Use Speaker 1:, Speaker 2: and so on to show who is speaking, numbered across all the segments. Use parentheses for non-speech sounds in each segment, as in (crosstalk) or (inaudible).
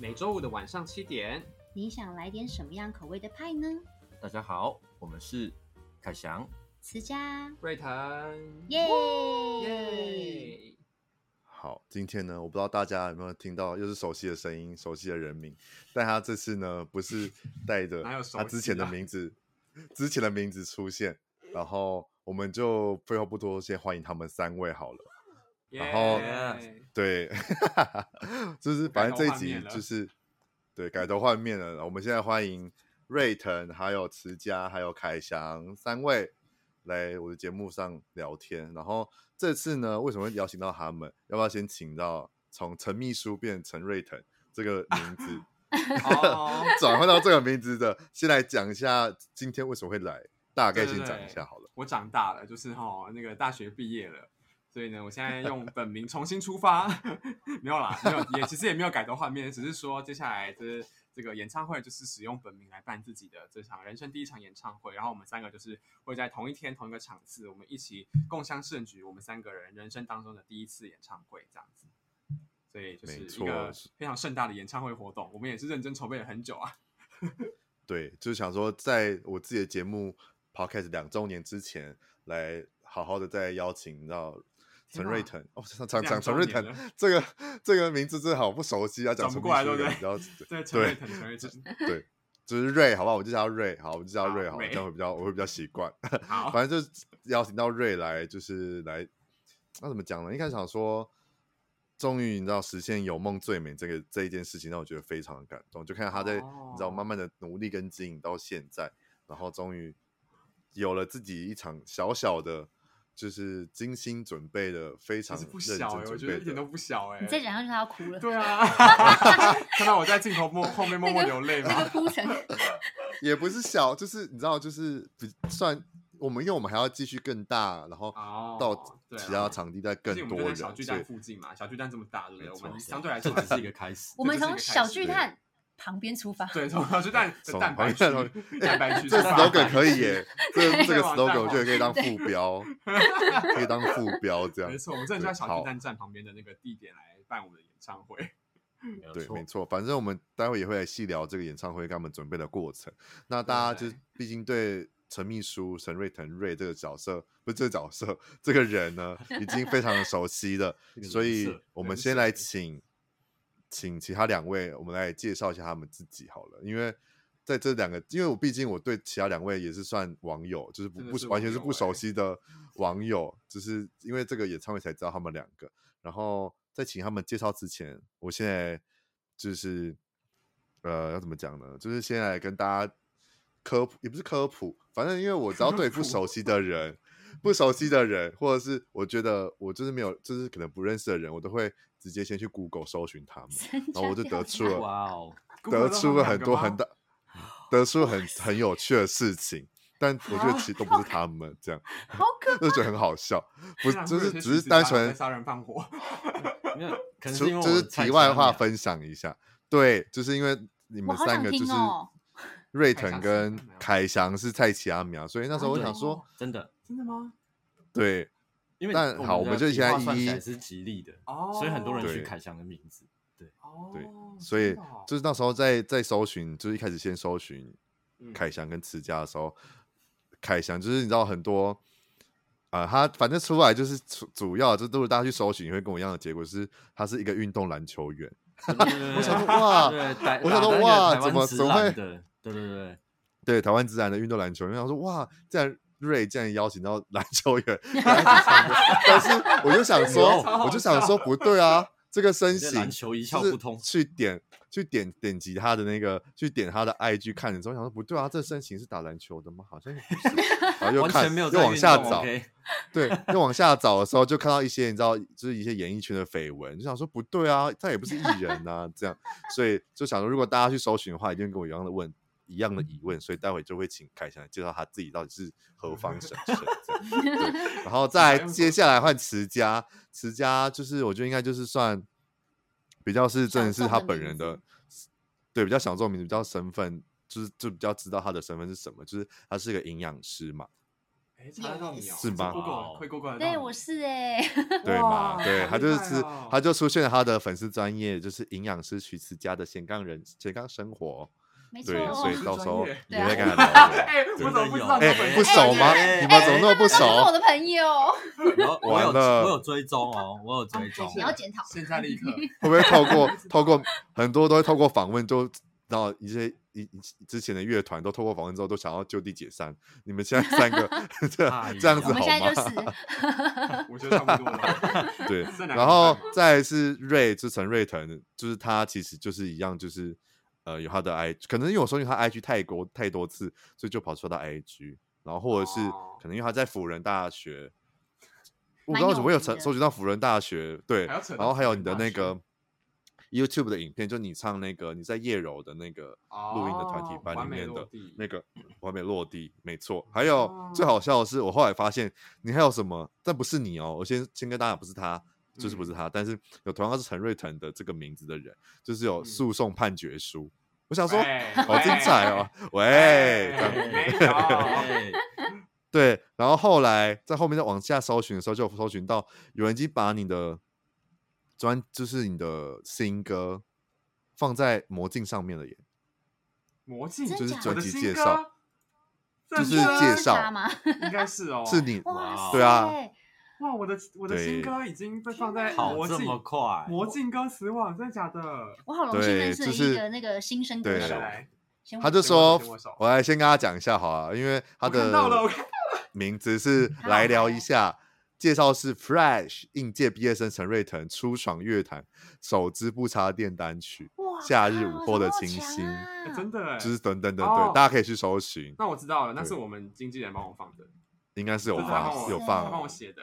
Speaker 1: 每周五的晚上七点，
Speaker 2: 你想来点什么样口味的派呢？
Speaker 3: 大家好，我们是凯翔。
Speaker 2: 慈家，
Speaker 1: 瑞腾，
Speaker 2: 耶、
Speaker 1: 耶！
Speaker 4: 好，今天呢，我不知道大家有没有听到，又是熟悉的声音，熟悉的人名，但他这次呢，不是带着
Speaker 1: (laughs) 哪有熟
Speaker 4: 他之前的
Speaker 1: 悉啊
Speaker 4: 名字，之前的名字出现，然后我们就废话不多，先欢迎他们三位好了。然后 (laughs)
Speaker 1: 耶
Speaker 4: 对，就是反正
Speaker 1: 改头
Speaker 4: 这一
Speaker 1: 换
Speaker 4: 集
Speaker 1: 面了
Speaker 4: 就是对改头换面了。我们现在欢迎瑞腾、还有慈家、还有凯翔三位来我的节目上聊天。然后这次呢，为什么会邀请到他们？要不要先请到从陈秘书变陈瑞腾这个
Speaker 1: (laughs)
Speaker 4: 名字
Speaker 1: 哦，
Speaker 4: 转换到这个名字的？先来讲一下今天为什么会来，大概
Speaker 1: 对
Speaker 4: 先
Speaker 1: 对
Speaker 4: 讲一
Speaker 1: 对
Speaker 4: 下好了。
Speaker 1: 我长大了，就是哈、那个大学毕业了，所以呢，我现在
Speaker 4: (laughs)
Speaker 1: 用本名重新出发， (laughs) 没有啦，没有，也其实也没有改头换面，只是说接下来这这个演唱会就是使用本名来办自己的这场人生第一场演唱会，然后我们三个就是会在同一天同一个场次，我们一起共襄盛举，我们三个人人生当中的第一次演唱会这样子。所以就是
Speaker 4: 没
Speaker 1: 一
Speaker 4: 错
Speaker 1: 个非常盛大的演唱会活动，我们也是认真筹备了很久啊。
Speaker 4: 对，就是想说，在我自己的节目 podcast 两周年之前，来好好的再邀请到
Speaker 1: 天
Speaker 4: 陈
Speaker 1: 哪
Speaker 4: 瑞腾哦，讲讲
Speaker 1: 两
Speaker 4: 讲陈
Speaker 1: 周
Speaker 4: 瑞
Speaker 1: 年
Speaker 4: 腾
Speaker 1: 了
Speaker 4: 这个这个名字真的好不熟悉啊，
Speaker 1: 转
Speaker 4: 讲
Speaker 1: 不
Speaker 4: 陈
Speaker 1: 过来
Speaker 4: 秘
Speaker 1: 对
Speaker 4: 书
Speaker 1: 不对
Speaker 4: 的比较
Speaker 1: 对，陈瑞
Speaker 4: 对
Speaker 1: 腾，陈瑞腾，
Speaker 4: 对，就是瑞，好不好？我就叫他瑞，好，我就叫他
Speaker 1: 好
Speaker 4: 瑞，好了，
Speaker 1: 瑞
Speaker 4: 这样会比较我会比较习惯。
Speaker 1: 好，
Speaker 4: (laughs) 反正就是邀请到瑞来，就是来，那怎么讲呢？一开始想说，终于你知道实现有梦最美这个这一件事情，让我觉得非常的感动。就看到他在、你知道
Speaker 1: 哦
Speaker 4: 慢慢的努力跟经营到现在，然后终于有了自己一场小小的，就是精心准备的，非
Speaker 1: 其
Speaker 4: 常
Speaker 1: 实不
Speaker 4: 认
Speaker 1: 小哎、我
Speaker 4: 真准
Speaker 1: 觉得一
Speaker 4: 备
Speaker 1: 点
Speaker 4: 的
Speaker 1: 都。不小
Speaker 4: 呃
Speaker 1: 哎、
Speaker 2: 你再讲下去他要哭了。
Speaker 1: 对
Speaker 2: (laughs)
Speaker 1: 啊，看到我在镜头幕后面默默流泪
Speaker 2: 这个
Speaker 1: 吗？
Speaker 4: (laughs)
Speaker 2: 铺陈，
Speaker 4: 也不是小，就是你知道，就是比算我们，因为我们还要继续更大，然后
Speaker 1: 哦
Speaker 4: 到
Speaker 1: 对
Speaker 4: 其
Speaker 1: 啊
Speaker 4: 他场地再
Speaker 1: 毕
Speaker 4: 更
Speaker 1: 竟我
Speaker 4: 多
Speaker 1: 们就
Speaker 4: 人，
Speaker 1: 在小巨
Speaker 4: 所以
Speaker 1: 蛋附近嘛，小巨蛋这么大，对不对？
Speaker 3: 没
Speaker 1: 我
Speaker 3: 错
Speaker 1: 们相对来说还是一个开
Speaker 4: (laughs)
Speaker 1: 始。
Speaker 2: 我们
Speaker 1: 这就是一个开
Speaker 2: 从
Speaker 1: 始
Speaker 2: 小巨蛋旁边出发，
Speaker 1: 对，从小巨蛋的
Speaker 4: 从
Speaker 1: 蛋白区
Speaker 4: 从， (laughs)
Speaker 1: 蛋白区
Speaker 4: 这
Speaker 1: 是
Speaker 4: slogan 可以耶，这
Speaker 1: 对
Speaker 4: 这个
Speaker 1: 往上
Speaker 4: slogan 我
Speaker 1: 跑
Speaker 4: 觉得可以当副标，可以当副标这样
Speaker 1: 没。错，我们正在
Speaker 4: 对
Speaker 1: 小
Speaker 4: 好
Speaker 1: 巨蛋站旁边的那个地点来办我们的演唱会。嗯
Speaker 3: 有
Speaker 4: 对，
Speaker 3: 错，
Speaker 4: 没错，反正我们待会也会来细聊这个演唱会给他们准备的过程。那大家
Speaker 1: 对
Speaker 4: 就是毕竟对陈秘书陈瑞腾瑞这个角色，不是这个角色，这个人呢，已经非常的熟悉了
Speaker 3: 这个
Speaker 4: 所
Speaker 3: 人
Speaker 4: 以
Speaker 3: 设
Speaker 4: 我
Speaker 1: 人
Speaker 4: 们先
Speaker 1: 设
Speaker 4: 来请请其他两位，我们来介绍一下他们自己好了，因为。在这两个，因为我毕竟我对其他两位也是算网友，就是不
Speaker 1: 真的
Speaker 4: 不
Speaker 1: 是
Speaker 4: 完全
Speaker 1: 网
Speaker 4: 是
Speaker 1: 友
Speaker 4: 不熟
Speaker 1: 欸
Speaker 4: 悉的网友，就是因为这个演唱会才知道他们两个。然后在请他们介绍之前，我现在就是呃，要怎么讲呢？就是先来跟大家科普，也不是科普，反正因为我只要对不熟悉的人、不熟悉的人，或者是我觉得我就是没有，就是可能不认识的人，我都会直接先去 Google 搜寻他们，然哦后我就得出
Speaker 2: 了。
Speaker 4: 了
Speaker 3: 哇哦，
Speaker 4: 得出了很多很
Speaker 1: 大，
Speaker 4: 大，嗯得出很很有趣的事情。但我觉得其实都不是他们这样，
Speaker 2: 好可
Speaker 4: 就觉得很好笑，不
Speaker 1: 天哪
Speaker 4: 就
Speaker 1: 会有些
Speaker 4: 是只
Speaker 1: 徐
Speaker 4: 是
Speaker 1: 子
Speaker 4: 单
Speaker 1: 把
Speaker 4: 纯
Speaker 1: 在杀人放火。
Speaker 3: 没有，可能
Speaker 4: 就
Speaker 3: 因
Speaker 4: 是
Speaker 3: 为我
Speaker 4: 就是
Speaker 3: 菜
Speaker 4: 题外
Speaker 3: 吃
Speaker 4: 话
Speaker 3: 得了
Speaker 4: 分享一下，对，就是因为你
Speaker 2: 我
Speaker 4: 们
Speaker 2: 好
Speaker 4: 三
Speaker 2: 想
Speaker 4: 个就
Speaker 2: 听
Speaker 4: 是
Speaker 2: 哦
Speaker 4: 瑞
Speaker 1: 凯翔
Speaker 4: 腾
Speaker 1: 是
Speaker 4: 跟
Speaker 1: 没有
Speaker 4: 凯翔是蔡奇阿苗，所以那时候我
Speaker 3: 啊
Speaker 4: 想
Speaker 1: 对
Speaker 4: 说，
Speaker 3: 真的，
Speaker 1: 真的吗？
Speaker 4: 对
Speaker 3: 因为
Speaker 4: 但好我
Speaker 3: 的
Speaker 4: 们就
Speaker 3: 笔
Speaker 4: 现在
Speaker 3: 画算起
Speaker 4: 一一
Speaker 3: 来是吉利的，
Speaker 1: 哦，
Speaker 3: 所以很多人取
Speaker 4: 对
Speaker 3: 凯翔的名
Speaker 4: (laughs)
Speaker 3: 字。
Speaker 1: 哦，
Speaker 4: 对所以
Speaker 1: 真的哦
Speaker 4: 就是那时候在在搜寻，就是一开始先搜寻
Speaker 1: 嗯
Speaker 4: 凯翔跟慈家的时候，凯翔就是你知道很多。啊、他反正出来就是主主要，就是如果大家去搜寻，你会跟我一样的结果是，他是一个运动篮球员。
Speaker 3: 我
Speaker 4: 我想说，哇，
Speaker 3: 对，打
Speaker 4: 我想说
Speaker 3: 打那个
Speaker 4: 哇
Speaker 3: 台湾
Speaker 4: 怎么
Speaker 3: 直
Speaker 4: 怎么
Speaker 3: 男
Speaker 4: 会
Speaker 3: 的？对对对，
Speaker 4: 对台湾自然的运动篮球员，我想说哇，这样瑞竟然邀请到篮球员来一起
Speaker 1: (laughs)
Speaker 4: 唱歌，但是我就想
Speaker 1: 有超
Speaker 4: 说，
Speaker 1: 好
Speaker 4: 我就想说
Speaker 1: 笑
Speaker 4: 不对啊，这个身
Speaker 3: 你这篮
Speaker 4: 形
Speaker 3: 球一
Speaker 4: 就
Speaker 3: 窍
Speaker 4: 是
Speaker 3: 不通，
Speaker 4: 去点去点点击他的那个，去点他的 IG 看的时候，想说不对啊，这身形是打篮球的吗？好像也不是，
Speaker 3: (laughs)
Speaker 4: 然后又
Speaker 3: 完
Speaker 4: 看
Speaker 3: 全没有
Speaker 4: 又
Speaker 3: 在
Speaker 4: 往
Speaker 3: 运
Speaker 4: 下
Speaker 3: 动
Speaker 4: 找，
Speaker 3: OK
Speaker 4: 对，又往下找的时候，就看到一些你知道，就是一些演艺圈的绯闻，就想说不对啊，他也不是艺人啊，这样，所以就想说，如果大家去搜寻的话，一定会跟我一样的问一样的疑问，所以待会就会请凯翔来介绍他自己到底是何方神圣这样。 (laughs) 对
Speaker 1: (laughs)
Speaker 4: 然后再来接下来换持家，持家就是我觉得应该就是算比较是真的是
Speaker 2: 小众
Speaker 4: 他
Speaker 2: 的
Speaker 4: 本
Speaker 2: 名
Speaker 4: 人
Speaker 2: 字
Speaker 4: 的，对比较小众名
Speaker 1: (laughs)
Speaker 4: 字，比较身份就是就比较知道他的身份是什么，就是他是个营养师嘛。
Speaker 1: 哎，查得到你哦，
Speaker 2: Yes
Speaker 4: 是吗
Speaker 1: g o
Speaker 3: 哇
Speaker 1: o
Speaker 3: 哦
Speaker 1: 会 Google 得到你
Speaker 2: 对，我是哎、
Speaker 4: 对
Speaker 1: 哇
Speaker 4: 嘛？对，
Speaker 1: 好
Speaker 4: 他
Speaker 1: 厉
Speaker 4: 就是
Speaker 1: 害哦
Speaker 4: 他就出现了他的粉丝专业，就是营养师徐慈佳的斜杠人斜杠生活，
Speaker 2: 没错
Speaker 4: 对，，所以
Speaker 1: 是
Speaker 4: 到时候
Speaker 1: 专业
Speaker 4: 你
Speaker 2: 对啊
Speaker 4: 会跟他聊
Speaker 1: (laughs)
Speaker 4: 聊。
Speaker 1: 哎，我怎么不知道？
Speaker 4: 哎、不熟吗？
Speaker 3: 哎
Speaker 4: 你们怎么那么不
Speaker 2: 他们都是我
Speaker 4: 熟？
Speaker 2: 的朋友，
Speaker 3: 然后我有
Speaker 4: 完了
Speaker 3: 我有追踪哦，我有追踪，
Speaker 2: 你要检讨。
Speaker 1: 现在立 (laughs) 刻，
Speaker 4: 会不会透
Speaker 2: (laughs)
Speaker 4: 过透过很多都会透过访问就然后一些一一之前的乐团都透过访问之后都想要就地解散？你们现在三个 (laughs) 这
Speaker 3: 哎
Speaker 4: 样这样
Speaker 3: 呀
Speaker 2: 我
Speaker 4: 子
Speaker 2: 们
Speaker 4: 好
Speaker 2: 现在就
Speaker 4: 吗？
Speaker 2: 是
Speaker 1: 我觉得差不多 (laughs) 了。
Speaker 4: 对，
Speaker 1: 这两个
Speaker 4: 然后
Speaker 1: 版本
Speaker 4: 再来是瑞，之陈瑞腾，就是他其实就是一样，就是呃有他的 I，可能因为我搜寻他 IG 太多太多次，所以就跑出他的 IG，然后或者是、
Speaker 1: 哦
Speaker 4: 可能因为他在辅仁大学，我不
Speaker 2: 蛮
Speaker 4: 知道
Speaker 2: 有
Speaker 4: 怎么会有
Speaker 2: 名
Speaker 4: 搜
Speaker 2: 的
Speaker 4: 搜集到辅仁大学，对，
Speaker 1: 还要扯
Speaker 4: 然
Speaker 1: 到
Speaker 4: 后还
Speaker 1: 辅
Speaker 4: 有
Speaker 1: 仁
Speaker 4: 你的
Speaker 1: 大
Speaker 4: 那
Speaker 1: 学
Speaker 4: 个 YouTube 的影片，就你唱那个你在叶柔的那个录音的团体
Speaker 1: 哦
Speaker 4: 班
Speaker 1: 完
Speaker 4: 里
Speaker 1: 美
Speaker 4: 面
Speaker 1: 落
Speaker 4: 的
Speaker 1: 地
Speaker 4: 那个完美落地，没错。还有最
Speaker 1: 哦
Speaker 4: 好笑的是，我后来发现你还有什么，但不是你哦。我先先跟大家讲，不是他，就
Speaker 1: 嗯
Speaker 4: 是不是他，但是有同样是陈瑞腾的这个名字的人，就是有
Speaker 1: 嗯
Speaker 4: 诉讼判决书。我想说，
Speaker 1: 喂
Speaker 4: 好精彩哦！喂，这样
Speaker 1: 哎没有，
Speaker 3: 哎
Speaker 4: 对，然后后来在后面再往下搜寻的时候，就有搜寻到有人已经把你的专，就是你的新歌放在魔镜上面了耶，
Speaker 1: 魔镜
Speaker 2: 真
Speaker 4: 就是
Speaker 2: 假的
Speaker 1: 我
Speaker 4: 专
Speaker 1: 的
Speaker 4: 辑
Speaker 1: 新
Speaker 4: 介
Speaker 1: 歌
Speaker 4: 绍，
Speaker 1: 真
Speaker 4: (laughs) 就是
Speaker 1: 的
Speaker 4: 介绍
Speaker 2: 他吗？
Speaker 1: 应该是哦，
Speaker 4: 是你，
Speaker 2: 哇塞，
Speaker 4: 对啊
Speaker 1: 哇，我的我的新
Speaker 4: 对
Speaker 1: 歌已经被放在
Speaker 2: 天
Speaker 1: (laughs)
Speaker 2: 哪
Speaker 3: 好
Speaker 1: 魔
Speaker 3: 这
Speaker 1: 镜
Speaker 3: 么快，
Speaker 1: 魔镜歌词网，真的假的？
Speaker 2: 我好荣幸
Speaker 4: 对
Speaker 2: 认识了
Speaker 4: 就是
Speaker 2: 一个那个新生歌
Speaker 4: 对啊
Speaker 1: 来
Speaker 2: 手
Speaker 1: 来。来，
Speaker 2: 先
Speaker 4: 他
Speaker 2: 我
Speaker 4: 就
Speaker 1: 先握
Speaker 4: 说
Speaker 1: 手先握手，
Speaker 4: 我来先跟他讲一下好啊，因为他
Speaker 1: 我看
Speaker 4: 的
Speaker 1: 到了我 (laughs) 看到嗯
Speaker 4: 名字是
Speaker 2: 好
Speaker 4: 来聊
Speaker 2: 嗨
Speaker 4: 一下，介绍是 Fresh 应届毕业生陈瑞腾初闯乐坛首支不插电单曲，
Speaker 2: 哇
Speaker 4: 夏日
Speaker 2: 靠
Speaker 4: 午后的
Speaker 2: 怎么那么
Speaker 4: 清
Speaker 2: 强
Speaker 4: 新
Speaker 2: 啊
Speaker 1: 哎真的哎，
Speaker 4: 就是等等等
Speaker 1: 哦
Speaker 4: 对，大家可以去搜寻，
Speaker 1: 那我知道了，那是
Speaker 4: 对
Speaker 1: 我们经纪人帮我放的，
Speaker 4: 应该是有
Speaker 1: 这是他帮
Speaker 4: 放
Speaker 1: 我
Speaker 4: 有
Speaker 1: 他帮我
Speaker 4: 放，
Speaker 1: 写的，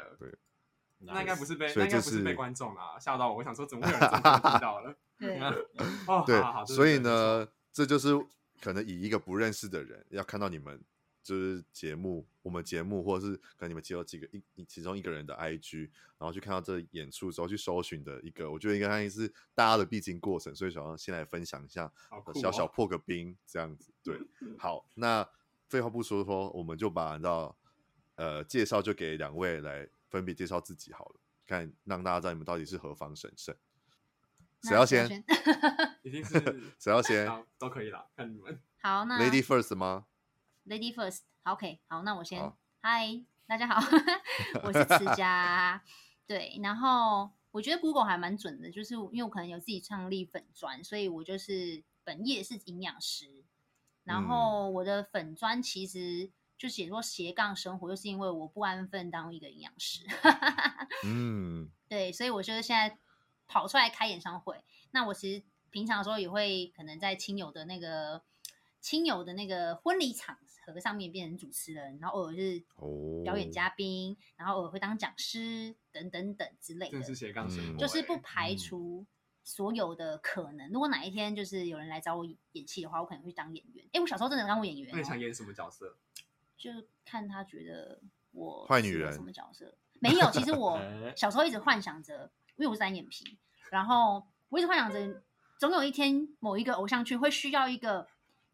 Speaker 3: 那
Speaker 1: 那应该
Speaker 3: (laughs)
Speaker 1: 不是被，
Speaker 4: 所
Speaker 1: 那
Speaker 4: 以
Speaker 1: 应该
Speaker 4: 这
Speaker 1: 不是被
Speaker 4: 是
Speaker 1: 观众啦，吓到我，我想说怎么会有人真的听到
Speaker 4: (laughs)
Speaker 1: 了？
Speaker 2: 对，
Speaker 1: 哦，
Speaker 4: 对
Speaker 1: 好好好，
Speaker 4: 所以
Speaker 1: 对，对
Speaker 4: 呢，这就是可能以一个不认识的人要看到你们就是节目，我们节目或者是可能你们只有几个一一其中一个人的 IG，然后去看到这演出之后去搜寻的一个，我觉得应该是大家的必经过程，所以想要先来分享一下，
Speaker 1: 好
Speaker 4: 呃
Speaker 1: 酷
Speaker 4: 小小
Speaker 1: 哦
Speaker 4: 破个冰这样子。
Speaker 1: (laughs)
Speaker 4: 对，好，那废话不说说，我们就把到呃介绍就给两位来分别介绍自己好了，看让大家知道你们到底是何方神圣。谁
Speaker 2: 那
Speaker 4: 要
Speaker 2: 我
Speaker 4: 先？
Speaker 1: 一定
Speaker 4: (laughs)
Speaker 1: 是
Speaker 4: 谁要先
Speaker 1: 好都可以啦，看你们。
Speaker 2: (laughs) 好，那
Speaker 4: ？Lady First 吗？
Speaker 2: Lady First，好，OK，好，那我先
Speaker 4: 好，
Speaker 2: 嗨，大家好， (laughs) 我是慈佳，对，然后我觉得 Google 还蛮准的，就是因为我可能有自己创立粉砖，所以我就是本业是营养师，然后我的粉砖其实就写说斜杠生活，就是因为我不安分当一个营养师，
Speaker 4: 嗯，
Speaker 2: 对，所以我就是现在跑出来开演唱会。那我其实平常的时候也会可能在亲友的那个亲友的那个婚礼场合上面变成主持人，然后偶尔是
Speaker 4: 哦，
Speaker 2: 表演嘉宾，然后偶尔会当讲师等等等之类
Speaker 1: 真
Speaker 2: 的
Speaker 1: 的，是斜杠生活、
Speaker 4: 嗯
Speaker 2: 就是不
Speaker 1: 哎
Speaker 2: 排
Speaker 3: 嗯
Speaker 2: 除所有的可能。如果哪一天就是有人来找我演戏的话，我可能会当演员。哎，我小时候真的当过演员、
Speaker 1: 那你想
Speaker 2: 哦，
Speaker 1: 演什么角
Speaker 2: (laughs)
Speaker 1: 色？
Speaker 2: 就看他觉得我
Speaker 4: 坏
Speaker 2: 适
Speaker 4: 女
Speaker 2: 合
Speaker 4: 人
Speaker 2: 什么角色。没有，
Speaker 4: (laughs)
Speaker 2: 其实我
Speaker 3: 哎
Speaker 2: 小时候一直幻想着，因为我是单眼皮，然后我一直幻想着，总有一天某一个偶像剧会需要一个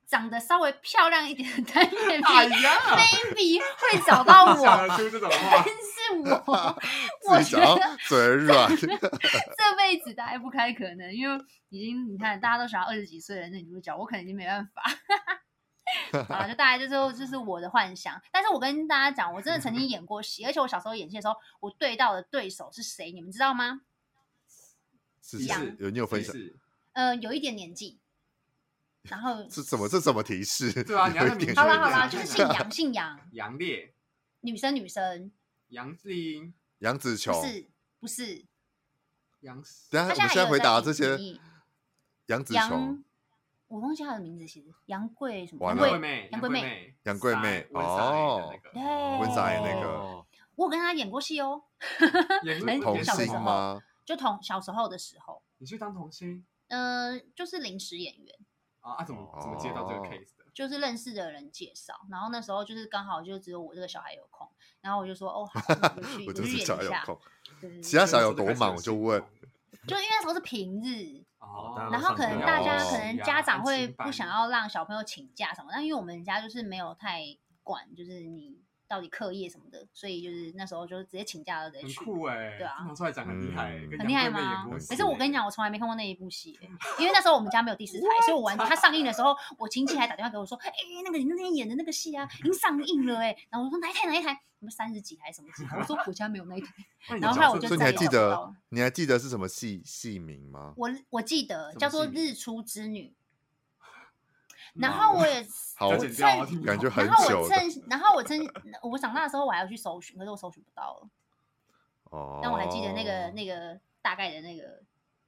Speaker 2: 长得稍微漂亮一点的单
Speaker 1: (laughs)
Speaker 2: 眼皮
Speaker 1: 哎
Speaker 2: baby 会找到
Speaker 1: 想
Speaker 2: 我，
Speaker 1: 得出这种
Speaker 2: 但
Speaker 1: 话，
Speaker 2: 是
Speaker 4: (laughs)
Speaker 2: 我我
Speaker 4: 自己
Speaker 2: 觉
Speaker 4: 讲到
Speaker 2: 得
Speaker 4: 嘴
Speaker 2: (laughs)
Speaker 4: 软，
Speaker 2: 这辈子大概不开可能，因为已经你看大家都想要二十几岁的女主角，我可能已经没办
Speaker 4: (laughs)
Speaker 2: 法。好了，就大概就是就是我的幻想。但是我跟大家讲，我真的曾经演过戏，而且我小时候演戏的时候，我对到的对手是谁，你们知道吗？
Speaker 4: 是
Speaker 1: 提
Speaker 4: 是
Speaker 2: 样
Speaker 1: 示
Speaker 4: 是有你有 (laughs) 分享
Speaker 1: 提示
Speaker 2: 呃，有一点年纪，然后
Speaker 4: 是什么？这什么提示？
Speaker 1: 对啊你要
Speaker 4: 有
Speaker 1: 再
Speaker 4: 一
Speaker 1: 明
Speaker 4: 点
Speaker 1: 确
Speaker 2: 好
Speaker 1: 一
Speaker 2: 啦
Speaker 1: 点
Speaker 2: 好啦，
Speaker 4: (laughs)
Speaker 2: 就是姓杨，姓杨，
Speaker 1: 杨烈、
Speaker 2: 女生女生，
Speaker 1: 杨志英、
Speaker 4: 杨紫琼
Speaker 2: 不，是不是，
Speaker 1: 杨
Speaker 4: 等一
Speaker 2: 他
Speaker 4: 下我们现在
Speaker 2: 有
Speaker 4: 回
Speaker 2: 在
Speaker 4: 答
Speaker 2: 演
Speaker 4: 这些
Speaker 2: 演艺
Speaker 4: 杨紫
Speaker 2: 杨
Speaker 4: 琼、，
Speaker 2: 我忘记她的名字，其实杨贵什么？
Speaker 4: 完
Speaker 2: 杨
Speaker 4: 了
Speaker 1: 贵
Speaker 2: 贵
Speaker 1: 妹、
Speaker 2: 杨
Speaker 1: 贵
Speaker 2: 贵妹
Speaker 1: 妹、
Speaker 4: 杨贵妹哦
Speaker 1: 温莎的那
Speaker 2: 对
Speaker 1: 个，，
Speaker 3: 温莎
Speaker 4: 也
Speaker 3: 也
Speaker 4: 那
Speaker 3: 那
Speaker 4: 个
Speaker 3: 个，
Speaker 2: 我跟她演过戏哦，
Speaker 1: 也是
Speaker 2: 很
Speaker 1: 也
Speaker 4: 童
Speaker 1: 是
Speaker 2: 小的
Speaker 4: 星
Speaker 2: 时候
Speaker 4: 吗？ (laughs)
Speaker 2: 就同小时候的时候，
Speaker 1: 你去当童星
Speaker 2: 嗯、就是临时演员，
Speaker 1: 啊？啊，怎么怎么接到这个
Speaker 4: 哦
Speaker 1: case 的？
Speaker 2: 就是认识的人介绍，然后那时候就是刚好就只有我这个小孩有空，然后我就说哦好，那我就去
Speaker 4: 我
Speaker 2: 我
Speaker 4: 就
Speaker 2: 去
Speaker 4: 是
Speaker 2: 演
Speaker 4: 小孩
Speaker 2: 一
Speaker 4: 有
Speaker 2: 下，
Speaker 4: 空，
Speaker 2: 对对
Speaker 4: 其他
Speaker 2: 对，
Speaker 4: 小孩有多忙我就问
Speaker 2: 就因为那时候是平日，
Speaker 1: 哦
Speaker 3: 大家都
Speaker 2: 然后
Speaker 3: 上
Speaker 2: 可能
Speaker 4: 课
Speaker 2: 大
Speaker 4: 了
Speaker 2: 家
Speaker 4: 哦
Speaker 2: 可能家长会不想
Speaker 1: 要
Speaker 2: 要让小朋友请假什么，但因为我们家就是没有太管，就是你到底课业什么的，所以就是那时候就直接请假了，直接
Speaker 1: 很
Speaker 2: 去。
Speaker 1: 酷哎、
Speaker 2: 对啊
Speaker 1: 拿出来讲很厉害、欸
Speaker 4: 嗯
Speaker 1: 跟
Speaker 2: 很厉害
Speaker 1: 杨贵妃演
Speaker 2: 吗
Speaker 1: 过？
Speaker 2: 可
Speaker 1: 戏欸
Speaker 2: 是我跟你讲，我从来没看过那一部戏欸、因为那时候我们家没有第四台，所以我完它上映的时候，我亲戚还打电话给我说：“哎、那个你那天演的那个戏啊，已经上映了哎、然后我说：“哪一台哪一台？什么三十几台什么几台？”我说：“我家没有那一台。
Speaker 1: 那你
Speaker 2: 然后
Speaker 1: 讲
Speaker 2: 后来
Speaker 1: 是
Speaker 2: 我就
Speaker 4: 所以你
Speaker 2: 再
Speaker 4: 还
Speaker 2: 也
Speaker 4: 记
Speaker 2: 找不到
Speaker 4: 得
Speaker 2: 了
Speaker 4: 你还记得是什么戏戏名吗？
Speaker 2: 我”我记得
Speaker 1: 什么
Speaker 2: 叫做《
Speaker 1: 戏名
Speaker 2: 日出之女》，
Speaker 1: 嗯
Speaker 2: 然后我也
Speaker 4: 好
Speaker 1: 要，剪掉，
Speaker 2: 趁
Speaker 1: 我听不
Speaker 4: 感
Speaker 1: 懂
Speaker 4: 觉很
Speaker 2: 然后
Speaker 4: 久
Speaker 2: 我
Speaker 4: 的
Speaker 2: 趁，然后我趁我长大的时候，我还要去搜寻，可是我搜寻不到了。
Speaker 4: 哦，
Speaker 2: 但我还记得那个那个大概的那个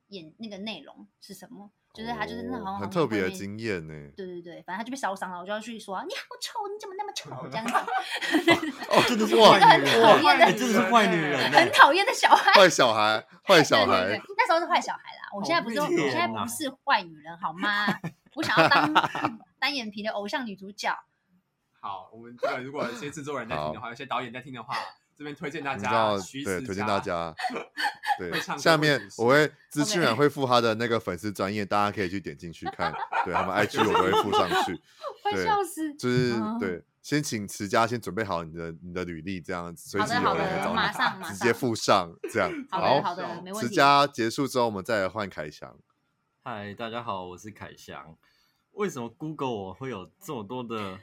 Speaker 2: 演那个内容是什么，就是他就是那好
Speaker 4: 哦
Speaker 2: 像
Speaker 4: 很
Speaker 2: 好像
Speaker 4: 特
Speaker 2: 会
Speaker 4: 别的
Speaker 2: 被
Speaker 4: 经验呢。 (laughs)
Speaker 2: 对对对，反正他就被烧伤了，我就要去说你好丑，你怎么那么丑这样
Speaker 3: (laughs)
Speaker 2: 子，
Speaker 4: 哦，
Speaker 2: (laughs)
Speaker 4: 真 (laughs) 的是
Speaker 2: 哇
Speaker 4: 哇
Speaker 2: 这个很讨厌的
Speaker 1: 哇
Speaker 3: 哎真的是坏女人
Speaker 1: 哎
Speaker 2: 很讨厌的小孩。
Speaker 4: 坏小孩，坏
Speaker 2: 对
Speaker 4: 小
Speaker 2: 对
Speaker 4: 孩
Speaker 2: 对，，那时候是坏小孩啦，我现在不是，
Speaker 3: 好
Speaker 2: 我
Speaker 3: 贱
Speaker 2: 现在
Speaker 3: 啊
Speaker 2: 不是坏女人好吗？我想要
Speaker 3: (laughs)
Speaker 2: 当单眼皮的偶像女主角，
Speaker 1: 好，我们这个如果有些制作人在听的话，有些导演在听的话，这边推荐大
Speaker 4: 你知道
Speaker 1: 家，徐
Speaker 4: 对，
Speaker 1: 思
Speaker 4: 推荐
Speaker 1: 佳 (laughs)
Speaker 4: 大。家。对
Speaker 1: 会唱，歌
Speaker 4: 下
Speaker 1: 会
Speaker 4: 面
Speaker 1: 主持
Speaker 4: 我会资
Speaker 2: OK
Speaker 4: 讯软会附他的那个粉丝专业，大家可以去点进去
Speaker 1: (laughs)
Speaker 4: 看。对他们 IG 我都会附上去，
Speaker 2: 快
Speaker 4: 对
Speaker 2: 笑死。
Speaker 4: 就是
Speaker 2: 哦
Speaker 4: 对，先请持家先准备好你的你的履历，这样子随
Speaker 2: 好
Speaker 4: 时
Speaker 2: 的
Speaker 4: 有
Speaker 2: 好
Speaker 4: 人来
Speaker 2: 的，
Speaker 4: 找
Speaker 2: 马
Speaker 4: 你，
Speaker 2: 上马
Speaker 4: 直接
Speaker 2: 上。
Speaker 4: 附上这样。
Speaker 2: (laughs) 好的好的，没问
Speaker 4: 持
Speaker 2: 题。
Speaker 4: 家结束之后，我们再来换凯翔。
Speaker 3: (laughs) 嗨，大家好，我是凯翔。为什么 Google 我会有这么多的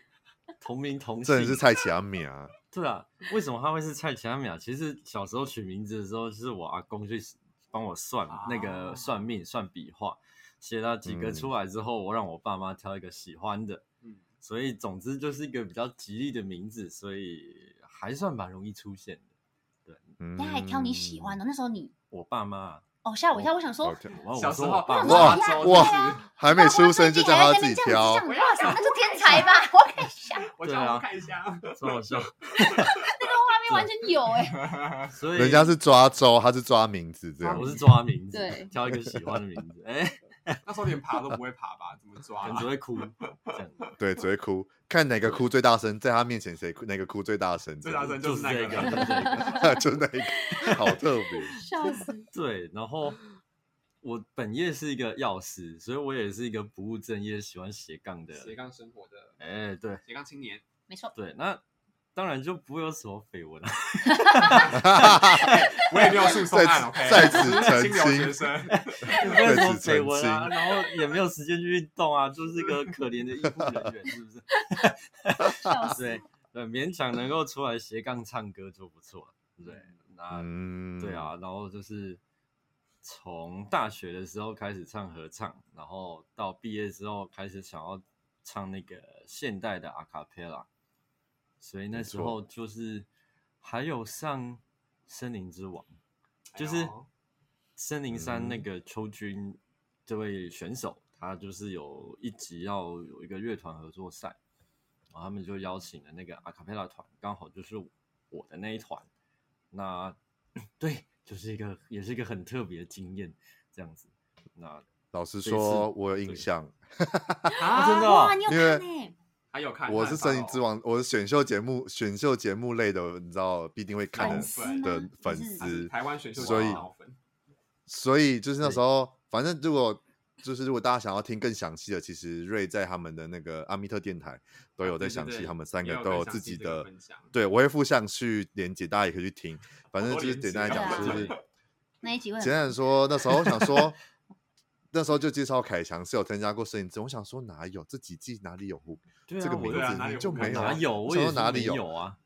Speaker 3: 同名同
Speaker 4: 这
Speaker 3: 姓？
Speaker 4: 人是蔡启阿米啊，
Speaker 3: 对啊，为什么他会是蔡奇阿米啊？其实小时候取名字的时候，是我阿公去帮我算
Speaker 1: 啊
Speaker 3: 那个算命、算笔画，写了几个
Speaker 4: 嗯
Speaker 3: 出来之后，我让我爸妈挑一个喜欢的。
Speaker 1: 嗯
Speaker 3: 所以总之就是一个比较吉利的名字，所以还算蛮容易出现的。
Speaker 2: (laughs)
Speaker 4: 嗯，
Speaker 2: 大家还挑你喜欢的，那时候你
Speaker 3: 我爸妈，
Speaker 2: 哦吓我一跳，我想说
Speaker 4: 好挑
Speaker 3: 我
Speaker 1: 小
Speaker 3: 我
Speaker 1: 时
Speaker 3: 说
Speaker 1: 候
Speaker 3: 我爸
Speaker 1: 我
Speaker 3: 妈，
Speaker 4: 哇
Speaker 1: 小时候
Speaker 4: 哇
Speaker 1: 就是
Speaker 4: 还没出生就叫他自己
Speaker 2: 啊
Speaker 4: 挑，
Speaker 2: 哇，那是天才吧？我看一下，那
Speaker 1: 我
Speaker 3: 对
Speaker 1: 想
Speaker 3: 啊
Speaker 1: 我看一下， (laughs)
Speaker 3: 超好笑。
Speaker 2: 个画面完全有哎、
Speaker 3: 所以
Speaker 4: 人家是抓周，他是抓名字
Speaker 2: 哦
Speaker 4: 这样
Speaker 3: 我。是抓名字
Speaker 2: 对，
Speaker 3: 挑一个喜欢的名字。哎、
Speaker 1: 那时候连爬都不会爬吧？怎么抓
Speaker 3: 可
Speaker 1: 啦
Speaker 3: 能？只会哭这样。
Speaker 4: 对，
Speaker 3: (laughs)
Speaker 4: 只会哭，看哪个哭最大声，在他面前谁哭哪个哭最大声，
Speaker 1: 最大声
Speaker 3: 就
Speaker 1: 就是是那
Speaker 3: 这个，
Speaker 1: 个
Speaker 4: (laughs)
Speaker 3: 就是这个。
Speaker 4: 就那一个，好特别。
Speaker 2: 笑死！
Speaker 3: 对，然后我本业是一个药师，所以我也是一个不务正业、喜欢斜杠
Speaker 4: 啊
Speaker 3: 的。
Speaker 1: 斜杠生活的
Speaker 3: 哎，对
Speaker 1: 斜杠青
Speaker 4: (laughs)
Speaker 1: 年，
Speaker 2: 没错，
Speaker 3: 对，那当然就不会有什么绯闻啊。
Speaker 1: 我也没有诉讼案，OK？(laughs)
Speaker 4: 在此
Speaker 1: 我是
Speaker 4: 在此
Speaker 1: 清流
Speaker 4: 澄
Speaker 1: 学
Speaker 4: 清 (laughs)
Speaker 1: 生，
Speaker 3: 也 (laughs) 没有什么
Speaker 4: 在此
Speaker 3: 绯闻啊，然后也没有时间去运动啊，就是一个可怜的医护人员，是不 (laughs) 是？
Speaker 2: 笑死！
Speaker 3: 对对，勉强能够出来斜杠唱歌就不错了。对，那
Speaker 4: 嗯，
Speaker 3: 对，啊，然后就是从大学的时候开始唱合唱，然后到毕业之后开始想要唱那个现代的阿卡贝拉，所以那
Speaker 4: 没
Speaker 3: 时
Speaker 4: 错
Speaker 3: 候就是还有上《森林之王》，就
Speaker 1: 哎
Speaker 3: 是
Speaker 1: 呦
Speaker 3: 森林山那 (coughs)
Speaker 4: 嗯
Speaker 3: 个邱军这位选手，他就是有一集要有一个乐团合作赛，然后他们就邀请了那个阿卡贝拉团，刚好就是我的那一团。那对，就是一个也是一个很特别的经验，这样子。那
Speaker 4: 老实
Speaker 3: 这一次
Speaker 4: 说，我有
Speaker 3: 对
Speaker 4: 印象，
Speaker 1: 啊
Speaker 3: 真的哦
Speaker 2: 哇，你有
Speaker 4: 因为
Speaker 2: 看哎、
Speaker 1: 还有看，
Speaker 4: 我是《森林之
Speaker 1: 王，
Speaker 4: 王》，我是选秀节目，选秀节目类的，你知道必定会看
Speaker 1: 粉
Speaker 4: 的
Speaker 1: 丝
Speaker 4: 的
Speaker 2: 吗
Speaker 4: 粉
Speaker 2: 你是
Speaker 1: 他是
Speaker 4: 丝，
Speaker 1: 台湾选秀
Speaker 4: 所以
Speaker 1: 的脑粉，
Speaker 4: 所以就是那
Speaker 3: 对
Speaker 4: 时候，反正如果就是如果大家想要听更详细的，其实瑞在他们的那个阿密特电台都有在详
Speaker 1: 啊对对
Speaker 4: 细，
Speaker 1: 对
Speaker 4: 他们三
Speaker 1: 也
Speaker 4: 个
Speaker 1: 有
Speaker 4: 都
Speaker 1: 更
Speaker 4: 有
Speaker 1: 详
Speaker 4: 自
Speaker 1: 细
Speaker 4: 己
Speaker 1: 这个
Speaker 4: 的
Speaker 1: 分享
Speaker 4: 对，我会附上去连接，大家也可以去听。反正
Speaker 1: 多
Speaker 4: 就是
Speaker 1: 连
Speaker 4: 简
Speaker 1: 结
Speaker 4: 单来
Speaker 2: 啊
Speaker 4: 讲，就是
Speaker 2: 那一集会
Speaker 4: 简单
Speaker 2: 很
Speaker 4: 来说，那时候我想说，那时候就介绍凯翔是有参加过摄影之王，我想说哪有这几季哪里有胡，
Speaker 3: 对啊，
Speaker 4: 这个
Speaker 3: 我
Speaker 4: 名
Speaker 3: 就
Speaker 1: 对啊
Speaker 4: 字
Speaker 1: 哪
Speaker 4: 你
Speaker 1: 有
Speaker 4: 就
Speaker 1: 胡
Speaker 4: 没有
Speaker 3: 哪
Speaker 4: 啊，
Speaker 3: 有？
Speaker 4: 我
Speaker 3: 我
Speaker 4: 想
Speaker 3: 也
Speaker 4: 说
Speaker 3: 是
Speaker 4: 哪里
Speaker 3: 没
Speaker 4: 有
Speaker 3: 有？啊？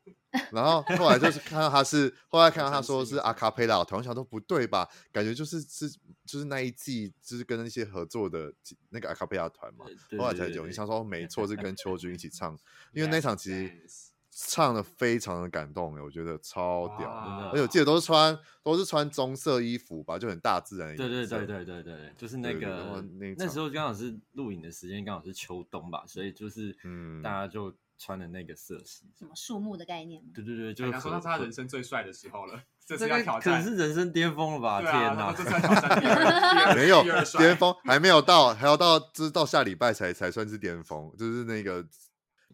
Speaker 4: 然后后来就是看到他是，后来看到
Speaker 1: 好
Speaker 4: 他
Speaker 1: 像
Speaker 4: 说
Speaker 1: 是
Speaker 4: 是
Speaker 1: 有
Speaker 4: 阿卡贝拉团，我想说不对吧？感觉就是是就是那一季就是跟那些合作的几那个阿卡贝拉团嘛。
Speaker 3: 对
Speaker 4: 后来
Speaker 3: 对
Speaker 4: 才
Speaker 3: 对
Speaker 4: 有
Speaker 3: 对
Speaker 4: 印象说，没错，是跟秋君一
Speaker 3: (laughs)
Speaker 4: 起唱，因为
Speaker 1: Yes,
Speaker 4: 那场其实
Speaker 1: yes
Speaker 4: 唱的非常的感动，欸我觉得超屌的。
Speaker 1: 哇
Speaker 4: 而且我记得都是穿都是穿棕色衣服吧，就很大自然的
Speaker 3: 对对
Speaker 4: 颜色
Speaker 3: 对对对对对，就是那
Speaker 4: 对对对哇
Speaker 3: 个
Speaker 4: 那一
Speaker 3: 那
Speaker 4: 场
Speaker 3: 时候刚好是录影的时间，刚好是秋冬吧，所以就是
Speaker 4: 嗯
Speaker 3: 大家就穿的那个色系。
Speaker 2: 什么树木的概念吗？
Speaker 3: 对对对，就
Speaker 1: 人哎
Speaker 3: 是
Speaker 1: 家说
Speaker 3: 和
Speaker 1: 那是他
Speaker 3: 和
Speaker 1: 人生最帅的时候了，这
Speaker 3: 这
Speaker 1: 是要
Speaker 3: 个
Speaker 1: 挑
Speaker 3: 可
Speaker 1: 战，
Speaker 3: 能是人生巅峰了吧？
Speaker 1: 对
Speaker 3: 天
Speaker 1: 啊，
Speaker 3: 哪
Speaker 1: 他！
Speaker 3: (laughs)
Speaker 1: 这是要挑战第二
Speaker 4: 没
Speaker 1: (laughs)
Speaker 4: 有
Speaker 1: 第二帅
Speaker 4: 巅峰，还没有到，还要到就是到下礼拜才才算是巅峰，就是那个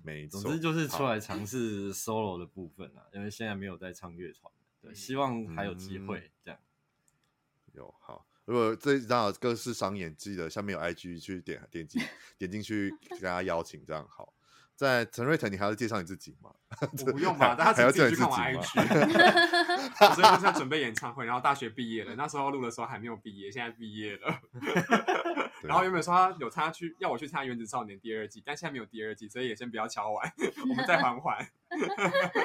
Speaker 4: 没错。
Speaker 3: 总之就是出
Speaker 4: 好
Speaker 3: 来尝试 solo 的部分啊，因为现在没有在唱乐团，对，
Speaker 1: 嗯
Speaker 3: 希望还有机
Speaker 4: 嗯
Speaker 3: 会这样。
Speaker 4: 有好，如果这让我各
Speaker 2: (laughs)
Speaker 4: 式商演记得下面有 IG 去点点击点进去给大家邀请，这样好。在陈瑞腾，你还要介绍你自己
Speaker 1: (laughs)
Speaker 4: 吗？
Speaker 1: 我不用吧，大
Speaker 4: 还
Speaker 1: 家
Speaker 4: 要
Speaker 1: 自己去
Speaker 4: 叫
Speaker 1: 看
Speaker 4: 你
Speaker 1: 我
Speaker 4: 自己吗
Speaker 1: IG。我
Speaker 4: (laughs)
Speaker 1: 所以就是在准备演唱会，然后大学毕业了，那时候录的时候还没有毕业，现在毕业了。
Speaker 4: 对啊
Speaker 1: 然后原本说他有参加去要我去参加《原子少年》第二季，但现在没有第二季，所以也先不要敲完， (laughs) 我们再缓
Speaker 4: (laughs)
Speaker 1: 缓。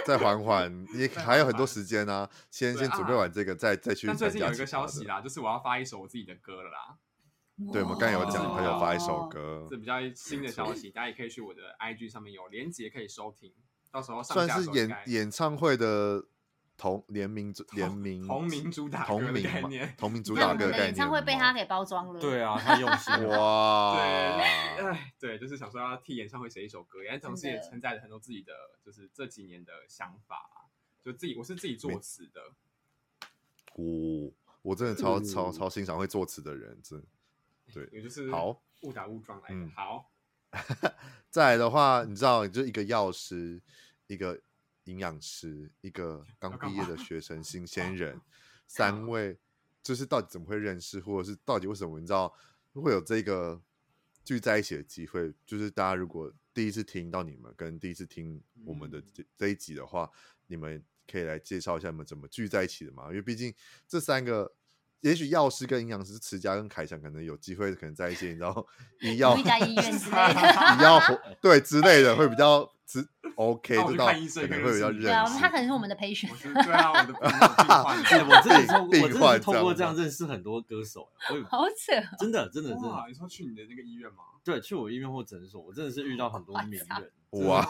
Speaker 4: 再缓缓，也
Speaker 1: 再
Speaker 4: 还有
Speaker 1: 缓
Speaker 4: 很多
Speaker 1: 缓
Speaker 4: 时间啊，先
Speaker 1: 对
Speaker 4: 先准备
Speaker 1: 啊
Speaker 4: 完这个，再再去
Speaker 1: 但最
Speaker 4: 参
Speaker 1: 近
Speaker 4: 加
Speaker 1: 有一
Speaker 4: 其
Speaker 1: 个
Speaker 4: 他
Speaker 1: 消
Speaker 4: 的
Speaker 1: 息啦，就是我要发一首我自己的歌了啦，
Speaker 4: 对，我们刚才有
Speaker 1: 哇
Speaker 4: 讲，他有发一首
Speaker 1: 哦
Speaker 2: 哇，
Speaker 4: 歌
Speaker 1: 这，比较新的
Speaker 4: 嗯没错
Speaker 1: 消息，大家也可以去我的 IG 上面有连接可以收听，到时候上
Speaker 4: 算
Speaker 1: 架的
Speaker 4: 是
Speaker 1: 时候应
Speaker 4: 演
Speaker 1: 该
Speaker 4: 演唱会的同联名主联
Speaker 1: 同
Speaker 4: 名
Speaker 1: 同名主打
Speaker 4: 同
Speaker 1: 歌的
Speaker 4: 名
Speaker 1: 概
Speaker 4: 嘛
Speaker 1: 念
Speaker 4: 同名主
Speaker 2: 你看
Speaker 4: 打
Speaker 2: 我
Speaker 4: 歌
Speaker 2: 们
Speaker 4: 的
Speaker 2: 的
Speaker 4: 概
Speaker 2: 演
Speaker 4: 念
Speaker 2: 唱会被
Speaker 4: 嘛
Speaker 2: 他
Speaker 1: (laughs)
Speaker 2: 给包装了，
Speaker 3: 对啊，太用心了。
Speaker 4: 哦哇，
Speaker 1: 对，哎，对，就是想说要替演唱会写一首歌，但同时也
Speaker 2: 真的
Speaker 1: 承载了很多自己的，就是这几年的想法，就自己我是自己作词的，
Speaker 4: 哦，我真的超超
Speaker 3: 嗯
Speaker 4: 超欣赏会作词的人，真的
Speaker 1: (laughs)
Speaker 4: 对。
Speaker 1: 也就是
Speaker 4: 好
Speaker 1: 误打误撞来的
Speaker 4: 嗯。
Speaker 2: (laughs)
Speaker 1: 好，
Speaker 4: 再来的话，你知道，就一个药师，一个营养师，一个刚
Speaker 1: (laughs) 要干
Speaker 4: 毕业
Speaker 1: 嘛
Speaker 4: 的学生，新
Speaker 1: (laughs)
Speaker 4: 鲜人，三位，就是到底怎么会认识，或者是到底为什么你知道会有这个聚在一起的机会？就是大家如果第一次听到你们，跟第一次听我们的
Speaker 1: 嗯
Speaker 4: 这这一集的话，你们可以来介绍一下你们怎么聚在一起的嘛？因为毕竟这三个。也许药师跟营养师持家跟凯翔可能有机会，可能在一些你知道 (laughs) 医药
Speaker 2: 同一家医院之类
Speaker 4: (laughs)
Speaker 2: 的。
Speaker 4: 你要活对之类的会比较之 OK，
Speaker 1: 那我
Speaker 4: 这
Speaker 1: 去
Speaker 4: 倒可
Speaker 1: 看医生
Speaker 4: 能
Speaker 1: 可
Speaker 4: 会比
Speaker 1: 是
Speaker 4: 较
Speaker 1: 你
Speaker 4: 认
Speaker 2: 对啊，
Speaker 4: 识
Speaker 2: 他可能是我们的培训
Speaker 1: 我，是对啊，我的我的病
Speaker 4: (laughs)
Speaker 1: 患
Speaker 3: 哎我真的
Speaker 4: 病
Speaker 3: 透，我
Speaker 4: 病
Speaker 3: 真的
Speaker 4: 患
Speaker 3: 是透过
Speaker 4: 这
Speaker 3: 这
Speaker 4: 样
Speaker 1: 啊
Speaker 3: 样认识很多歌手，啊我
Speaker 2: (laughs)
Speaker 3: 有
Speaker 2: 好扯哦。
Speaker 3: 真的真的真
Speaker 1: 哇，
Speaker 3: 的
Speaker 1: 你说去你的那个医院吗？
Speaker 3: 对，去我医院或诊所，我真的是遇到很多名人。
Speaker 4: 哇，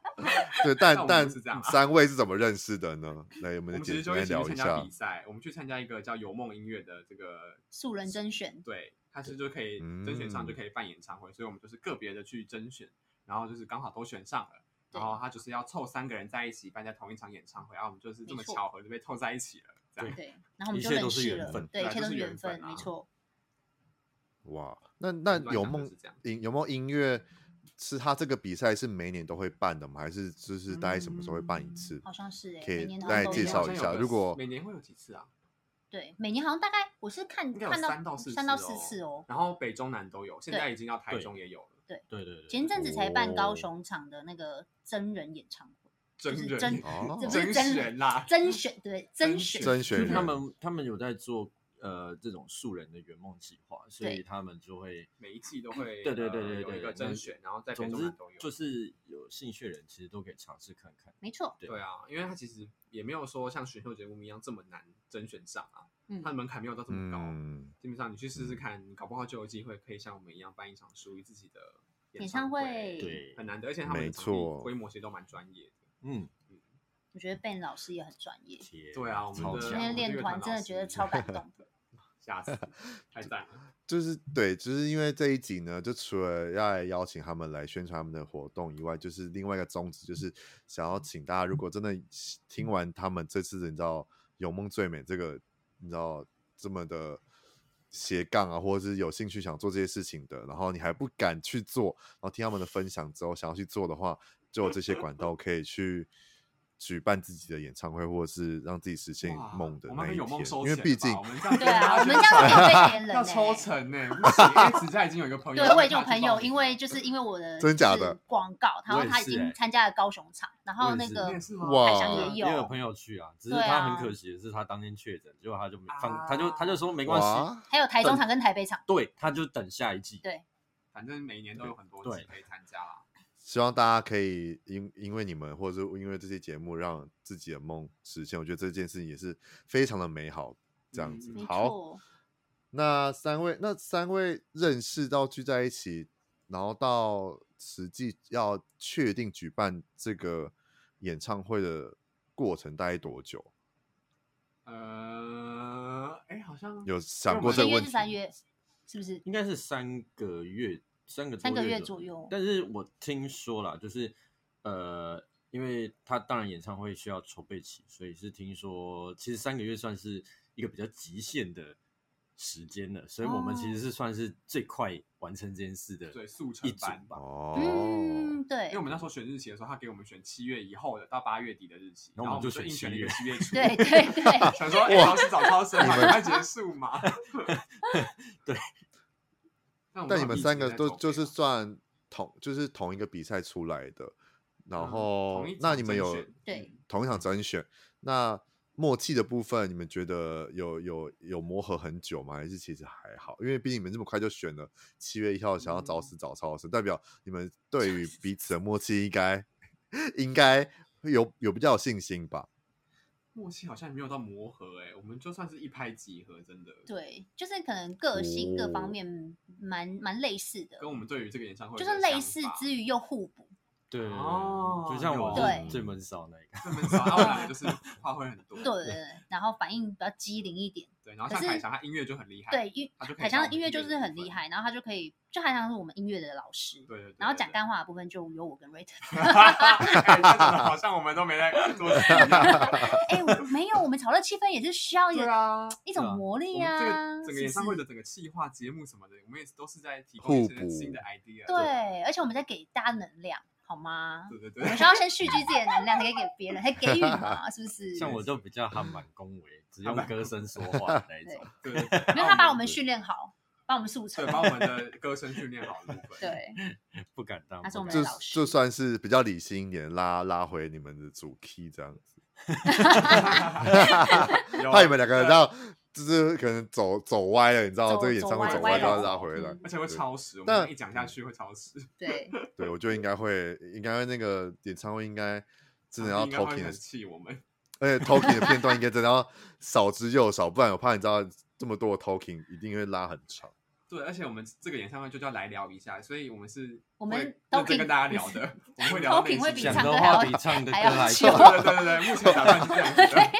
Speaker 1: (laughs)
Speaker 4: 对，但
Speaker 1: 我们
Speaker 4: 但
Speaker 1: 不是这样啊
Speaker 4: 三位是怎么认识的呢？来，我
Speaker 1: 我
Speaker 4: 们
Speaker 1: 们
Speaker 4: 的
Speaker 1: 其
Speaker 4: 姐
Speaker 1: 实
Speaker 4: 姐
Speaker 1: 就一
Speaker 4: 来
Speaker 1: 起去
Speaker 4: 聊
Speaker 1: 参
Speaker 4: 一
Speaker 1: 加
Speaker 4: 下
Speaker 1: 比，赛，我们去参加一个叫有梦音乐的这个
Speaker 2: 素人甄选，
Speaker 1: 对，他是就可以甄选上就
Speaker 4: 嗯
Speaker 1: 可以办演唱会，所以我们就是个别的去甄选，然后就是刚好都选上了，
Speaker 2: 对
Speaker 1: 然后他就是要凑三个人在一起办在同一场演唱会，然后我们就是这么
Speaker 2: 没错
Speaker 1: 巧合就被凑在一起了，这样。
Speaker 2: 对，然后我们
Speaker 3: 一
Speaker 2: 就
Speaker 3: 切
Speaker 2: 认
Speaker 3: 都是
Speaker 2: 识
Speaker 3: 缘
Speaker 2: 了
Speaker 3: 分，
Speaker 2: 对，一
Speaker 1: 对啊
Speaker 2: 切
Speaker 1: 就
Speaker 2: 都
Speaker 1: 是
Speaker 2: 是
Speaker 1: 缘
Speaker 2: 缘分
Speaker 1: 分，啊
Speaker 2: 没错。
Speaker 4: 哇，那那
Speaker 1: 乱
Speaker 4: 有
Speaker 1: 讲
Speaker 4: 梦
Speaker 1: 是这样
Speaker 4: 音有梦音乐是他这个比赛是每年都会办的吗？还是就是大概什么时候会办一
Speaker 1: 嗯
Speaker 4: 次？
Speaker 2: 好像是哎、
Speaker 4: 可以
Speaker 2: 每年好
Speaker 4: 大
Speaker 2: 像
Speaker 4: 概
Speaker 2: 都
Speaker 4: 介
Speaker 2: 有
Speaker 4: 绍一
Speaker 1: 好
Speaker 4: 下
Speaker 1: 像有个
Speaker 4: 如果
Speaker 1: 每年会有几次啊？
Speaker 2: 对，每年好像大概我是看
Speaker 1: 应该有
Speaker 2: 看到
Speaker 1: 三到四次
Speaker 2: 三到
Speaker 1: 哦
Speaker 2: 四次哦。
Speaker 1: 然后北中南都有，现在已经到台中也有了，
Speaker 3: 对对对，
Speaker 2: 前阵子才办高
Speaker 4: 哦
Speaker 2: 雄场的那个真人演唱会，
Speaker 1: 真
Speaker 2: 就是
Speaker 1: 人
Speaker 2: 真
Speaker 4: 哦
Speaker 2: 这不
Speaker 1: 真
Speaker 2: 是真
Speaker 1: 人啦，
Speaker 2: 甄选对甄
Speaker 1: 选
Speaker 2: 选，(laughs)
Speaker 4: 甄选
Speaker 3: 他
Speaker 4: 人
Speaker 3: 们他们有在做呃这种素人的圆梦计划，所以
Speaker 2: 对
Speaker 3: 他们就会
Speaker 1: 每一季都会
Speaker 3: 对对对
Speaker 1: 呃
Speaker 3: 对
Speaker 1: 有
Speaker 3: 对
Speaker 1: 一个甄
Speaker 3: 那
Speaker 1: 选，然后在北
Speaker 3: 总
Speaker 1: 中
Speaker 3: 之
Speaker 1: 南都有，
Speaker 3: 就是有兴趣的人其实都可以尝试看看。
Speaker 2: 没错，
Speaker 3: 对
Speaker 1: 对啊，因为它其实也没有说像选秀节目一样这么难甄选上啊，
Speaker 2: 嗯
Speaker 1: 它的门槛没有到这么高，
Speaker 4: 嗯，
Speaker 1: 基本上你去试试看，你搞不好就有机会可以像我们一样办一场属于自己的
Speaker 2: 演
Speaker 1: 唱
Speaker 2: 唱会
Speaker 3: 对
Speaker 1: 很难得，而且他们
Speaker 4: 没
Speaker 1: 的场
Speaker 4: 错
Speaker 1: 地规模其实都蛮专业的。
Speaker 3: 嗯，
Speaker 2: 我觉得 Ben 老师也很专业，
Speaker 3: 天
Speaker 1: 对啊我们
Speaker 3: 超
Speaker 1: 的
Speaker 2: 今
Speaker 1: 对啊
Speaker 3: 强
Speaker 2: 天练
Speaker 1: 乐团
Speaker 2: 团真的
Speaker 1: 老
Speaker 2: 觉得
Speaker 1: 师
Speaker 2: 超感动
Speaker 1: (laughs)
Speaker 2: 的。
Speaker 1: 下次太赞了，
Speaker 4: 就是对，就是因为这一集呢，就除了要来邀请他们来宣传他们的活动以外，就是另外一个宗旨，就是想要请大家，如果真的喜听完他们这次的，你知道“有梦最美”这个，你知道这么的斜杠啊，或者是有兴趣想做这些事情的，然后你还不敢去做，然后听他们的分享之后想要去做的话，就有这些管道可以去。举办自己的演唱会，或者是让自己实现
Speaker 1: 哇
Speaker 4: 梦的
Speaker 1: 我们
Speaker 4: 那
Speaker 1: 跟
Speaker 4: 一
Speaker 1: 有梦
Speaker 4: 天，
Speaker 1: 收
Speaker 4: 因为
Speaker 1: 钱
Speaker 4: 毕
Speaker 1: 吧
Speaker 4: 竟
Speaker 1: 我们这样
Speaker 2: 对啊，我
Speaker 1: 跟
Speaker 2: 们
Speaker 1: 大
Speaker 2: 这
Speaker 1: 家
Speaker 2: 样
Speaker 1: 去
Speaker 2: 子又被别
Speaker 1: (laughs)
Speaker 2: 人
Speaker 1: 要
Speaker 2: 了、
Speaker 1: 抽
Speaker 2: 欸。
Speaker 1: 成呢、不行，因为慈家已经有一个朋友，
Speaker 2: 对，我已经有朋友，因为就是是因为我的
Speaker 4: 真假的
Speaker 2: 就是广告，然
Speaker 3: 我
Speaker 2: 后
Speaker 3: 也
Speaker 2: 他已
Speaker 3: 是
Speaker 2: 经
Speaker 3: 欸
Speaker 2: 参加了高雄场，然
Speaker 3: 我
Speaker 2: 后
Speaker 3: 也
Speaker 2: 那
Speaker 3: 是
Speaker 2: 个
Speaker 1: 你也是吗？
Speaker 4: 哇
Speaker 2: 海翔
Speaker 4: 哦
Speaker 2: 也
Speaker 3: 也有朋友去啊，只是他很可惜的是，他当天确诊，结果他就
Speaker 1: 啊
Speaker 3: 没放，他就他就说没关系，
Speaker 4: 哇，
Speaker 2: 还有台中场跟台北场，
Speaker 3: 对，他就等下一季。
Speaker 2: 对
Speaker 1: 反正每年都有很多
Speaker 3: 对
Speaker 1: 集可以参加啦。
Speaker 4: 希望大家可以因因为你们，或者是因为这些节目，让自己的梦实现。我觉得这件事情也是非常的美好。这样子
Speaker 1: 嗯
Speaker 2: 没
Speaker 4: 好，
Speaker 2: 错，
Speaker 4: 那三位，那三位认识到聚在一起，然后到实际要确定举办这个演唱会的过程，大概多久？
Speaker 1: 呃，哎，好像
Speaker 4: 有想
Speaker 1: 我
Speaker 4: 过
Speaker 1: 们
Speaker 4: 这
Speaker 2: 三
Speaker 4: 个
Speaker 2: 月
Speaker 4: 问
Speaker 2: 是
Speaker 4: 题？
Speaker 2: 三月，是不是？
Speaker 3: 应该是三个月，三个多
Speaker 2: 三个月
Speaker 3: 左
Speaker 2: 左右
Speaker 3: 但是我听说啦，就是呃，因为他当然演唱会需要筹备期，所以是听说其实三个月算是一个比较极限的时间了，所以我们其实是算是最快完成这件事的
Speaker 1: 对速成
Speaker 3: 一组
Speaker 1: 班，
Speaker 3: 吧。
Speaker 4: 哦，
Speaker 2: 嗯，对
Speaker 1: 因为我们那时候选日期的时候，他给我们选七月以后的到八月底的日期，
Speaker 3: 然
Speaker 1: 然后
Speaker 3: 后我们
Speaker 1: 我
Speaker 3: 就
Speaker 1: 们就
Speaker 3: 选
Speaker 1: 硬选了
Speaker 3: 7
Speaker 1: 一个
Speaker 3: 月
Speaker 1: 七月初，
Speaker 2: 对对对，
Speaker 1: (laughs) 想说哎，超市早超生嘛，
Speaker 4: 你们
Speaker 1: 快结束嘛。
Speaker 3: 对，
Speaker 1: 但我
Speaker 4: 但
Speaker 1: (laughs) 有
Speaker 4: 你们
Speaker 1: 一直
Speaker 4: 三个
Speaker 1: 在
Speaker 4: 都
Speaker 1: 筹备
Speaker 4: 就是
Speaker 1: 啊
Speaker 4: 算同就是同一个比赛出来的，然
Speaker 1: 嗯
Speaker 4: 后、
Speaker 1: 同一
Speaker 4: 哦那
Speaker 1: 场
Speaker 4: 你们
Speaker 1: 甄
Speaker 4: 有
Speaker 1: 选嗯
Speaker 2: 对
Speaker 4: 同一场甄选，那默契的部分，你们觉得有有有磨合很久吗？还是其实还好？因为毕竟你们这么快就选了七月一号，想要早死早超生，代表你们对于彼此的默契应该应该会有有比较有信心吧？
Speaker 1: 默契好像也没有到磨合哎、我们就算是一拍即合，真的。，
Speaker 2: 对，就是可能个性各
Speaker 4: 哦
Speaker 2: 方面蛮蛮类似的，
Speaker 1: 跟我们对于这个演唱会
Speaker 2: 就是类似之
Speaker 1: 余。
Speaker 2: 余又互补。
Speaker 3: 对，
Speaker 1: 哦
Speaker 3: 就像我
Speaker 1: 有
Speaker 3: 是
Speaker 2: 对
Speaker 3: 最闷骚那一个，
Speaker 1: 这门少，然后我们两个就是 (laughs) 话会很多。
Speaker 2: 对对对，然后反应比较机灵一点。
Speaker 1: 对，然后像
Speaker 2: 可是
Speaker 1: 海翔，他音乐就很厉害。
Speaker 2: 对，因
Speaker 1: 他就可以
Speaker 2: 海翔
Speaker 1: 教我
Speaker 2: 的
Speaker 1: 们
Speaker 2: 音乐
Speaker 1: 音乐的
Speaker 2: 就是
Speaker 1: 部
Speaker 2: 很
Speaker 1: 分
Speaker 2: 厉害，然后他就可以，就海翔是我们音乐的老师。
Speaker 1: 对对对。
Speaker 2: 然后讲
Speaker 1: 干，
Speaker 2: 干话的部分就由我跟 Rita。
Speaker 1: (laughs) 哎真的好像我们都没在做事
Speaker 2: (laughs)
Speaker 1: 一样。
Speaker 2: 哎，我没有，我们炒热气氛也是需要一
Speaker 1: 对
Speaker 2: 个
Speaker 1: 啊，
Speaker 2: 一
Speaker 3: 对啊
Speaker 2: 种魔
Speaker 1: 我
Speaker 2: 力
Speaker 1: 们这
Speaker 2: 啊
Speaker 1: 个。整个
Speaker 2: 是
Speaker 1: 演
Speaker 2: 不
Speaker 1: 唱会
Speaker 2: 是
Speaker 1: 的整个企划、节目什么的，我们也都是在提供一些
Speaker 4: 互补
Speaker 1: 新的 idea。
Speaker 2: 对，而且我们在给大家能量，好吗？
Speaker 1: 对对
Speaker 2: 我
Speaker 1: 对，
Speaker 2: 们需要先蓄积自己的能量，才可以给别人，才给予嘛，是
Speaker 1: (laughs)
Speaker 2: 不是？
Speaker 3: 像我就比较还蛮恭维，只
Speaker 1: 还
Speaker 3: 用
Speaker 1: 蛮
Speaker 3: 歌声说话的那一种。
Speaker 1: 对对对，
Speaker 2: 没有他把我们训练好，把我们速成
Speaker 1: 对，。把我们的歌声训练好的部分。，
Speaker 2: 对，
Speaker 3: 不敢当。
Speaker 2: 他是我们
Speaker 3: 不
Speaker 4: 就
Speaker 3: 敢
Speaker 2: 的老师
Speaker 4: 就算是比较理性一点，拉拉回你们的主 key 这样子，怕你们两个让就是可能走走歪了，你知道
Speaker 2: 走
Speaker 4: 这个演
Speaker 2: 走
Speaker 4: 唱会
Speaker 2: 歪
Speaker 4: 走
Speaker 1: 歪
Speaker 4: 歪就要
Speaker 1: 楼
Speaker 4: 拉回来
Speaker 2: 嗯，
Speaker 1: 而且会
Speaker 4: 对
Speaker 1: 超时，我
Speaker 4: 但
Speaker 1: 们一讲下去会超时。
Speaker 2: 对，
Speaker 4: 对，我觉得应该会，应该那个演唱会应该真的
Speaker 1: 场
Speaker 4: 要
Speaker 1: 啊地应该会
Speaker 4: talking
Speaker 1: 很
Speaker 4: 的，
Speaker 1: 气我们。
Speaker 4: 而且 talking 的片段应该真的要少之又少，不然我怕你知道这么多的 talking 一定会拉很长。
Speaker 1: 对，而且我们这个演唱会就叫来聊一下，所以我们是
Speaker 2: 我们
Speaker 1: 会认真
Speaker 2: talking-
Speaker 1: 跟大家聊的，我 (laughs) 们会聊到
Speaker 2: talking 会
Speaker 1: 内
Speaker 2: 比
Speaker 1: 心
Speaker 3: 讲
Speaker 2: 唱
Speaker 1: 世界
Speaker 3: 的
Speaker 2: 歌
Speaker 3: 话
Speaker 2: 还
Speaker 3: 比
Speaker 2: 要
Speaker 3: 唱的歌
Speaker 2: 还要
Speaker 3: 还
Speaker 2: 久
Speaker 3: 久
Speaker 1: 对对对对，目前打算是这样子的。
Speaker 2: (laughs)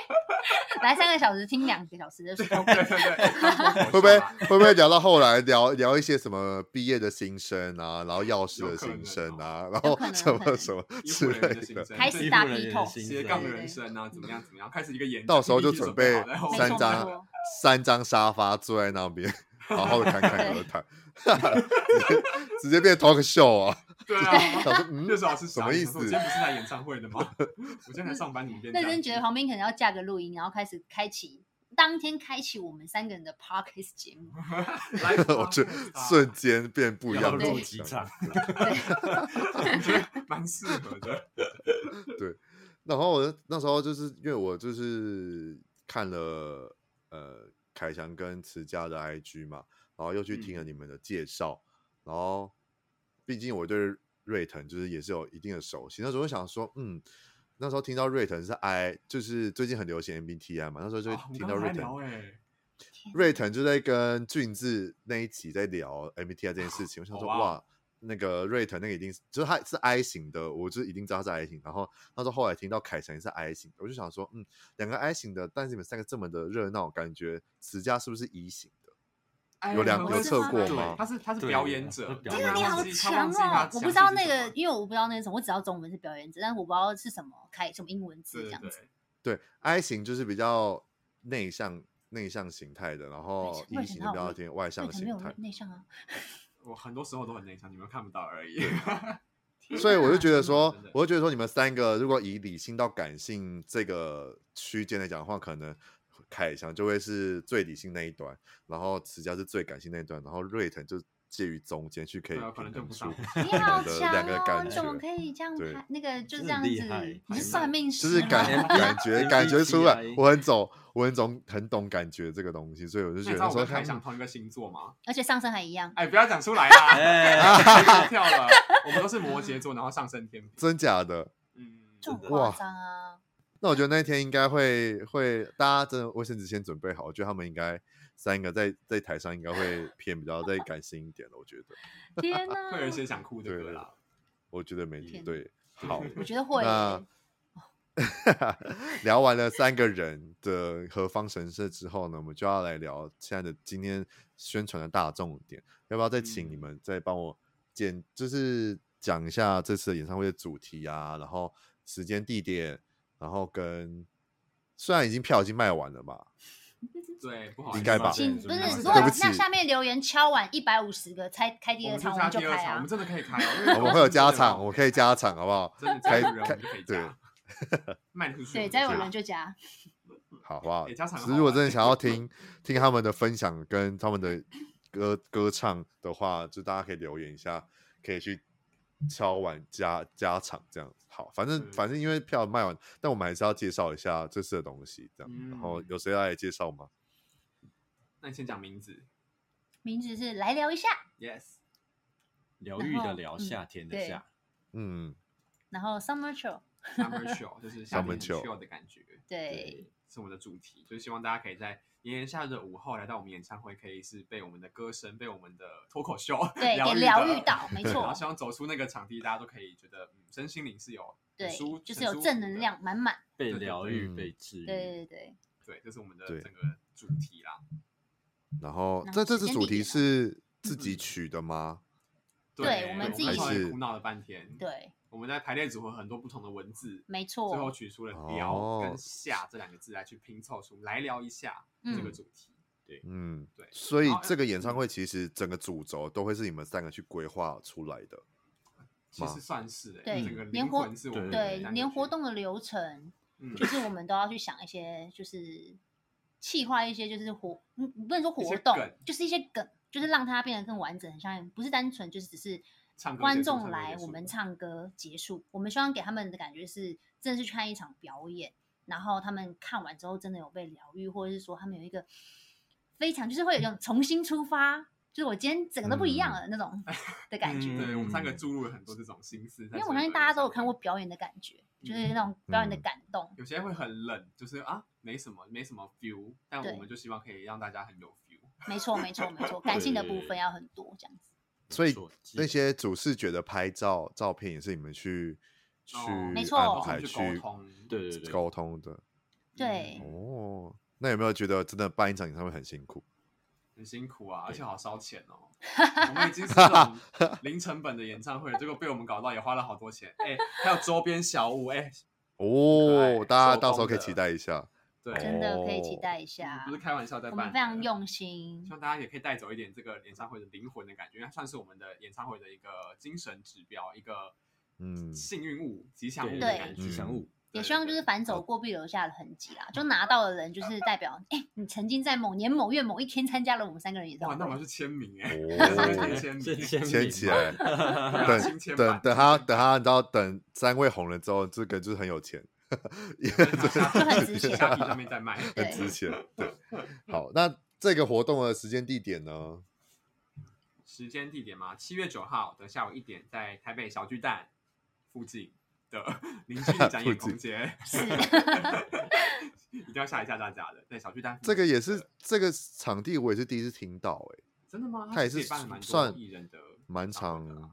Speaker 2: 来三个小时听两个小时的时
Speaker 1: (laughs)
Speaker 2: 候，
Speaker 1: 对对对，当脱口秀啊
Speaker 4: 会不会会不会聊到后来聊聊一些什么毕业的心声啊，
Speaker 1: (laughs)
Speaker 4: 然后钥匙
Speaker 1: 有
Speaker 4: 的
Speaker 1: 可能哦
Speaker 4: 心
Speaker 1: (laughs)
Speaker 4: 声啊，然
Speaker 2: 有
Speaker 4: 后
Speaker 2: 可能
Speaker 4: 什
Speaker 2: 有可
Speaker 4: 么
Speaker 2: 能
Speaker 4: 什么
Speaker 1: 医
Speaker 4: 之
Speaker 1: 护人员
Speaker 4: 类
Speaker 1: 的
Speaker 4: 的
Speaker 1: 心？声
Speaker 2: 开
Speaker 1: 对
Speaker 2: 始
Speaker 3: 医
Speaker 2: 打
Speaker 3: 护人
Speaker 2: 鼻
Speaker 3: 员
Speaker 2: 头
Speaker 3: 的，心
Speaker 1: 斜杠
Speaker 2: 对对
Speaker 1: 人生啊，怎么样怎么样，开始一个演，
Speaker 4: 到时候就
Speaker 1: PPT 准
Speaker 4: 准备
Speaker 1: 好了然后
Speaker 2: 没
Speaker 1: 我
Speaker 2: 错
Speaker 4: 三
Speaker 2: 没
Speaker 4: 张
Speaker 2: 错
Speaker 4: 三张沙发坐在那边，好好的侃侃而谈， (laughs) 直接直接变 talk show
Speaker 1: (laughs)
Speaker 4: 啊！
Speaker 1: (laughs) 对啊。
Speaker 4: 想说 (laughs)
Speaker 1: (laughs)
Speaker 4: 嗯
Speaker 1: 六，老师
Speaker 4: 什么意思
Speaker 1: 我今天不是来演唱会的吗？ (laughs) 我今天来上班，你们边
Speaker 2: 认真觉得
Speaker 1: 讲
Speaker 2: 旁边可能要架个录音，然后开始开启当天开启我们三个人的 podcast 节目，
Speaker 1: 来
Speaker 4: (laughs) 我觉得
Speaker 1: podcast 啊
Speaker 4: 瞬间变不一
Speaker 3: 要
Speaker 4: 样的
Speaker 3: 入
Speaker 4: 印
Speaker 3: 几
Speaker 4: 象
Speaker 3: 场，
Speaker 1: 我觉得蛮适合的。
Speaker 4: (laughs) 然后我那时候就是因为我就是看了呃凯翔跟慈家的 IG 嘛，然后又
Speaker 1: 嗯
Speaker 4: 去听了你们的介绍，然后毕竟我对瑞腾就是也是有一定的熟悉，那时候就想说，嗯，那时候听到瑞腾是 I，就是最近很流行 MBTI 嘛，那时候就
Speaker 1: 啊我们
Speaker 4: 听
Speaker 1: 刚刚
Speaker 4: 到瑞
Speaker 1: 还
Speaker 4: 腾、
Speaker 1: 聊哎，
Speaker 4: 瑞腾就在跟俊智那一集在聊 MBTI 这件事情，我想
Speaker 2: 哦
Speaker 4: 说
Speaker 1: 哇
Speaker 4: 哇，那个瑞腾那个一定是，就是他是 I 型的，我就一定知道他是 I 型。然后那时候后来听到凯翔也是 I 型的，我就想说，嗯，两个 I 型的，但是你们三个这么的热闹，感觉慈家是不是 E 型的？
Speaker 1: 哎
Speaker 4: 有两
Speaker 1: 很会
Speaker 2: 有测
Speaker 1: 算
Speaker 2: 过
Speaker 1: 对
Speaker 4: 吗
Speaker 1: 他是他是
Speaker 3: 对
Speaker 1: 表演者
Speaker 3: 他，表
Speaker 1: 对
Speaker 3: 演
Speaker 1: 啊
Speaker 3: 者
Speaker 2: 你
Speaker 1: 忘
Speaker 2: 好
Speaker 1: 记他
Speaker 2: 强
Speaker 1: 忘记他
Speaker 2: 哦！我不知道
Speaker 1: 详
Speaker 2: 那
Speaker 1: 细是什
Speaker 2: 个
Speaker 1: 么，
Speaker 2: 因为我不知道那个什么，我只知道中文是表演者，但是我不知道是什么开什么英文字
Speaker 1: 对
Speaker 2: 这
Speaker 1: 对
Speaker 2: 样子。
Speaker 1: 对，
Speaker 4: 对，I 型就是比较内向内向形态的，然后
Speaker 2: 瑞
Speaker 4: E 型
Speaker 2: 腾
Speaker 4: 就
Speaker 2: 好
Speaker 4: 比较
Speaker 2: 内
Speaker 4: 偏外
Speaker 2: 瑞
Speaker 4: 向
Speaker 2: 腾没
Speaker 4: 形
Speaker 2: 有
Speaker 4: 态。
Speaker 2: 内向啊，
Speaker 1: 我很多时候都很内向，你们看不到而已。 (laughs)
Speaker 2: (laughs)
Speaker 4: 所以我就觉
Speaker 1: 真
Speaker 4: 得
Speaker 1: 的
Speaker 4: 说
Speaker 1: 真的，
Speaker 4: 我就觉得说，你们三个如果以理性到感性这个区间来讲的话，可能凯翔就会是最理性那一端，然后慈家是最感性那一端，然后瑞腾就介于中间去可以
Speaker 1: 对啊可
Speaker 4: 平
Speaker 1: 能就
Speaker 4: 衡
Speaker 1: 不
Speaker 4: 出
Speaker 1: 上
Speaker 2: 你好
Speaker 4: 两
Speaker 2: 强
Speaker 4: 个两个
Speaker 2: 哦！
Speaker 4: 感
Speaker 2: 你
Speaker 4: 觉
Speaker 2: 怎，么可以这样
Speaker 4: 对
Speaker 2: 拍？那个就是这
Speaker 3: 真的
Speaker 2: 样
Speaker 3: 厉
Speaker 2: 子
Speaker 3: 害，
Speaker 2: 你是
Speaker 1: 还
Speaker 2: 算
Speaker 1: 蛮
Speaker 2: 命
Speaker 4: 就
Speaker 2: 师
Speaker 4: 是
Speaker 2: 吗
Speaker 1: (laughs)
Speaker 4: 感感觉感觉出来，
Speaker 3: MBTI
Speaker 4: 我很懂，我很懂很懂感觉这个东西，所以我就
Speaker 1: 那
Speaker 4: 觉
Speaker 1: 你
Speaker 4: 得
Speaker 1: 知道
Speaker 4: 那
Speaker 1: 我
Speaker 4: 时候
Speaker 1: 跟
Speaker 4: 看
Speaker 1: 凯翔同一个星座吗？
Speaker 2: 而且上身还一样。
Speaker 1: 哎，不要讲出来
Speaker 3: (laughs)
Speaker 1: 啦，
Speaker 3: 哎
Speaker 1: 吓一
Speaker 4: (laughs)
Speaker 1: 跳了。我们都是摩羯座，然后上升天平。
Speaker 4: 真假的，
Speaker 1: 嗯，
Speaker 2: 这种
Speaker 3: 真的
Speaker 2: 夸
Speaker 4: 哇
Speaker 2: 张啊！
Speaker 4: 那我觉得那一天应该会会，大家真的卫生纸先准备好。我觉得他们应该三个在在台上应该会偏比较再感性一点了。我觉得，
Speaker 2: 天哪，
Speaker 1: (laughs) 会有一些想哭的歌啦。
Speaker 4: 我觉得没
Speaker 2: 天
Speaker 4: 对。好，
Speaker 2: (laughs) 我觉得会
Speaker 4: 那
Speaker 1: 哎
Speaker 2: 耶。
Speaker 4: 聊完了三个人的何方神圣之后呢，我们就要来聊现在的今天宣传的大重点。要不要再请你
Speaker 1: 嗯
Speaker 4: 们再帮我简，就是讲一下这次的演唱会的主题啊，然后时间、地点，然后跟虽然已经票已经卖完了嘛，
Speaker 1: 对，不好意思，
Speaker 4: 应该吧
Speaker 2: 请不
Speaker 3: 对
Speaker 1: 对
Speaker 2: 是，如
Speaker 1: 对
Speaker 2: 果
Speaker 4: 不起
Speaker 2: 那下面留言敲完一百五十个，才开第
Speaker 1: 我
Speaker 2: 二
Speaker 1: 们就
Speaker 2: 场，
Speaker 1: 是
Speaker 2: 我
Speaker 1: 他
Speaker 2: 们就
Speaker 1: 第二
Speaker 2: 开
Speaker 1: 场，我
Speaker 2: 啊
Speaker 1: 们。真的可以开哦。因为
Speaker 4: 我们
Speaker 1: (laughs)
Speaker 4: 会 (laughs) 有加场，我
Speaker 1: 我
Speaker 4: 们可以加场，好不好？
Speaker 1: 真的
Speaker 4: 开
Speaker 1: 再有人我
Speaker 4: 开
Speaker 1: 们就可以
Speaker 4: 对
Speaker 1: (laughs) 加，卖得出去。
Speaker 2: 对，再有人
Speaker 4: (laughs)
Speaker 1: 就
Speaker 2: 就加。
Speaker 4: 好不好
Speaker 1: 欸？加场
Speaker 4: 只
Speaker 1: 很好
Speaker 4: 是我
Speaker 1: 玩
Speaker 4: 真的想要听听他们的分享跟他们的歌歌唱的话，就大家可以留言一下，可以去敲完加加场这样子。好，反正
Speaker 1: 对
Speaker 4: 反正因为票卖完，但我们还是要介绍一下这次的东西，这样。然后
Speaker 1: 嗯
Speaker 4: 有谁来介绍吗？
Speaker 1: 那你先讲名字
Speaker 2: 名字是来聊一下，
Speaker 1: ，yes，
Speaker 4: (laughs)
Speaker 3: 疗愈的疗，
Speaker 2: 然后嗯
Speaker 3: 夏天的
Speaker 2: 对
Speaker 3: 夏，
Speaker 4: 嗯，
Speaker 2: 然后 Summer Show，
Speaker 1: summer show 就是夏
Speaker 4: 小
Speaker 1: 天
Speaker 4: 门
Speaker 1: 很
Speaker 4: 球
Speaker 1: chill 的感觉，
Speaker 2: 对，
Speaker 1: 是我们的主题，就是希望大家可以在炎炎夏日的午后来到我们演唱会，可以是被我们的歌声、被我们的脱口秀 (laughs)
Speaker 2: 对，给
Speaker 1: 愈
Speaker 2: 疗
Speaker 1: 疗 (laughs)
Speaker 2: 愈到，没
Speaker 1: 然后
Speaker 2: 错，
Speaker 1: 希望走出那个场地，大家都可以觉得，嗯，身心灵是有很
Speaker 2: 对
Speaker 1: 舒，
Speaker 2: 就是
Speaker 1: 很
Speaker 2: 有
Speaker 1: 舒
Speaker 2: 正
Speaker 1: 服的
Speaker 2: 能量满满，
Speaker 3: 被
Speaker 1: 对对
Speaker 3: 疗
Speaker 1: 对
Speaker 3: 愈，
Speaker 4: 嗯
Speaker 3: 被治愈。
Speaker 2: 对对对，
Speaker 1: 对，这是我们的
Speaker 4: 对
Speaker 1: 整个主题啦。
Speaker 4: 然后
Speaker 2: 然后
Speaker 4: 这这
Speaker 2: 时
Speaker 4: 次
Speaker 2: 间
Speaker 4: 主
Speaker 2: 地
Speaker 4: 题
Speaker 2: 点啊
Speaker 4: 是自己
Speaker 2: 嗯
Speaker 4: 取的吗？
Speaker 2: 对我们自己
Speaker 1: 后来
Speaker 4: 还是
Speaker 1: 苦恼了半天。，
Speaker 2: 对，
Speaker 1: 我们在排列组合很多不同的文字，
Speaker 2: 没
Speaker 1: 最后
Speaker 2: 错，
Speaker 1: 取出了
Speaker 4: 哦
Speaker 1: “聊”跟“下”这两个字来去拼凑出来聊一下这个
Speaker 2: 嗯，
Speaker 1: 主题。
Speaker 4: 嗯，
Speaker 1: 对
Speaker 4: 所以
Speaker 1: 然后
Speaker 4: 这个演唱会其实整个主轴都会是你们三个去规划出来的。
Speaker 1: 其实算是哎、
Speaker 2: 对
Speaker 1: 这个
Speaker 2: 连
Speaker 1: 灵
Speaker 2: 活
Speaker 1: 魂是我们
Speaker 3: 对
Speaker 2: 对，连活动的流程，就
Speaker 1: 就是
Speaker 2: 我们都要去想一些，就是气化一些，就是活，嗯，不能说
Speaker 1: 一
Speaker 2: 活
Speaker 1: 些
Speaker 2: 动
Speaker 1: 梗，
Speaker 2: 就是一些梗，就是让它变得更完整，很像不是单纯就是只是
Speaker 1: 唱歌
Speaker 2: 观
Speaker 1: 结束
Speaker 2: 众
Speaker 1: 唱歌
Speaker 2: 来
Speaker 1: 结
Speaker 2: 我
Speaker 1: 束
Speaker 2: 们唱歌结束，我们希望给他们的感觉是真的是去看一场表演，然后他们看完之后真的有被疗愈，或者是说他们有一个非常就是会有一种重新出发，就是我今天整个都不一样了那
Speaker 1: (laughs)
Speaker 2: 种的感觉。
Speaker 1: 嗯对我们三个
Speaker 3: 嗯
Speaker 1: 注入了很多这种心思，因
Speaker 2: 因为我相信大家都有看过，表演的感觉，就是那种表演的
Speaker 4: 嗯
Speaker 2: 感动。
Speaker 1: 有些会很冷，就是啊没什么没什么 feel，但
Speaker 2: 对
Speaker 1: 我们就希望可以让大家很有 feel。
Speaker 2: 没错，没错，没错，
Speaker 4: (laughs)
Speaker 2: 感性的部
Speaker 3: 对
Speaker 2: 分要很多这样子。
Speaker 4: 所以
Speaker 3: 没错
Speaker 4: 那些主视觉的拍照照片也是你们去去
Speaker 1: 哦
Speaker 2: 没
Speaker 4: 安
Speaker 2: 错
Speaker 4: 排
Speaker 1: 去沟通，
Speaker 3: 对对对，
Speaker 4: 沟通的。
Speaker 2: 对
Speaker 1: 嗯
Speaker 4: 哦，那有没有觉得真的办一场演唱会很辛苦？
Speaker 1: 很辛苦啊，而且
Speaker 3: 对
Speaker 1: 好烧钱哦。我们已经是这种
Speaker 2: (laughs)
Speaker 1: 零成本的演唱会了，结果被我们搞到也花了好多钱。哎，还有周边小物，哎，很可
Speaker 4: 哦
Speaker 1: 爱，
Speaker 4: 大家
Speaker 1: 手
Speaker 4: 到时候
Speaker 1: 工
Speaker 4: 可以
Speaker 1: 的
Speaker 4: 期待一下。
Speaker 1: (laughs) 对，
Speaker 2: 真的可以期
Speaker 4: 哦
Speaker 2: 待一下
Speaker 1: 不。是开玩笑在
Speaker 2: 我
Speaker 1: 办的，
Speaker 2: 们非常用心
Speaker 1: 希，望大家也可以带走一点这个演唱会的灵魂的感觉，因为它算是我们的演唱会的一个精神指标，一个
Speaker 4: 嗯
Speaker 1: 幸运物、吉祥物的
Speaker 2: 对
Speaker 1: 感觉。嗯 (laughs)
Speaker 3: 吉祥物，
Speaker 2: 也
Speaker 1: 对
Speaker 2: 希望就是反走过必留下的痕迹啦。就拿到的人，就是代表，哎，你曾经在某年某月某一天参加了我们三个人演
Speaker 1: 哇，
Speaker 2: 唱
Speaker 1: 那我们要
Speaker 2: 会。
Speaker 1: 去签名哎， (laughs)
Speaker 4: 哦
Speaker 1: 签名
Speaker 3: 这签
Speaker 4: 牵
Speaker 3: 名
Speaker 4: 起
Speaker 3: 嘛
Speaker 2: (laughs)
Speaker 1: (laughs)
Speaker 4: 来
Speaker 1: 对啊亲签
Speaker 4: 等
Speaker 1: 版
Speaker 4: 等等他等他，你知道等三位红了之后，这个就是很有钱，也
Speaker 1: 就
Speaker 2: 很值钱
Speaker 1: 虾皮上面在卖。
Speaker 2: 对
Speaker 4: 很
Speaker 1: (laughs)
Speaker 4: 值钱。对，好，那这个活动的时间地点呢？
Speaker 1: 时间地点吗？七月九号的下午一点，在台北小巨蛋附近的邻居的展演空
Speaker 4: (laughs)
Speaker 1: 间，
Speaker 2: 是
Speaker 1: (laughs) 一定要吓一吓大家的。对，小巨蛋附近
Speaker 4: 这个也是
Speaker 1: 的
Speaker 4: 这个场地，我也是第一次听到、欸，
Speaker 1: 真的吗？
Speaker 4: 它也
Speaker 1: 其实
Speaker 4: 是
Speaker 1: 办了蛮多
Speaker 4: 算
Speaker 1: 艺人的
Speaker 4: 蛮
Speaker 1: 场合的啊
Speaker 4: 常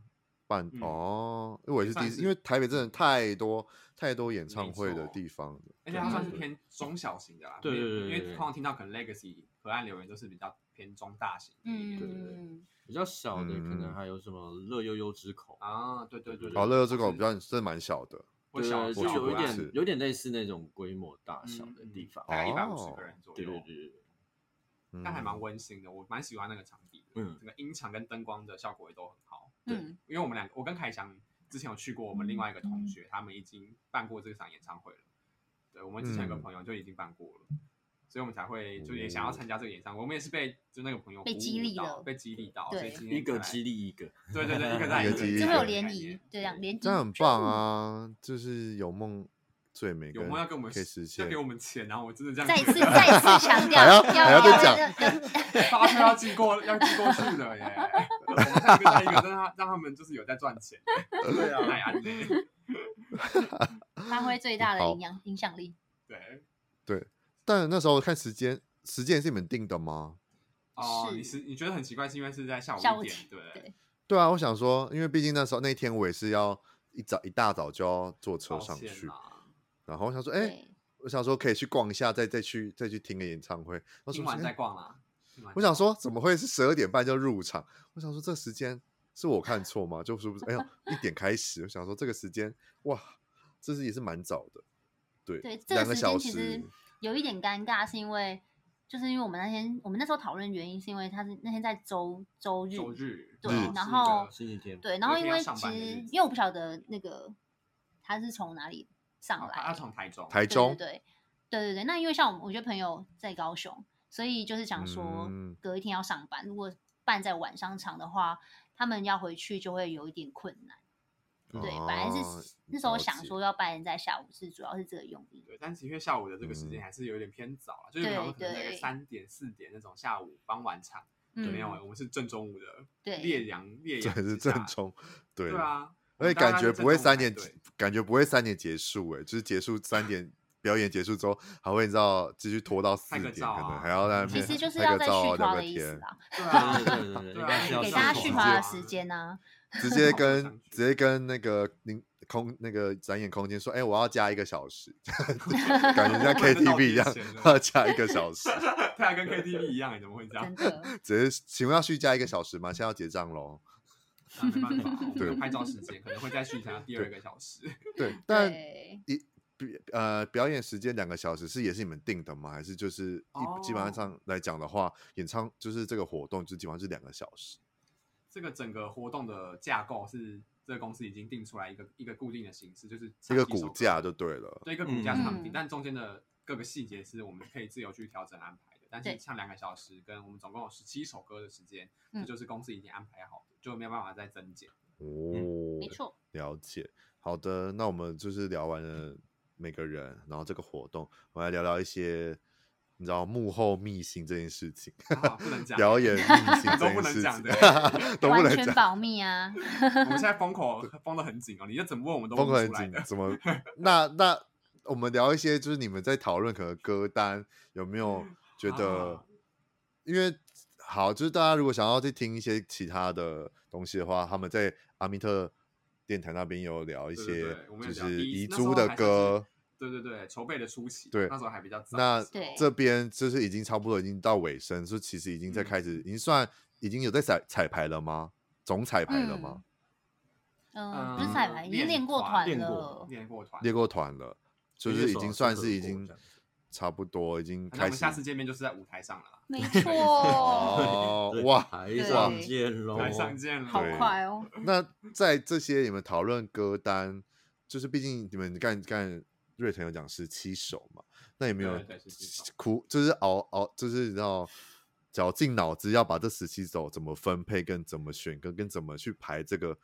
Speaker 4: 办、
Speaker 1: 嗯
Speaker 4: 哦。因为我也
Speaker 1: 也
Speaker 4: 是第
Speaker 1: 算
Speaker 4: 一次，
Speaker 1: 是
Speaker 4: 因为台北真的太多太多演唱
Speaker 1: 没
Speaker 4: 会的
Speaker 1: 错
Speaker 4: 地方了。
Speaker 1: 而且它
Speaker 2: 嗯
Speaker 1: 算是偏中小型的啦。
Speaker 3: 对
Speaker 1: 因为
Speaker 3: 对对对
Speaker 1: 因
Speaker 3: 对
Speaker 1: 为通常听到可能 Legacy 河岸留言都是比较偏中大型的艺人。
Speaker 2: 嗯，
Speaker 3: 比较小的可能
Speaker 4: 嗯
Speaker 3: 还有什么乐悠悠之口，
Speaker 1: 啊，对对对，
Speaker 3: 对
Speaker 1: 对
Speaker 4: 好，乐乐这
Speaker 1: 或
Speaker 4: 个我
Speaker 1: 是
Speaker 4: 比较真的蛮小的，
Speaker 1: 或
Speaker 3: 对
Speaker 1: 小
Speaker 3: 就
Speaker 1: 小
Speaker 3: 有一
Speaker 1: 啦
Speaker 4: 是
Speaker 3: 点有点类似那种规模大小的
Speaker 1: 嗯
Speaker 3: 地方。
Speaker 1: 大概一百五
Speaker 4: 哦
Speaker 1: 十个人左
Speaker 3: 对
Speaker 1: 右
Speaker 3: 对。对对对，
Speaker 4: 嗯
Speaker 1: 但还蛮温馨的，我蛮喜欢那个场地的，
Speaker 3: 嗯
Speaker 1: 整个音场跟灯光的效果也都很好。
Speaker 2: 嗯，
Speaker 1: 因为我们两个，我跟凯翔之前有去过，我们另外一个同学他们已经办过这场演唱会了。对，我们之前有个
Speaker 4: 嗯哦
Speaker 1: 朋友就已经办过了，所以我们才会就也想要参加这个演唱会。我们也是被就那个朋友
Speaker 2: 被
Speaker 1: 鼓舞
Speaker 2: 激励
Speaker 1: 到
Speaker 2: 了
Speaker 1: 被激励到，
Speaker 2: 对
Speaker 1: 所以今天
Speaker 3: 一个
Speaker 1: 看来
Speaker 3: 激，励一个，
Speaker 1: 对对对，一
Speaker 4: (laughs)
Speaker 1: 个在
Speaker 4: 一个
Speaker 1: 个
Speaker 4: 激励
Speaker 2: 就
Speaker 4: 一
Speaker 2: 会
Speaker 1: 的
Speaker 2: 嗯有涟
Speaker 4: 个
Speaker 1: 概
Speaker 2: 漪
Speaker 1: 念，
Speaker 2: 对，这样涟漪，
Speaker 4: 这样很棒啊！就是有梦最美，
Speaker 1: 有梦要给我们
Speaker 4: 可以实
Speaker 1: 要
Speaker 4: 现
Speaker 1: 给。我们钱，然后我真的这样
Speaker 2: 再
Speaker 1: (laughs)
Speaker 2: 次
Speaker 1: 觉得
Speaker 2: 再次强调，
Speaker 4: 还要还要再讲
Speaker 1: 发票要寄过，要寄过去的耶。我们再一个再一个，让他让他们就是有在赚钱。 (laughs) 对啊，太安内。
Speaker 2: 发挥最大的
Speaker 4: 好
Speaker 2: 影响影响力。
Speaker 1: 对，
Speaker 4: 但那时候看时间，时间是你们定的吗？
Speaker 1: 哦，
Speaker 2: 是
Speaker 1: 你是你觉得很奇怪，是因为是在下午
Speaker 2: 下午
Speaker 1: 一点
Speaker 2: 一，
Speaker 1: 对不对？
Speaker 2: 对
Speaker 4: 对啊，我想说，因为毕竟那时候那一天我也是要一早一大早就要坐车
Speaker 1: 抱
Speaker 4: 上
Speaker 1: 歉
Speaker 4: 去，
Speaker 1: 啦
Speaker 4: 然后我想说，哎、
Speaker 2: 对，
Speaker 4: 我想说可以去逛一下，再再去再去听个演唱会。我
Speaker 1: 听
Speaker 4: 说
Speaker 1: 完再
Speaker 4: 哎
Speaker 1: 逛啦。听完再
Speaker 4: 我想说怎么会是十二点半就入场？我想说这时间是我看错吗？就是不是？哎呀，一点开始，我想说这个时间哇，这是也是蛮早的，对，
Speaker 2: 对，这
Speaker 4: 两
Speaker 2: 个
Speaker 4: 个
Speaker 2: 时
Speaker 4: 小
Speaker 2: 间其实
Speaker 4: 时，
Speaker 2: 有一点尴尬，是因为就是因为我们那天我们那时候讨论原因，是因为他是那天在周周日，
Speaker 1: 周日，嗯
Speaker 2: 对
Speaker 1: 是一个
Speaker 2: 然后
Speaker 3: 星期天，
Speaker 2: 对，然后
Speaker 1: 有一
Speaker 2: 因
Speaker 1: 天要
Speaker 2: 为
Speaker 1: 上
Speaker 2: 其
Speaker 1: 班的
Speaker 2: 实
Speaker 1: 日子
Speaker 2: 因为我不晓得那个他是从哪里上
Speaker 1: 哦
Speaker 2: 来，
Speaker 1: 他他从台中，
Speaker 4: 台
Speaker 2: 对
Speaker 4: 中
Speaker 2: 对对对对对，那因为像我们，我觉得朋友在高雄，所以就是想说
Speaker 4: 嗯
Speaker 2: 隔一天要上班，如果办在晚上场的话，他们要回去就会有一点困难。对，本来
Speaker 4: 哦
Speaker 2: 是那时候
Speaker 4: 了
Speaker 2: 想
Speaker 4: 解
Speaker 2: 说要办在下午，是主要是这个用意。
Speaker 1: 对，但的确下午的这个时间
Speaker 4: 嗯
Speaker 1: 还是有点偏早了，就是
Speaker 2: 对
Speaker 1: 我们可能那个
Speaker 2: 对
Speaker 1: 三点四点那种下午傍晚场，
Speaker 2: 嗯，
Speaker 1: 没有，我们是正中午的
Speaker 2: 对
Speaker 1: 烈阳烈
Speaker 4: 这
Speaker 1: 阳
Speaker 4: 还是
Speaker 1: 之下
Speaker 4: 正，冲，对
Speaker 1: 对，啊，我
Speaker 4: 而
Speaker 1: 们
Speaker 4: 且
Speaker 1: 大家
Speaker 4: 感觉
Speaker 1: 是正
Speaker 4: 不会
Speaker 1: 中午
Speaker 4: 三
Speaker 1: 排
Speaker 4: 点
Speaker 1: 队，
Speaker 4: 感觉不会三点结束、欸，哎，就是结束三点表演结束之后，还会你知道继续拖到四
Speaker 1: 拍个
Speaker 4: 点，可
Speaker 1: 照啊
Speaker 4: 能还要在那
Speaker 2: 其
Speaker 4: 边
Speaker 2: 实就是
Speaker 4: 拍
Speaker 2: 要
Speaker 4: 个
Speaker 2: 再
Speaker 4: 照啊
Speaker 2: 续
Speaker 4: 聊
Speaker 2: 花
Speaker 4: 个
Speaker 2: 的意思
Speaker 4: 天，
Speaker 2: 啦，
Speaker 1: 对
Speaker 3: 对
Speaker 1: 啊，
Speaker 3: 对对
Speaker 1: 对
Speaker 3: 对，应
Speaker 1: 啊
Speaker 3: 该是要
Speaker 2: 给
Speaker 1: 上
Speaker 2: 大家
Speaker 1: 手
Speaker 2: 续
Speaker 1: 啊
Speaker 2: 花的
Speaker 1: 直接
Speaker 2: 时间呢。
Speaker 4: 直接
Speaker 1: 好
Speaker 4: 跟
Speaker 1: 上去
Speaker 4: 直接跟那个您空那个展演空间说，哎、我要加一个小时， (laughs)
Speaker 1: 不然
Speaker 4: 感觉像
Speaker 1: 就到
Speaker 4: KTV 一
Speaker 1: 夜
Speaker 4: 样
Speaker 1: 闲了，
Speaker 4: 要加一个小时， (laughs)
Speaker 1: 对啊，跟 KTV 一样，你怎么会这样
Speaker 2: 真？的，
Speaker 4: 只是请问要续加一个小时吗？现在要结账喽。
Speaker 1: 啊没办法，
Speaker 4: (laughs)
Speaker 1: 我们
Speaker 4: 对
Speaker 1: 有拍照时间可能会再续加第二个小时。
Speaker 4: 对，但
Speaker 2: 对，
Speaker 4: 一比呃表演时间两个小时是也是你们定的吗？还是就是一、基本
Speaker 1: 哦
Speaker 4: 上来讲的话，演唱就是这个活动就基本上是两个小时。
Speaker 1: (laughs) 这个整个活动的架构是这个公司已经定出来一个一个固定的形式，就是
Speaker 4: 一
Speaker 1: 唱
Speaker 4: 个
Speaker 1: 几首
Speaker 4: 骨
Speaker 1: 歌
Speaker 4: 架就对了。
Speaker 1: 对，一个骨架是他们定，
Speaker 2: 嗯
Speaker 1: 但中间的各个细节是我们可以自由去调整安排的。但是
Speaker 2: 对
Speaker 1: 像两个小时跟我们总共有十七首歌的时间，这
Speaker 2: 嗯
Speaker 1: 就是公司已经安排好的，就没有办法再增
Speaker 4: (laughs)
Speaker 1: 减。
Speaker 4: 哦，
Speaker 2: 没错，
Speaker 4: 了解。好的，那我们就是聊完了
Speaker 1: 嗯
Speaker 4: 每个人，然后这个活动，我们来聊聊一些你知道幕后秘辛这件事情，
Speaker 1: 啊不能讲
Speaker 4: 表演秘
Speaker 1: (laughs)
Speaker 4: 辛
Speaker 1: 都
Speaker 4: 这
Speaker 1: 不
Speaker 4: 件
Speaker 1: 能
Speaker 4: 事
Speaker 1: 讲
Speaker 4: 情
Speaker 1: 的
Speaker 4: 都不
Speaker 2: 完
Speaker 4: 能
Speaker 2: 全
Speaker 4: 讲。
Speaker 2: 保密啊。
Speaker 1: 我们现在封
Speaker 4: (laughs)
Speaker 1: 口封的很紧哦，你这怎么问我们都问
Speaker 4: 风
Speaker 1: 不
Speaker 4: 格很
Speaker 1: 出来
Speaker 4: 紧
Speaker 1: 的，。
Speaker 4: 怎么？
Speaker 1: (laughs)
Speaker 4: 那那我们聊一些，就是你们在讨论可能歌单有没有觉得，
Speaker 1: 啊
Speaker 4: 因为好，就是大家如果想要去听一些其他的东西的话，他们在阿密特电台那边有聊一
Speaker 1: 对
Speaker 4: 些，
Speaker 1: 对对我们有
Speaker 4: 就
Speaker 1: 聊
Speaker 4: 是
Speaker 1: 第一
Speaker 4: 遗
Speaker 1: 那时
Speaker 4: 珠
Speaker 1: 候
Speaker 4: 的
Speaker 1: 还是
Speaker 4: 歌。
Speaker 1: 对对对，筹备的初期，
Speaker 4: 对
Speaker 1: 那时候还比较早
Speaker 4: 那
Speaker 1: 的时候。
Speaker 2: 对
Speaker 4: 这边就是已经差不多已经到尾声，就其实已经在
Speaker 1: 嗯
Speaker 4: 开始，已经算已经有在彩彩排了吗？总彩排了吗？
Speaker 2: 嗯，
Speaker 1: 嗯
Speaker 2: 不是彩排，已经练过
Speaker 1: 团
Speaker 2: 团
Speaker 3: 练
Speaker 2: 了。
Speaker 1: 练过团，
Speaker 4: 列过团了，就
Speaker 3: 有些
Speaker 4: 是已
Speaker 3: 手
Speaker 4: 经
Speaker 3: 是
Speaker 4: 算
Speaker 3: 合
Speaker 4: 是已
Speaker 3: 过
Speaker 4: 经
Speaker 3: 这样
Speaker 4: 差不多，已经
Speaker 1: 那我
Speaker 4: 开
Speaker 1: 们
Speaker 4: 始。
Speaker 1: 下次见面就是在舞台上了啦，
Speaker 2: 没
Speaker 1: 错
Speaker 2: 错，
Speaker 4: (laughs) 哦
Speaker 3: (laughs) 对，
Speaker 4: (laughs) 哇！
Speaker 3: 台
Speaker 2: 对
Speaker 3: 上见喽，
Speaker 1: 舞台上见了，
Speaker 2: 好
Speaker 4: 对
Speaker 2: 快哦。
Speaker 4: 那在这些你们讨论歌单，就是毕竟你们干干瑞腾有讲是七首嘛，那有没有
Speaker 1: 对对17首
Speaker 4: 苦就是熬熬就是你知道绞尽脑汁要把这十七首怎么分配，跟怎么选歌，跟怎么去排这个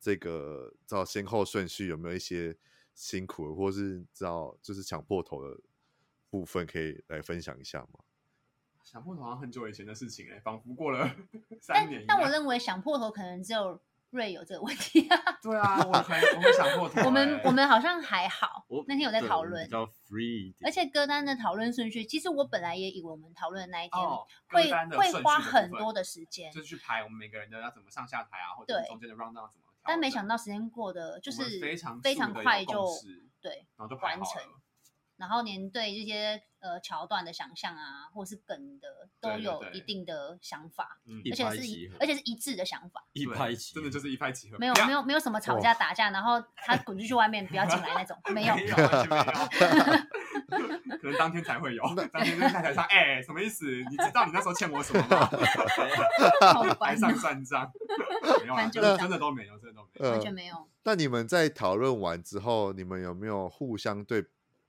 Speaker 4: 这个知道先后顺序有没有一些辛苦的，或是知道就是抢破头的部分，可以来分享一下吗？
Speaker 1: 想不到好像很久以前的事情哎，仿佛过
Speaker 2: (laughs)
Speaker 1: 了三
Speaker 2: 但
Speaker 1: 年一样。
Speaker 2: 但我认为想破头可能只有瑞有这个问题、
Speaker 4: (laughs)
Speaker 2: 啊，
Speaker 1: 对啊，我很我很想破头欸。
Speaker 2: 我们我们好像还好
Speaker 3: 我。
Speaker 2: 那天有在
Speaker 3: 对
Speaker 2: 讨
Speaker 3: 我们
Speaker 2: 论
Speaker 3: 比，较 free 一点，
Speaker 2: 而且歌单的讨论顺序，其实我本来也以为我们讨论的那一天、
Speaker 1: 哦，歌
Speaker 2: 会
Speaker 1: 单的
Speaker 2: 会
Speaker 1: 顺序
Speaker 2: 花
Speaker 1: 的部
Speaker 2: 很
Speaker 1: 分
Speaker 2: 多的时间
Speaker 1: 就，是去排我们每个人的要怎么上下台啊，或者是
Speaker 2: 对
Speaker 1: 中间的 round down 要怎么调整。
Speaker 2: 但没想
Speaker 1: 到
Speaker 2: 到时间过得就是
Speaker 1: 非常
Speaker 2: 非
Speaker 1: 速
Speaker 2: 常
Speaker 1: 地有
Speaker 2: 快
Speaker 1: 共
Speaker 2: 就
Speaker 1: 识
Speaker 2: 对，
Speaker 1: 然后就排好
Speaker 2: 完成
Speaker 1: 了
Speaker 2: 然后连对这些呃桥段的想象啊，或是梗的都
Speaker 1: 对对
Speaker 2: 有
Speaker 1: 对
Speaker 2: 一定的想法，
Speaker 1: 嗯
Speaker 3: 一
Speaker 2: 而且
Speaker 3: 拍
Speaker 2: 是
Speaker 3: 即
Speaker 2: 一
Speaker 3: 合，
Speaker 1: (laughs)
Speaker 2: 而且是一致的想法，
Speaker 3: 一
Speaker 1: 对
Speaker 3: 拍即合，
Speaker 1: 真的就是一拍即合，
Speaker 2: 没有没有没有什么吵架打架，然后他滚出去外面不要进来那种，没
Speaker 1: 没
Speaker 2: 有。
Speaker 1: 没有，(laughs)
Speaker 2: (laughs)
Speaker 1: 完全没有可能当天才会有，当天就是在台上，哎，什么意思？你知道你那时候欠我什么吗？
Speaker 2: (laughs) 好
Speaker 1: 台
Speaker 2: 烦哦
Speaker 1: 上算账，没有啊，
Speaker 2: 翻
Speaker 1: 真
Speaker 2: 旧
Speaker 1: 的
Speaker 2: 账嗯
Speaker 1: 真的都没有，真的都没有。
Speaker 2: 完
Speaker 4: 呃
Speaker 2: 全没有。
Speaker 4: 那你们在讨论完之后，你们有没有互相对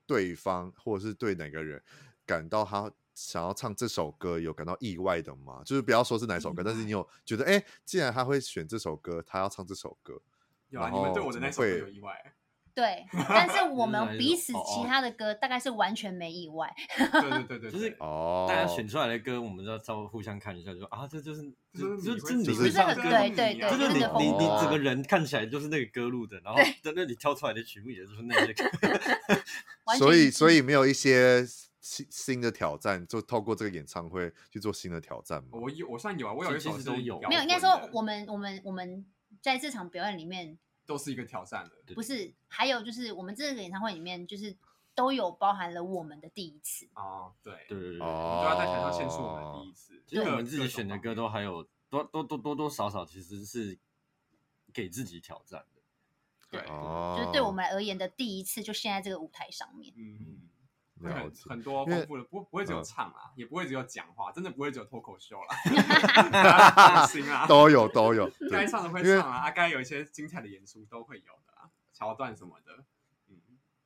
Speaker 4: 对方或者是对哪个人感到他想要唱这首歌有感到意外的吗？就是不要说是哪首歌，
Speaker 1: 意
Speaker 4: 但是你有觉得，哎、既然他会选这首歌，他要唱这首歌，
Speaker 1: 有啊，
Speaker 4: 然
Speaker 1: 你们对
Speaker 4: 后
Speaker 1: 我的
Speaker 4: 怎
Speaker 1: 那
Speaker 4: 么
Speaker 1: 首歌
Speaker 4: 会
Speaker 1: 有意外，
Speaker 2: 对，但是我
Speaker 3: 原来
Speaker 2: 们
Speaker 3: 有
Speaker 2: 彼此
Speaker 3: 哦哦
Speaker 2: 其他的歌大概是完全没意外，
Speaker 1: 对对对对，
Speaker 3: 就
Speaker 1: 对
Speaker 3: 是
Speaker 4: 哦，
Speaker 3: 大家选出来的歌，我们就要稍微互相看一下，就说啊，这就是
Speaker 1: 就
Speaker 3: 就是就
Speaker 1: 你会
Speaker 3: 是你
Speaker 4: 就是
Speaker 3: 会唱
Speaker 2: 很
Speaker 3: 歌
Speaker 2: 对
Speaker 3: 的
Speaker 2: 对对
Speaker 1: 你啊
Speaker 3: 就
Speaker 2: 对
Speaker 3: 是
Speaker 2: 对
Speaker 3: 你
Speaker 2: 对
Speaker 3: 你你
Speaker 4: 哦
Speaker 3: 整个人看起来就是那个歌路的，然后在那你挑出来的曲目也就是那些歌， (laughs)
Speaker 2: 完全
Speaker 4: 所
Speaker 2: 一
Speaker 4: 以
Speaker 2: 致
Speaker 4: 所以没有一些新新的挑战，就透过这个演唱会去做新的挑战吗？
Speaker 1: 我有我算有啊，我有一
Speaker 3: 其
Speaker 1: 首
Speaker 3: 实
Speaker 1: 是
Speaker 3: 都有
Speaker 1: 摇
Speaker 2: 没有，应该
Speaker 1: 滚
Speaker 2: 说
Speaker 1: 的
Speaker 2: 我们我们我们在这场表演里面，
Speaker 1: 都是一个挑战的，
Speaker 2: 不是还有就是我们这个演唱会里面，就是都有包含了我们的第一次，
Speaker 1: 哦，对，
Speaker 3: 对对对
Speaker 1: 我
Speaker 4: 哦
Speaker 1: 们
Speaker 3: 对。
Speaker 1: 就要在台上献出我们的第一次。
Speaker 3: 其实我们
Speaker 1: 各
Speaker 3: 自己选的，
Speaker 1: 各
Speaker 3: 歌
Speaker 1: 种
Speaker 3: 都还有多多多多多少少其实是给自己挑战的，
Speaker 2: 对，
Speaker 4: 哦，
Speaker 2: 就是对我们而言的第一次，就现在这个舞台上面
Speaker 1: 方，面嗯，会
Speaker 4: 了
Speaker 1: 很
Speaker 4: 解。
Speaker 1: 很多
Speaker 4: 因为
Speaker 1: 丰富的，不不会只有
Speaker 4: 嗯
Speaker 1: 唱啦，也不会只有讲话，真的不会只有脱口秀
Speaker 4: (laughs)
Speaker 1: (laughs) 啦，放心啦，
Speaker 4: 都有都有，
Speaker 1: 该
Speaker 4: 对，
Speaker 1: 唱的会
Speaker 4: 因为
Speaker 1: 唱啊，啊该有一些精彩的演出都会有啊的啦，桥段什么的，嗯，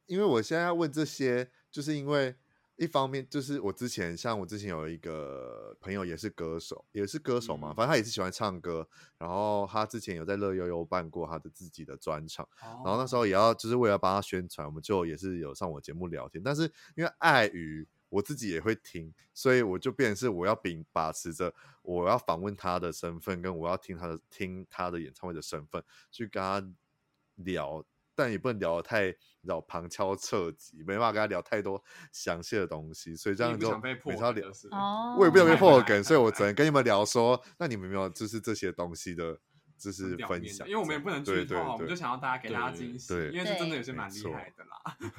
Speaker 4: 因为我现在要问这些，就是因为一方面就是我之前像我之前有一个朋友也是歌手，也是歌手嘛，
Speaker 1: 嗯
Speaker 4: 反正他也是喜欢唱歌，然后他之前有在乐悠悠办过他的自己的专场。
Speaker 1: 然
Speaker 4: 然后那时候也要就是为了帮他宣传，我们就也是有上我节目聊天，但是因为碍于我自己也会听，所以我就变成是我要秉把持着我要访问他的身份，跟我要听他的听他的演唱会的身份去跟他聊，但也不能聊得太老旁敲侧击，没办法跟他聊太多详细的东西，所以这
Speaker 1: 你
Speaker 4: 样
Speaker 1: 不
Speaker 4: 就
Speaker 1: 想被破
Speaker 4: 每次要
Speaker 1: 梗
Speaker 4: 聊
Speaker 1: 就，是
Speaker 3: 嗯
Speaker 2: 哦，
Speaker 4: 我也不想被
Speaker 1: 哦
Speaker 4: 破
Speaker 1: 明白
Speaker 4: 梗，所以我只能跟你们聊说，那你们有没有就是这些东西的，就是
Speaker 1: 表面
Speaker 4: 分
Speaker 1: 的
Speaker 4: 享这样，
Speaker 1: 因为我们也不能剧
Speaker 4: 对
Speaker 1: 透
Speaker 4: 对
Speaker 1: 啊，我们就
Speaker 4: 对
Speaker 1: 想要大家给大家惊喜，
Speaker 4: 对
Speaker 1: 因为是真的有些
Speaker 4: 对
Speaker 1: 蛮
Speaker 4: 没
Speaker 1: 厉
Speaker 4: 错
Speaker 1: 害的啦。
Speaker 4: (laughs)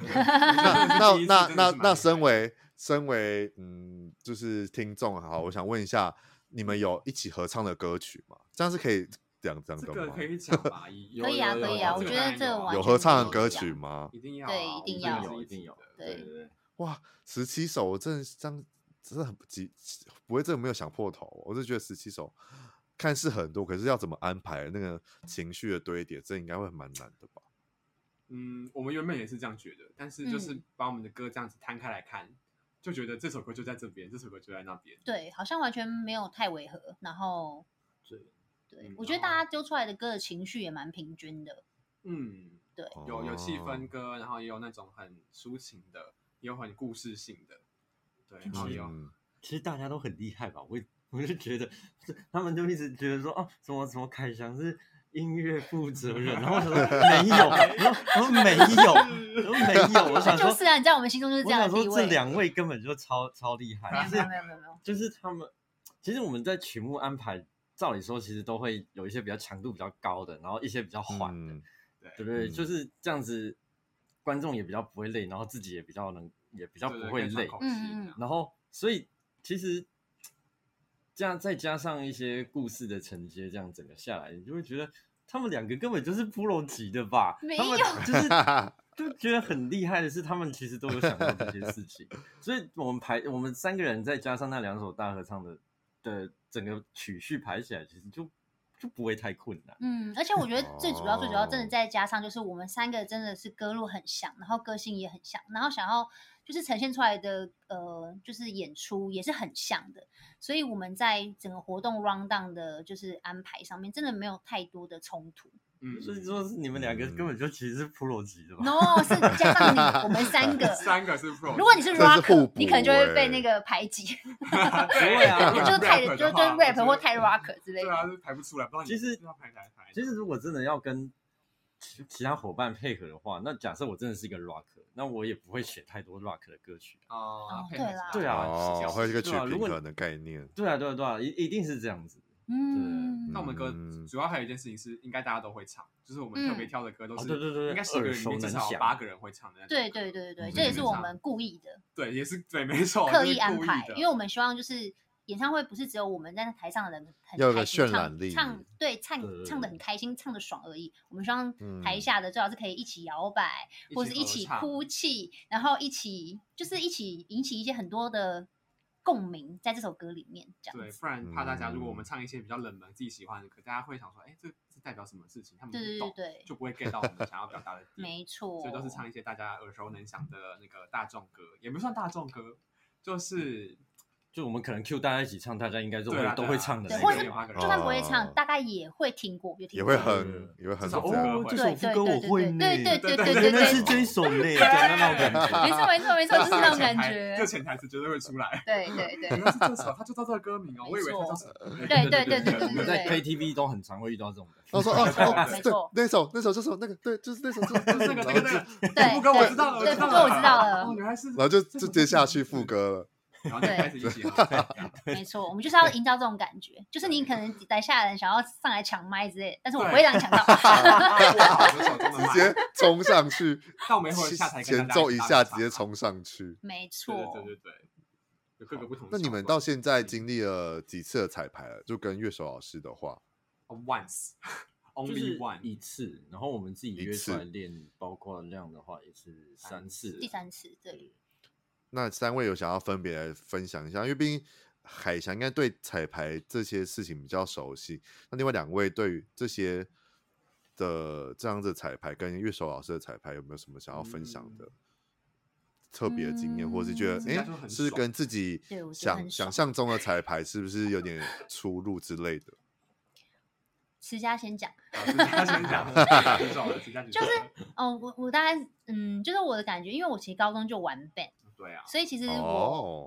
Speaker 1: (laughs) 第一次真的是蛮
Speaker 4: 那那那那
Speaker 1: 厉
Speaker 4: 身
Speaker 1: 害
Speaker 4: 为身为嗯，就是听众好，我想问一下，你们有一起合唱的歌曲吗？这样是可以这样这样
Speaker 1: 这
Speaker 4: 的
Speaker 1: 个
Speaker 4: 吗？
Speaker 1: 可以讲吧？有
Speaker 2: 可以啊，
Speaker 3: 有有
Speaker 2: 可以
Speaker 3: 有
Speaker 2: 啊，
Speaker 3: 这
Speaker 2: 我
Speaker 3: 个
Speaker 2: 觉得
Speaker 3: 当
Speaker 1: 然
Speaker 2: 这个
Speaker 1: 有
Speaker 2: 完
Speaker 1: 有
Speaker 2: 全
Speaker 4: 有合
Speaker 2: 可
Speaker 4: 唱的
Speaker 2: 以
Speaker 4: 歌
Speaker 2: 讲
Speaker 4: 曲吗？
Speaker 1: 一定要啊，
Speaker 2: 对一
Speaker 1: 我们
Speaker 2: 定
Speaker 1: 这个
Speaker 2: 要
Speaker 1: 是
Speaker 3: 有，一定
Speaker 1: 起
Speaker 3: 有
Speaker 1: 的，
Speaker 2: 对
Speaker 3: 对对。
Speaker 4: 哇，十七首，我真的这样真的很不急，不会真的没有想破头，我就觉得十七首看似很多，可是要怎么安排那个情绪的堆叠，这应该会蛮难的吧？
Speaker 1: 嗯，我们原本也是这样觉得，但是就是
Speaker 2: 嗯
Speaker 1: 把我们的歌这样子摊开来看，就觉得这首歌就在这边，这首歌就在那边。
Speaker 2: 对，好像完全没有太违和。然后，
Speaker 3: 对
Speaker 2: 对
Speaker 1: 嗯
Speaker 2: 我觉得
Speaker 1: 然
Speaker 2: 大
Speaker 1: 后
Speaker 3: 哦
Speaker 2: 家丢出来的歌的情绪也蛮平均的。
Speaker 1: 嗯，
Speaker 2: 对，
Speaker 1: 有有气氛
Speaker 4: 哦，
Speaker 1: 歌，然后也有那种很抒情的，也有很故事性的，对，然
Speaker 3: 就
Speaker 1: 后
Speaker 3: 是
Speaker 1: 也有
Speaker 4: 嗯，
Speaker 3: 其实大家都很厉害吧？我我就觉得，他们就一直觉得说，哦，什么什么凯翔是音乐负责人，然后我想说没有，然后然后没有，然后没有，我
Speaker 2: (laughs)
Speaker 3: 想
Speaker 2: 就
Speaker 3: 说，
Speaker 2: 是啊，你在我们心中就是这
Speaker 3: 我
Speaker 2: 样的
Speaker 3: 想
Speaker 2: 地
Speaker 3: 说这
Speaker 2: 位。
Speaker 3: 两位根本就超超厉
Speaker 2: 没
Speaker 3: 害，
Speaker 2: 有
Speaker 3: 就
Speaker 2: 没有
Speaker 3: 是
Speaker 2: 没有没有没有，
Speaker 3: 就是他们，其实我们在曲目安排，照理说其实都会有一些比较强度比较高的，然后一些比较缓的，
Speaker 4: 嗯
Speaker 3: 对
Speaker 1: 对
Speaker 3: 不对？
Speaker 4: 嗯
Speaker 3: 就是这样子，观众也比较不会累，然后自己也比较能，也比较不会累。
Speaker 2: 嗯嗯
Speaker 3: 然后所以其实这样再加上一些故事的承接，这样整个下来，你就会觉得他们两个根本就是 pro 级的吧？
Speaker 2: 没
Speaker 3: 他们
Speaker 2: 有 (laughs)
Speaker 3: 就是就觉得很厉害的是，他们其实都有想过这些事情。所以我们排我们三个人再加上那两首大合唱的的整个曲序排起来，其实就就不会太困难。
Speaker 2: (laughs) 嗯，而且我觉得最主要、最主要，真的
Speaker 4: 哦
Speaker 2: 再加上就是我们三个真的是歌路很像，然后个性也很像，然后想要就是呈现出来的呃，就是演出也是很像的，所以我们在整个活动 round down 的就是安排上面，真的没有太多的冲突。
Speaker 1: 嗯，。
Speaker 3: 所以说你们两个根本就其实是 pro 级 (laughs) 的吧？
Speaker 2: No，是加上你，我们三个
Speaker 1: (laughs) 三个是 pro，(laughs)
Speaker 2: 如果你是
Speaker 4: 这是
Speaker 2: rock，
Speaker 4: 互
Speaker 2: 你可能就会
Speaker 4: 补
Speaker 2: 被
Speaker 4: 欸
Speaker 2: 那个排挤，
Speaker 3: 对啊
Speaker 1: 如
Speaker 2: 就
Speaker 1: 果
Speaker 2: 是
Speaker 1: 是
Speaker 2: 太
Speaker 1: rapper
Speaker 2: 就
Speaker 1: 的
Speaker 2: 就
Speaker 1: 话啊我
Speaker 2: rap
Speaker 1: 觉
Speaker 2: 或
Speaker 1: 得
Speaker 2: 太 rock 之类
Speaker 1: 对
Speaker 2: 的。
Speaker 1: 啊，就排不出来，不知道你
Speaker 3: 其实
Speaker 1: 要排排排。
Speaker 3: 其实如果真的要跟其其他伙伴配合的话，那假设我真的是一个 rock，那我也不会写太多 rock 的歌曲。
Speaker 1: 哦
Speaker 2: 对啦
Speaker 3: 对啊
Speaker 4: 哦，会有一个曲
Speaker 3: 对啊如
Speaker 4: 平
Speaker 3: 果
Speaker 4: 衡的概念，
Speaker 3: 对啊，对啊，对啊，一一定是这样子。
Speaker 2: 嗯，
Speaker 1: 那我们歌
Speaker 4: 嗯
Speaker 1: 主要还有一件事情是，应该大家都会唱，就是我们特别
Speaker 2: 嗯
Speaker 1: 挑的歌都
Speaker 3: 哦
Speaker 1: 是，
Speaker 3: 对对对
Speaker 1: 应该十个人里面至
Speaker 3: 耳
Speaker 1: 少
Speaker 3: 熟
Speaker 1: 有
Speaker 3: 能详
Speaker 1: 八个人会唱的那种歌。
Speaker 2: 对对对对对，
Speaker 4: 嗯
Speaker 2: 这也
Speaker 4: 基
Speaker 2: 是
Speaker 4: 本
Speaker 2: 我
Speaker 1: 上
Speaker 2: 们故意的。
Speaker 1: 对，也是对，没错，
Speaker 2: 刻
Speaker 1: 哦就是
Speaker 2: 意安
Speaker 1: 故
Speaker 2: 排，
Speaker 1: 的
Speaker 2: 因为我们希望就是演唱会不是只有我们在台上的人很
Speaker 4: 要有个
Speaker 2: 开心
Speaker 4: 渲
Speaker 2: 唱
Speaker 4: 染力
Speaker 2: 唱对唱
Speaker 3: 对对对
Speaker 2: 唱的很开心，唱的爽而已。我们希望台
Speaker 4: 嗯
Speaker 2: 下的最好是可以一起摇摆，或是一
Speaker 1: 合
Speaker 2: 起
Speaker 1: 唱
Speaker 2: 哭泣，然后一起就是一起引起一些很多的共鸣，在这首歌里面这样
Speaker 1: 对，
Speaker 2: 子。
Speaker 1: 不然怕大家，如果我们
Speaker 4: 嗯
Speaker 1: 唱一些比较冷门、自己喜欢的歌，大家会想说，哎，这这代表什么事情？他们
Speaker 2: 对对
Speaker 1: 不
Speaker 2: 对
Speaker 1: 懂，
Speaker 2: 对，
Speaker 1: 就不会 get 到我们想要表
Speaker 2: (laughs)
Speaker 1: 达的点。
Speaker 2: 没错，
Speaker 1: 所以都是唱一些大家耳熟能详的那个大众歌，也不算大众歌，就是
Speaker 3: 就我们可能 Q 大家一起唱，大家应该都
Speaker 1: 对
Speaker 3: 会
Speaker 1: 啊
Speaker 3: 都
Speaker 1: 对啊
Speaker 3: 会唱的
Speaker 2: 对，
Speaker 3: 那
Speaker 2: 或
Speaker 1: 或者是
Speaker 2: 是
Speaker 3: 个。
Speaker 1: 八个
Speaker 2: 就
Speaker 1: 人
Speaker 2: 算不会唱，
Speaker 4: 哦
Speaker 2: 大概也会听过，有听
Speaker 4: 也
Speaker 2: 过这
Speaker 4: 会
Speaker 2: 首歌。
Speaker 4: 很也会很
Speaker 1: 至少
Speaker 4: 这样
Speaker 1: 偶
Speaker 3: 哦
Speaker 1: 尔，会
Speaker 3: 这首副歌我会呢，
Speaker 2: 对对
Speaker 1: 对对对对对对对对对
Speaker 3: 原来是这一首呢，这样那种感
Speaker 2: 没
Speaker 3: 觉。
Speaker 2: 错没错没错，就是
Speaker 1: (laughs)
Speaker 2: 那种感
Speaker 1: 这
Speaker 2: 觉。
Speaker 1: 潜台词绝对会出来。
Speaker 2: 对对对
Speaker 1: 原来是这首，他就叫这个歌名哦，
Speaker 2: 没
Speaker 1: 我以为他
Speaker 2: 错
Speaker 1: 叫什么？
Speaker 2: 对对对对对
Speaker 3: 我们在
Speaker 2: 对
Speaker 3: KTV 都很常会遇到这种感
Speaker 4: 我
Speaker 3: 觉。
Speaker 4: 说哦哦，
Speaker 2: 没
Speaker 4: 对 (laughs)
Speaker 2: 错，
Speaker 4: 那首那首就是那个，对，就是那首，就是
Speaker 1: 就是那个那个那个，
Speaker 2: 对
Speaker 1: 副歌我
Speaker 2: 对
Speaker 1: 知道了，
Speaker 2: 对
Speaker 1: 知道
Speaker 2: 副歌我知道了
Speaker 1: 哦，原来是，
Speaker 4: (laughs) 然后就
Speaker 1: 这首
Speaker 4: 就接
Speaker 1: 歌
Speaker 4: 下
Speaker 1: 是
Speaker 4: 去副，歌了。
Speaker 1: 然后就
Speaker 2: 对
Speaker 1: 开始一起合唱。
Speaker 2: 没错，我们就是要营造这种感觉，就是你可能台下的人想要上来抢麦之类的，但是我不会让你抢到。 (laughs)
Speaker 1: 直
Speaker 4: 直接冲
Speaker 1: (laughs)
Speaker 4: 上去，
Speaker 1: 到没会下台跟大
Speaker 4: 前
Speaker 1: 家
Speaker 4: 奏一
Speaker 1: 搭个
Speaker 4: 下直接
Speaker 1: 场
Speaker 4: 冲上去。
Speaker 2: 没错
Speaker 1: 对，对对对对，有各个不同的
Speaker 4: 那
Speaker 1: 效果。
Speaker 4: 你们到现
Speaker 1: 嗯
Speaker 4: 在经历了几次的彩排了？就跟乐手老师的话，
Speaker 1: Oh, once
Speaker 3: 就
Speaker 1: only
Speaker 3: 是
Speaker 1: one，
Speaker 3: 一次，然后我们自己
Speaker 4: 一
Speaker 3: 约出来
Speaker 4: 次
Speaker 3: 练，包括这样的话也是三次。
Speaker 2: 第三次，对，
Speaker 4: 那三位有想要分别来分享一下？因为毕竟海翔应该对彩排这些事情比较熟悉，那另外两位对于这些的这样子的彩排跟乐手老师的彩排有没有什么想要分享的？特别的经验，或是觉得
Speaker 2: 嗯
Speaker 1: 应
Speaker 4: 哎、诶
Speaker 1: 该说很
Speaker 4: 是不是
Speaker 1: 爽
Speaker 4: 跟自己
Speaker 2: 对我觉得
Speaker 4: 想
Speaker 2: 很
Speaker 4: 想
Speaker 2: 爽
Speaker 4: 象中的彩排是不是有点出入之类的？
Speaker 2: 持家先讲，
Speaker 1: 他先讲，举手了，请他举手
Speaker 2: 就是哦，我我大概嗯，就是我的感觉，因为我其实高中就玩 band，
Speaker 1: 对啊，
Speaker 2: 所以其实我、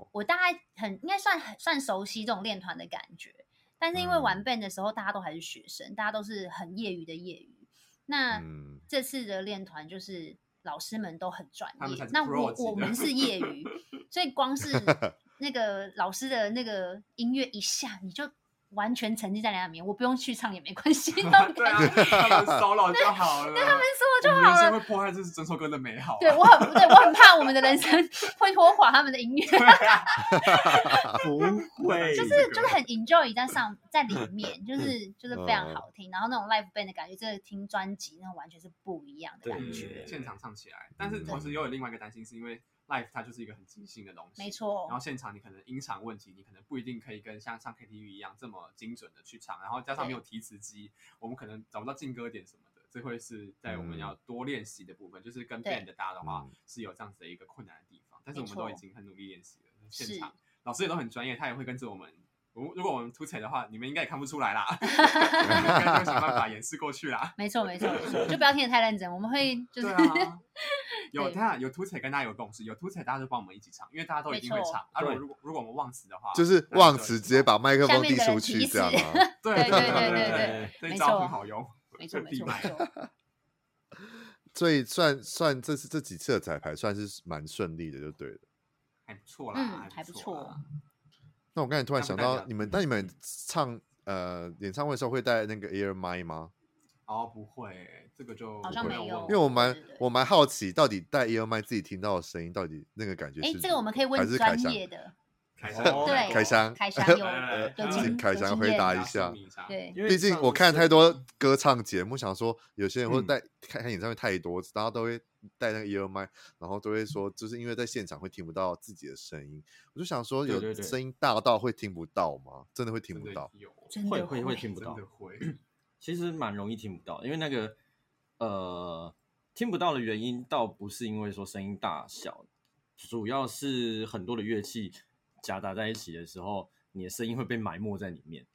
Speaker 4: 哦，
Speaker 2: 我大概很应该算很算熟悉这种练团的感觉，但是因为玩
Speaker 4: 嗯
Speaker 2: band 的时候，大家都还是学生，大家都是很业余的业余。那、
Speaker 4: 嗯，
Speaker 2: 这次的练团就是老师们都很专
Speaker 1: 他们才
Speaker 2: 业
Speaker 1: 是，
Speaker 2: 那
Speaker 1: pro
Speaker 2: 我
Speaker 1: 级的
Speaker 2: 我们是业余，所以
Speaker 1: (laughs)
Speaker 2: 光是那个老师的那个音乐一下，你就完全沉浸在那里面，我不用去唱也没关系，
Speaker 1: (laughs)
Speaker 2: 那种
Speaker 1: 对啊，
Speaker 2: 感觉
Speaker 1: 他们骚扰就好了，他们
Speaker 2: 说就
Speaker 1: 人
Speaker 2: 好
Speaker 1: 生
Speaker 2: 了。
Speaker 1: 会破坏这是整首歌的美好啊。
Speaker 2: 对我很对我很怕我们的人生 (laughs) 会拖垮他们的音乐，
Speaker 1: 不会，
Speaker 2: 就是就是很 enjoy 在上在里面，就是就是非常
Speaker 4: 嗯
Speaker 2: 好听，然后那种 live band 的感觉，真的听专辑那种完全是不一样的
Speaker 3: 对
Speaker 2: 感
Speaker 1: 嗯
Speaker 2: 觉，
Speaker 1: 现场唱起来，但是
Speaker 4: 嗯
Speaker 1: 同时又有另外一个担心，是因为 live 它就是一个很即兴的东西，
Speaker 2: 没。错
Speaker 1: 然。后现场你可能音场问题，你可能不一定可以跟像上 KTV 一样这么精准的去唱，然后加上没有提词机，我们可能找不到进歌点什么的，这会是在我们
Speaker 4: 嗯
Speaker 1: 要多练习的部分，就是跟
Speaker 2: 对
Speaker 1: band 搭的话
Speaker 4: 嗯
Speaker 1: 是有这样子的一个困难的地方，但是我们
Speaker 2: 没错
Speaker 1: 都已经很努力练习了，现
Speaker 2: 是
Speaker 1: 场老师也都很专业，他也会跟着我们。我们如果我们出彩的话，你们应该也看不出
Speaker 2: (laughs)
Speaker 1: 来啦，应该就想办法掩饰过去啦。
Speaker 2: 没错，没错，没错，就不要听得太认真，我们会就是、
Speaker 1: 对
Speaker 4: (laughs)
Speaker 1: 啊，有
Speaker 2: 对
Speaker 1: 大家有凸彩跟大家有共识，有凸彩大家就帮我们一起唱，因为大家都一定会
Speaker 2: 没错
Speaker 1: 唱。啊，如果
Speaker 3: 对
Speaker 1: 如果如果我们忘词的话，
Speaker 4: 就是
Speaker 1: 那
Speaker 4: 忘
Speaker 1: 就
Speaker 4: 词直接把麦克
Speaker 2: 下
Speaker 4: 风
Speaker 2: 面
Speaker 4: 递
Speaker 2: 的人
Speaker 4: 出去，
Speaker 2: 提
Speaker 4: 这样
Speaker 2: 示
Speaker 4: 吗？ (laughs)
Speaker 1: 对对
Speaker 2: 对对
Speaker 1: 对
Speaker 2: 对对
Speaker 3: 对
Speaker 1: 这一
Speaker 2: 没
Speaker 1: 招
Speaker 2: 错
Speaker 1: 很好用。
Speaker 2: 没错，没
Speaker 1: 地
Speaker 2: 错，没
Speaker 1: 板
Speaker 2: 错，
Speaker 4: 所以算算这次这几次的彩排算是蛮顺利的，就对了。
Speaker 1: 还不错啦，
Speaker 2: 嗯，还
Speaker 1: 还
Speaker 2: 不
Speaker 1: 错
Speaker 2: 错
Speaker 1: 啦。。
Speaker 4: 那我刚才突
Speaker 1: 那
Speaker 4: 然
Speaker 1: 不
Speaker 4: 想
Speaker 1: 代
Speaker 4: 到
Speaker 1: 表，
Speaker 4: 你们
Speaker 2: (laughs)
Speaker 4: 那你们唱呃演唱会的时候会带那个 ear mic 吗？
Speaker 1: 哦，不会，这个就
Speaker 2: 好像
Speaker 1: 没
Speaker 2: 没
Speaker 1: 问
Speaker 2: 有
Speaker 1: 过
Speaker 4: 因为我蛮
Speaker 2: 哦对对对
Speaker 4: 我蛮好奇，到底带 ear mic 自己听到的声音，到底那个感觉
Speaker 2: 哎
Speaker 4: 是？，
Speaker 2: 这个我们可以
Speaker 4: 还
Speaker 2: 问
Speaker 4: 是啊
Speaker 2: 专
Speaker 4: 开箱
Speaker 2: 业的，
Speaker 1: 开箱
Speaker 3: 哦
Speaker 2: 对，
Speaker 4: 开箱 (laughs)
Speaker 2: 开箱有
Speaker 1: 来来来
Speaker 2: 有
Speaker 1: 来
Speaker 2: 经
Speaker 4: 请凯
Speaker 2: 有
Speaker 4: 翔
Speaker 2: 经
Speaker 4: 回
Speaker 2: 验
Speaker 1: 大
Speaker 4: 答一
Speaker 1: 家
Speaker 4: 下
Speaker 1: 说明一下，
Speaker 2: 对，
Speaker 3: 呃因为
Speaker 4: 毕竟
Speaker 3: 上
Speaker 4: 我
Speaker 3: 次
Speaker 4: 看太多歌唱节目，想说有些人会
Speaker 3: 嗯
Speaker 4: 带看看演唱会太多，大家都会带那个 ear mic，然后都会说，就是因为在现场会听不到自己的声音。我就想说，
Speaker 3: 对对
Speaker 4: 有
Speaker 3: 对
Speaker 4: 声音大到会听不到吗？真的会听
Speaker 1: 真
Speaker 4: 不
Speaker 1: 的
Speaker 4: 到？
Speaker 1: 有，
Speaker 2: 真
Speaker 3: 会
Speaker 2: 的
Speaker 3: 会会听不
Speaker 1: 真
Speaker 3: 到
Speaker 1: 的，会。
Speaker 3: 其实蛮容易听不到，因为那个呃听不到的原因倒不是因为说声音大小，主要是很多的乐器夹杂在一起的时候，你的声音会被埋没在里面，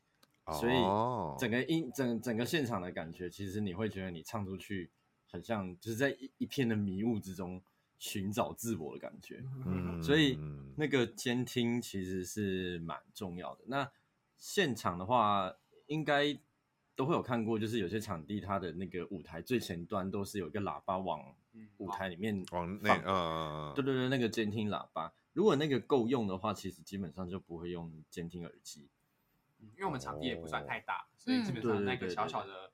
Speaker 3: 所以
Speaker 4: 哦
Speaker 3: 整个音整整个现场的感觉，其实你会觉得你唱出去很像就是在一一片的迷雾之中寻找自我的感觉。
Speaker 4: 嗯
Speaker 3: 所以
Speaker 4: 嗯
Speaker 3: 那个监听其实是蛮重要的。那现场的话，应该都会有看过，就是有些场地它的那个舞台最前端都是有一个喇叭往
Speaker 1: 嗯
Speaker 3: 舞台里面
Speaker 4: 往内，
Speaker 3: 放
Speaker 4: 嗯嗯，嗯
Speaker 3: 对，对对，那个监听喇叭，如果那个够用的话，其实基本上就不会用监听耳机。
Speaker 1: 嗯因为我们场地也不算太大，所以基本
Speaker 3: 嗯
Speaker 1: 上那
Speaker 3: 对对
Speaker 1: 个
Speaker 3: 对
Speaker 1: 小小的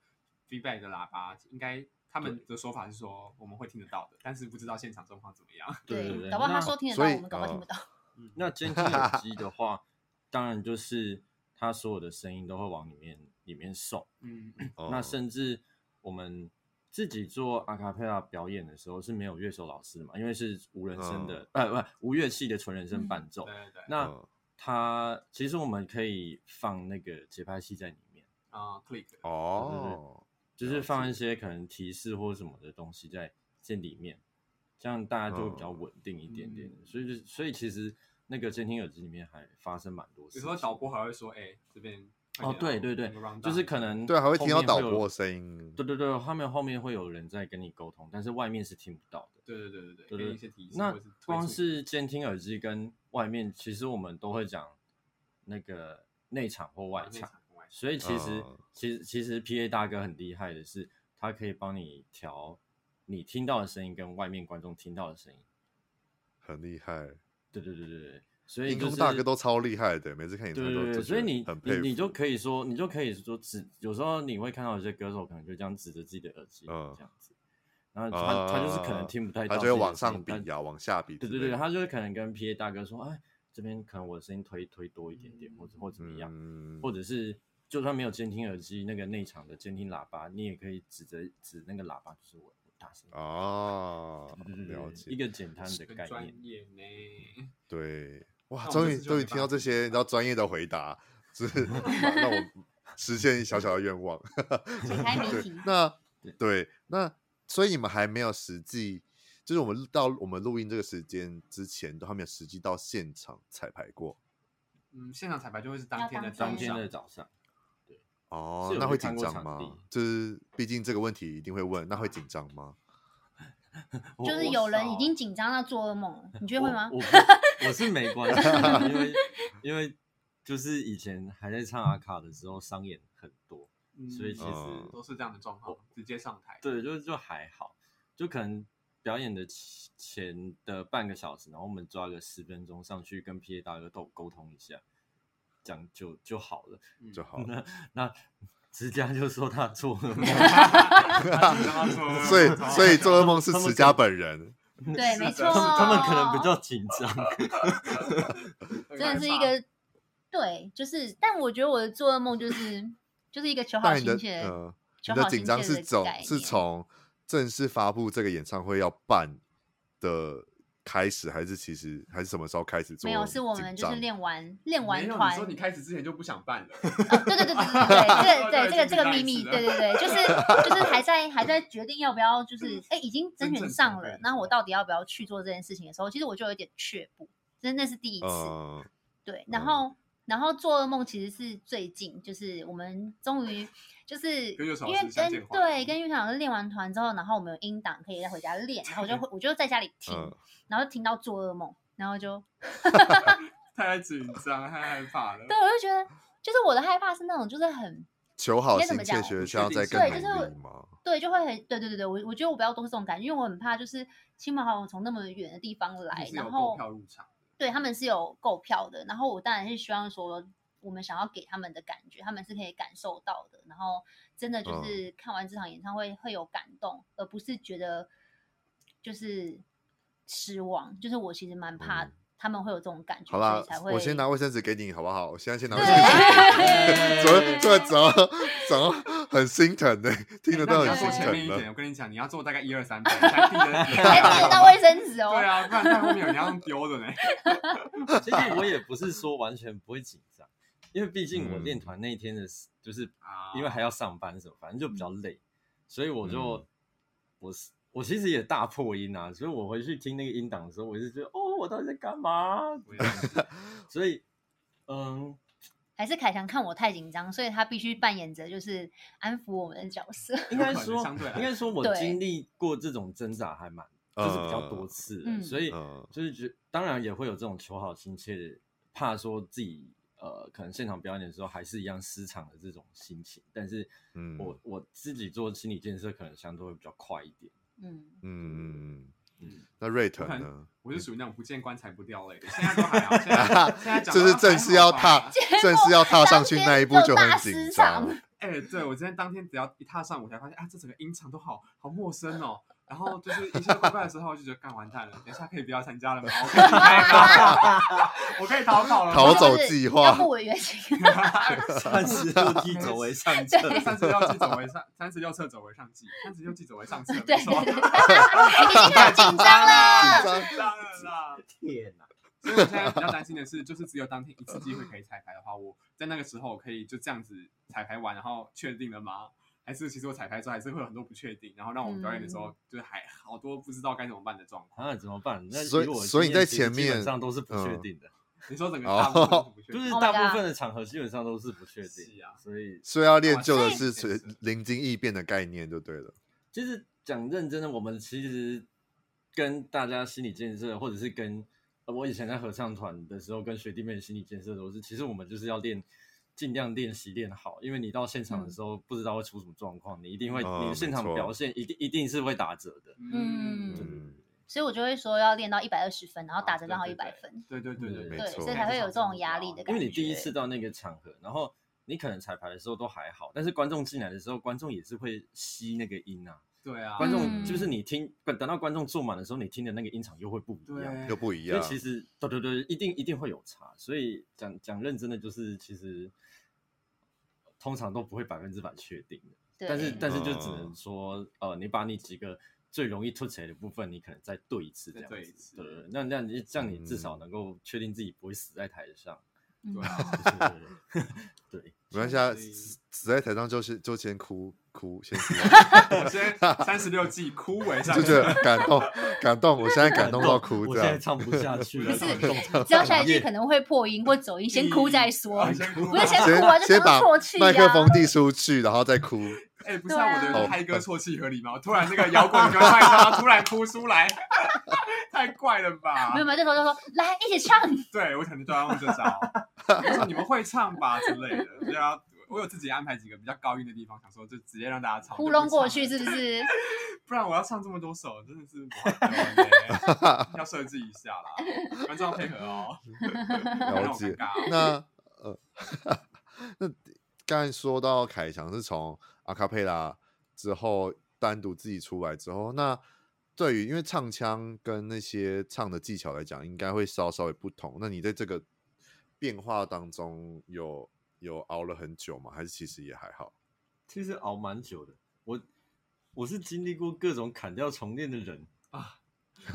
Speaker 1: feedback 的喇叭，应该他们的说法是说我们会听得到的，但是不知道现场状况怎么样。
Speaker 3: 对对
Speaker 2: 对，
Speaker 3: 对
Speaker 2: 搞不好他
Speaker 3: 那
Speaker 2: 说听得
Speaker 4: 所
Speaker 2: 到，
Speaker 4: 以
Speaker 2: 我们搞不好听
Speaker 4: 呃
Speaker 2: 不到。
Speaker 1: 嗯
Speaker 3: 那监听耳机的话，当然就是它所有的声音都会往里面里面送。
Speaker 1: 嗯，
Speaker 3: 那
Speaker 4: 哦
Speaker 3: 甚至我们自己做阿卡贝拉表演的时候是没有乐手老师的嘛，因为是无人声的，
Speaker 4: 哦
Speaker 3: 呃，不，无乐器的纯人声伴奏。
Speaker 1: 对对对，
Speaker 3: 那
Speaker 4: 嗯
Speaker 3: 它其实我们可以放那个节拍器在里面，
Speaker 1: 啊 click，
Speaker 4: 哦，
Speaker 3: 就是
Speaker 4: 了
Speaker 3: 放
Speaker 4: 解
Speaker 3: 一些可能提示或什么的东西在这里面，这样大家就会比较
Speaker 4: 嗯
Speaker 3: 稳定一点点。
Speaker 1: 嗯
Speaker 3: 所以就所以其实那个监听耳机里面还发生蛮多
Speaker 1: 有
Speaker 3: 事
Speaker 1: 时
Speaker 3: 情。
Speaker 1: 候导播还会说，哎，这边快点
Speaker 3: 哦，
Speaker 1: 啊
Speaker 3: 对对
Speaker 1: 那
Speaker 3: 对
Speaker 1: 个 round，
Speaker 3: 就是
Speaker 1: down
Speaker 3: 可能
Speaker 4: 对啊，还会听到
Speaker 3: 后面
Speaker 4: 导
Speaker 3: 有
Speaker 4: 播的声音，
Speaker 3: 对对对，他们后面会有人在跟你沟通，但是外面是听不到的。
Speaker 1: 对对对对
Speaker 3: 对
Speaker 1: 给
Speaker 3: 对
Speaker 1: 你一些提示
Speaker 3: 那
Speaker 1: 或者是推
Speaker 3: 光
Speaker 1: 促
Speaker 3: 是监听耳机跟外面，其实我们都会讲那个内场或
Speaker 1: 啊
Speaker 3: 外
Speaker 1: 内
Speaker 3: 场
Speaker 1: 场，跟外场
Speaker 3: 所以其实、
Speaker 4: 嗯
Speaker 3: 其实其实 P A 大哥很厉害的是，他可以帮你调你听到的声音跟外面观众听到的声音。
Speaker 4: 很厉害。
Speaker 3: 对对对对对，所以
Speaker 4: 音
Speaker 3: 就
Speaker 4: 控
Speaker 3: 是
Speaker 4: 大哥都超厉害的，每次看演唱
Speaker 3: 对
Speaker 4: 会都
Speaker 3: 对
Speaker 4: 就
Speaker 3: 对，所以
Speaker 4: 觉得
Speaker 3: 你
Speaker 4: 很佩
Speaker 3: 你
Speaker 4: 服，
Speaker 3: 你就可以说，你就可以说指，有时候你会看到有些歌手可能就这样指着自己的耳机，
Speaker 4: 嗯啊
Speaker 3: 这样子，然后他、他就是可能听不太到
Speaker 4: 他
Speaker 3: 自
Speaker 4: 就
Speaker 3: 己的声音，
Speaker 4: 会往上比
Speaker 3: 但
Speaker 4: 啊，往下比之
Speaker 3: 对
Speaker 4: 类的，
Speaker 3: 对对，他就会可能跟 PA 大哥说，哎，这边可能我的声音推推多一点点，或者或怎么样，
Speaker 4: 嗯
Speaker 3: 或者是就算没有监听耳机，那个内场的监听喇叭，你也可以指着指那个喇叭，就是我我大声。
Speaker 4: 哦，
Speaker 3: 对对对
Speaker 4: 了
Speaker 3: 对
Speaker 4: 解，
Speaker 3: 一个简单的
Speaker 1: 很
Speaker 3: 概念
Speaker 1: 专，业呢。
Speaker 4: 对，哇，
Speaker 1: 那我
Speaker 4: 终
Speaker 1: 这
Speaker 4: 于
Speaker 1: 次就
Speaker 4: 终
Speaker 1: 没
Speaker 4: 于听
Speaker 1: 办法
Speaker 4: 到这些，你知道专业的回答，
Speaker 3: (laughs)
Speaker 4: 只是让我实现小小的愿望。
Speaker 2: 解开谜
Speaker 4: 对
Speaker 2: 题，
Speaker 3: (laughs)
Speaker 4: 那对，那所以你们还没有实际，就是我们到我们录音这个时间之前，都还没有实际到现场彩排过。
Speaker 1: 嗯，现场彩排就会是当
Speaker 2: 要
Speaker 1: 天的
Speaker 2: 当
Speaker 3: 当
Speaker 1: 早
Speaker 3: 天
Speaker 1: 上
Speaker 3: 的早上，
Speaker 4: 哦
Speaker 3: 是，有
Speaker 4: 那
Speaker 3: 去
Speaker 4: 会
Speaker 3: 看
Speaker 4: 紧
Speaker 3: 过
Speaker 4: 张
Speaker 3: 场地
Speaker 4: 吗？就是毕竟这个问题一定会问，那会紧张吗？
Speaker 3: 我
Speaker 2: 就是有人已经紧张到做噩梦了，你觉得会吗
Speaker 3: 我？我不我是没关
Speaker 2: (laughs)
Speaker 3: 系，因为因为就是以前还在唱阿卡的时候，商演很多，
Speaker 1: 嗯
Speaker 3: 所以其
Speaker 4: 嗯
Speaker 3: 实哦
Speaker 1: 都是这样的状况，直接上台。
Speaker 3: 对，就就还好，就可能表演的前前的半个小时，然后我们抓个十分钟上去跟 PA 大哥沟沟通一下，这样就就好了。
Speaker 1: 嗯
Speaker 4: 就好了。
Speaker 3: 那直家就说他做噩
Speaker 2: (laughs)
Speaker 1: (laughs)
Speaker 3: 梦
Speaker 1: 他紧张到做噩梦
Speaker 4: 所以，所以做噩梦是
Speaker 3: 他们
Speaker 4: 持
Speaker 3: 可
Speaker 4: 家本人。
Speaker 2: 对，没错，
Speaker 3: 他们他们可能比较紧张。
Speaker 2: 真的是一个对，就是，但我觉得我的做噩梦就是就是一个求好
Speaker 4: 但你的
Speaker 2: 心切，
Speaker 4: 呃，你
Speaker 2: 求
Speaker 4: 的
Speaker 2: 好
Speaker 4: 紧
Speaker 2: 心
Speaker 4: 张
Speaker 2: 切
Speaker 4: 是
Speaker 2: 的
Speaker 4: 从
Speaker 2: 概念
Speaker 4: 是从正式发布这个演唱会要办的开始，还是其实还是什么时候开始做紧张？
Speaker 2: 没有，是我们就是练完练完
Speaker 1: 没有
Speaker 2: 团
Speaker 1: 你，说你开始之前就不想办了，
Speaker 2: 呃对
Speaker 1: (laughs)
Speaker 2: 对对对对对，这个对这个这个秘密，
Speaker 1: 对嗯
Speaker 2: 对对对，就是就是还在还在决定要不要，就是哎已经甄选上
Speaker 1: 真正嗯
Speaker 2: 了
Speaker 1: 准，备
Speaker 2: 那我到底要不要去做这件事情的时候，其实我就有点却步，真的是第一次，
Speaker 4: 呃，
Speaker 2: 对，然
Speaker 4: 嗯
Speaker 2: 后、然后做噩梦其实是最近，就是我们终于就是
Speaker 1: 跟乐手
Speaker 2: 因
Speaker 1: 老
Speaker 2: 为
Speaker 1: 师相
Speaker 2: 跟
Speaker 1: 见欢嗯
Speaker 2: 对跟乐团老师练完团之后，然后我们有音档可以再回家练，然后
Speaker 1: (laughs)
Speaker 2: 我就会我就在家里听，
Speaker 4: 嗯
Speaker 2: 然后就听到做噩梦，然后就
Speaker 1: 太紧张，太害怕了。
Speaker 2: 对我就觉得就是我的害怕是那种就是很
Speaker 4: 求好
Speaker 2: 应该怎么
Speaker 4: 心切，
Speaker 2: 讲
Speaker 4: 学
Speaker 1: 不
Speaker 4: 校要
Speaker 1: 确定是
Speaker 2: 对
Speaker 4: 再更
Speaker 2: 就是
Speaker 4: 努力吗？
Speaker 2: 对就会很对对对对，我我觉得我比较多是这种感觉，因为我很怕就是亲朋好友从那么远的地方来，
Speaker 1: 是有
Speaker 2: 然
Speaker 1: 购
Speaker 2: 后
Speaker 1: 票入场，
Speaker 2: 对他们是有购票的，然后我当然是希望说，我们想要给他们的感觉，他们是可以感受到的，然后真的就
Speaker 4: 嗯
Speaker 2: 是看完这场演唱会会有感动，而不是觉得就是失望。就是我其实蛮怕
Speaker 4: 嗯
Speaker 2: 他们会有这种感觉，
Speaker 4: 好
Speaker 2: 所
Speaker 4: 啦
Speaker 2: 以才，会。
Speaker 4: 我
Speaker 2: (laughs)
Speaker 4: 先拿 (laughs) 卫生纸给你，好不好？我现在先拿卫生纸。 (laughs)
Speaker 2: 对。
Speaker 4: 这这怎怎很心疼呢、听
Speaker 1: 那
Speaker 4: 得到
Speaker 1: 你
Speaker 4: 很
Speaker 1: 要
Speaker 4: 心
Speaker 1: 坐前面
Speaker 4: 疼
Speaker 1: 一点，
Speaker 4: (laughs) 的。
Speaker 1: 我跟你讲，你要坐大概一二三排，你才听
Speaker 2: (laughs)
Speaker 1: 得
Speaker 2: 还听得哎到卫生
Speaker 4: (laughs)
Speaker 2: 纸哦，
Speaker 1: 对啊，不然在后面有人要用丢
Speaker 2: (laughs)
Speaker 1: 的呢。
Speaker 3: 其实我也不是说完全不会紧张，因为毕竟我
Speaker 4: 嗯
Speaker 3: 练团那一天的时，就是
Speaker 1: 啊
Speaker 3: 因为还要上班什么，反正就比较
Speaker 2: 嗯
Speaker 3: 累，所以我就、
Speaker 4: 嗯
Speaker 3: 我是我其实也大破音啊，所以我回去听那个音档的时候，我就觉得哦，我到底在干嘛？
Speaker 1: 我也是
Speaker 3: 所以嗯，
Speaker 2: 还是凯翔看我太紧张，所以他必须扮演着就是安抚我们的角色。 (laughs)
Speaker 3: 应该
Speaker 1: 有可能
Speaker 3: 说
Speaker 1: 相对来
Speaker 3: 应该说我
Speaker 2: 对
Speaker 3: 经历过这种挣扎还蛮就是比较多次了，
Speaker 2: 嗯
Speaker 3: 所以
Speaker 4: 嗯
Speaker 3: 就是觉当然也会有这种求好心切的，怕说自己呃可能现场表演的时候还是一样失常的这种心情，但是
Speaker 4: 嗯
Speaker 3: 我我自己做心理建设可能相对会比较快一点。
Speaker 2: 嗯，
Speaker 4: 嗯嗯嗯
Speaker 3: 嗯。
Speaker 4: 那瑞腾
Speaker 1: 看
Speaker 4: 呢？
Speaker 1: 我是属于那种不见棺材不掉泪的，现在都还好，现
Speaker 4: (laughs)
Speaker 1: 在现在讲
Speaker 4: 就是
Speaker 1: 到
Speaker 4: 正式要
Speaker 1: 还好吧
Speaker 4: 踏。正式要踏上去那一步就很紧
Speaker 2: 当
Speaker 4: 张
Speaker 2: 天就大失。
Speaker 1: 哎、对我今天当天只要一踏上舞台，发现啊，这整个音场都好好陌生哦。然后就是一切怪怪的时候，就觉得干完蛋了，等一下可以不要参加了吗？我可以离开吗 (laughs) 我可以逃跑了吗，
Speaker 4: 逃走计划
Speaker 2: 要不违约 (laughs) 金。
Speaker 3: 三十六计走为上策，
Speaker 1: 三十六计走为上，三十六策走为上计，三十六计走为上策，
Speaker 2: (laughs) 对
Speaker 1: 没错，
Speaker 2: 对
Speaker 1: 太紧
Speaker 2: 张了 (laughs)
Speaker 1: 了，紧张了啦。
Speaker 3: (laughs) 天哪！
Speaker 1: 所以我现在比较担心的是，就是只有当天一次机会可以彩排的话，我在那个时候可以就这样子彩排完，然后确定了吗？还是其实我彩排之后还是会有很多不确定，然后让我们表演的时
Speaker 2: 嗯
Speaker 1: 候、就是还好多不知道该怎么办的状况。
Speaker 3: 啊，怎么办？那
Speaker 4: 所以
Speaker 3: 以我的
Speaker 4: 所以你
Speaker 3: 经验
Speaker 4: 在
Speaker 3: 其实
Speaker 4: 前
Speaker 3: 基本
Speaker 4: 面
Speaker 3: 上都是不确
Speaker 4: 嗯
Speaker 3: 定的，
Speaker 1: 你说整个大部分都是不确
Speaker 3: 就 (laughs)
Speaker 1: 定，
Speaker 3: 是
Speaker 2: Oh my
Speaker 3: 大部
Speaker 2: god
Speaker 3: 分的场合基本上都是不确定
Speaker 1: 是啊
Speaker 3: 所以
Speaker 4: 所以要练就的
Speaker 1: 所以
Speaker 4: 是随临经异变的概念就对了。
Speaker 3: 其实讲认真的，我们其实跟大家心理建设，或者是跟呃我以前在合唱团的时候，跟学弟妹的心理建设都是，其实我们就是要练，尽量练习练好，因为你到现场的时候不知道会出什么状况，你一定会，
Speaker 4: 哦
Speaker 3: 你的现场
Speaker 4: 没错
Speaker 3: 表现一定一定是会打折的。
Speaker 2: 嗯
Speaker 1: 嗯，
Speaker 4: 嗯，
Speaker 2: 所以我就会说要练到一百二十分，然后打折刚好一
Speaker 1: 对
Speaker 2: 百
Speaker 1: 对
Speaker 2: 分。
Speaker 1: 对对对对，
Speaker 4: 没
Speaker 2: 对，
Speaker 4: 错
Speaker 2: 所以才会有这种压力的
Speaker 3: 因
Speaker 2: 感觉。
Speaker 3: 为你第一次到那个场合，然后你可能彩排的时候都还好，但是观众进来的时候，观众也是会吸那个音啊。
Speaker 1: 对啊，
Speaker 3: 观众
Speaker 2: 嗯
Speaker 3: 就是你听，等到观众坐满的时候，你听的那个音场又会不一样。
Speaker 1: 对
Speaker 4: 嗯又不一
Speaker 3: 所以
Speaker 4: 样。
Speaker 3: 其实对对对，一定一定会有差。所以讲讲认真的，就是其实通常都不会百分之百确定的，
Speaker 2: 对，
Speaker 3: 但是但是就
Speaker 4: 嗯
Speaker 3: 只能说，呃，你把你几个最容易吐起来的部分，你可能再对一次这
Speaker 1: 再
Speaker 3: 样
Speaker 1: 对一
Speaker 3: 子。
Speaker 1: 次
Speaker 3: 对对，对那那你这样你至少
Speaker 4: 嗯
Speaker 3: 能够确定自己不会死在台上。 (laughs)
Speaker 2: 嗯
Speaker 1: 对啊
Speaker 3: 就是对，
Speaker 4: 没关系啊，
Speaker 1: 所以
Speaker 4: 死死在台上就是就先哭哭，先哭啊，
Speaker 1: 我先三十六计枯萎上
Speaker 4: 就
Speaker 1: 去
Speaker 4: 觉得感动感动，我现在感动到哭
Speaker 3: 我
Speaker 4: 这
Speaker 3: 现在
Speaker 4: 样。
Speaker 3: 唱不下去了，
Speaker 2: 不是
Speaker 3: 感动到
Speaker 2: 只要下一句
Speaker 3: 哽咽
Speaker 2: 可能会破音或走音，先哭再说
Speaker 1: 啊。先哭，
Speaker 2: 不是先
Speaker 4: 先
Speaker 2: 哭啊就
Speaker 4: 先
Speaker 2: 当
Speaker 4: 把
Speaker 2: 作去
Speaker 4: 麦克
Speaker 2: 呀
Speaker 4: 风递出去，然后再哭。
Speaker 1: 哎、不是啊，
Speaker 2: 对
Speaker 1: 我
Speaker 2: 啊
Speaker 4: 哦
Speaker 1: 的
Speaker 4: 呃
Speaker 1: 嗨歌错气合理吗？突然那个摇滚歌快到突然哭出来， (laughs) 太怪了吧
Speaker 2: 没？有没有，这时候就说来一起唱，
Speaker 1: 对我可能就要用这招，我说你们会唱吧之类的，就要我有自己安排几个比较高音的地方，想说就直接让大家唱，就
Speaker 2: 糊
Speaker 1: 不
Speaker 2: 弄过
Speaker 1: 唱
Speaker 2: 去
Speaker 1: 了
Speaker 2: 是不是？
Speaker 1: 不然我要唱这么多首，真的是不好玩
Speaker 4: (laughs)
Speaker 1: 欸要设计一下啦，观众要配合哦，不然
Speaker 4: 了
Speaker 1: 我
Speaker 4: 解
Speaker 1: 尴尬哦。
Speaker 4: 那呃， (laughs) 那刚才说到凯翔是从阿卡佩拉之后单独自己出来之后，那对于因为唱腔跟那些唱的技巧来讲，应该会稍稍微不同。那你在这个变化当中有有熬了很久吗？还是其实也还好？
Speaker 3: 其实熬蛮久的。我我是经历过各种砍掉重练的人啊。 (laughs)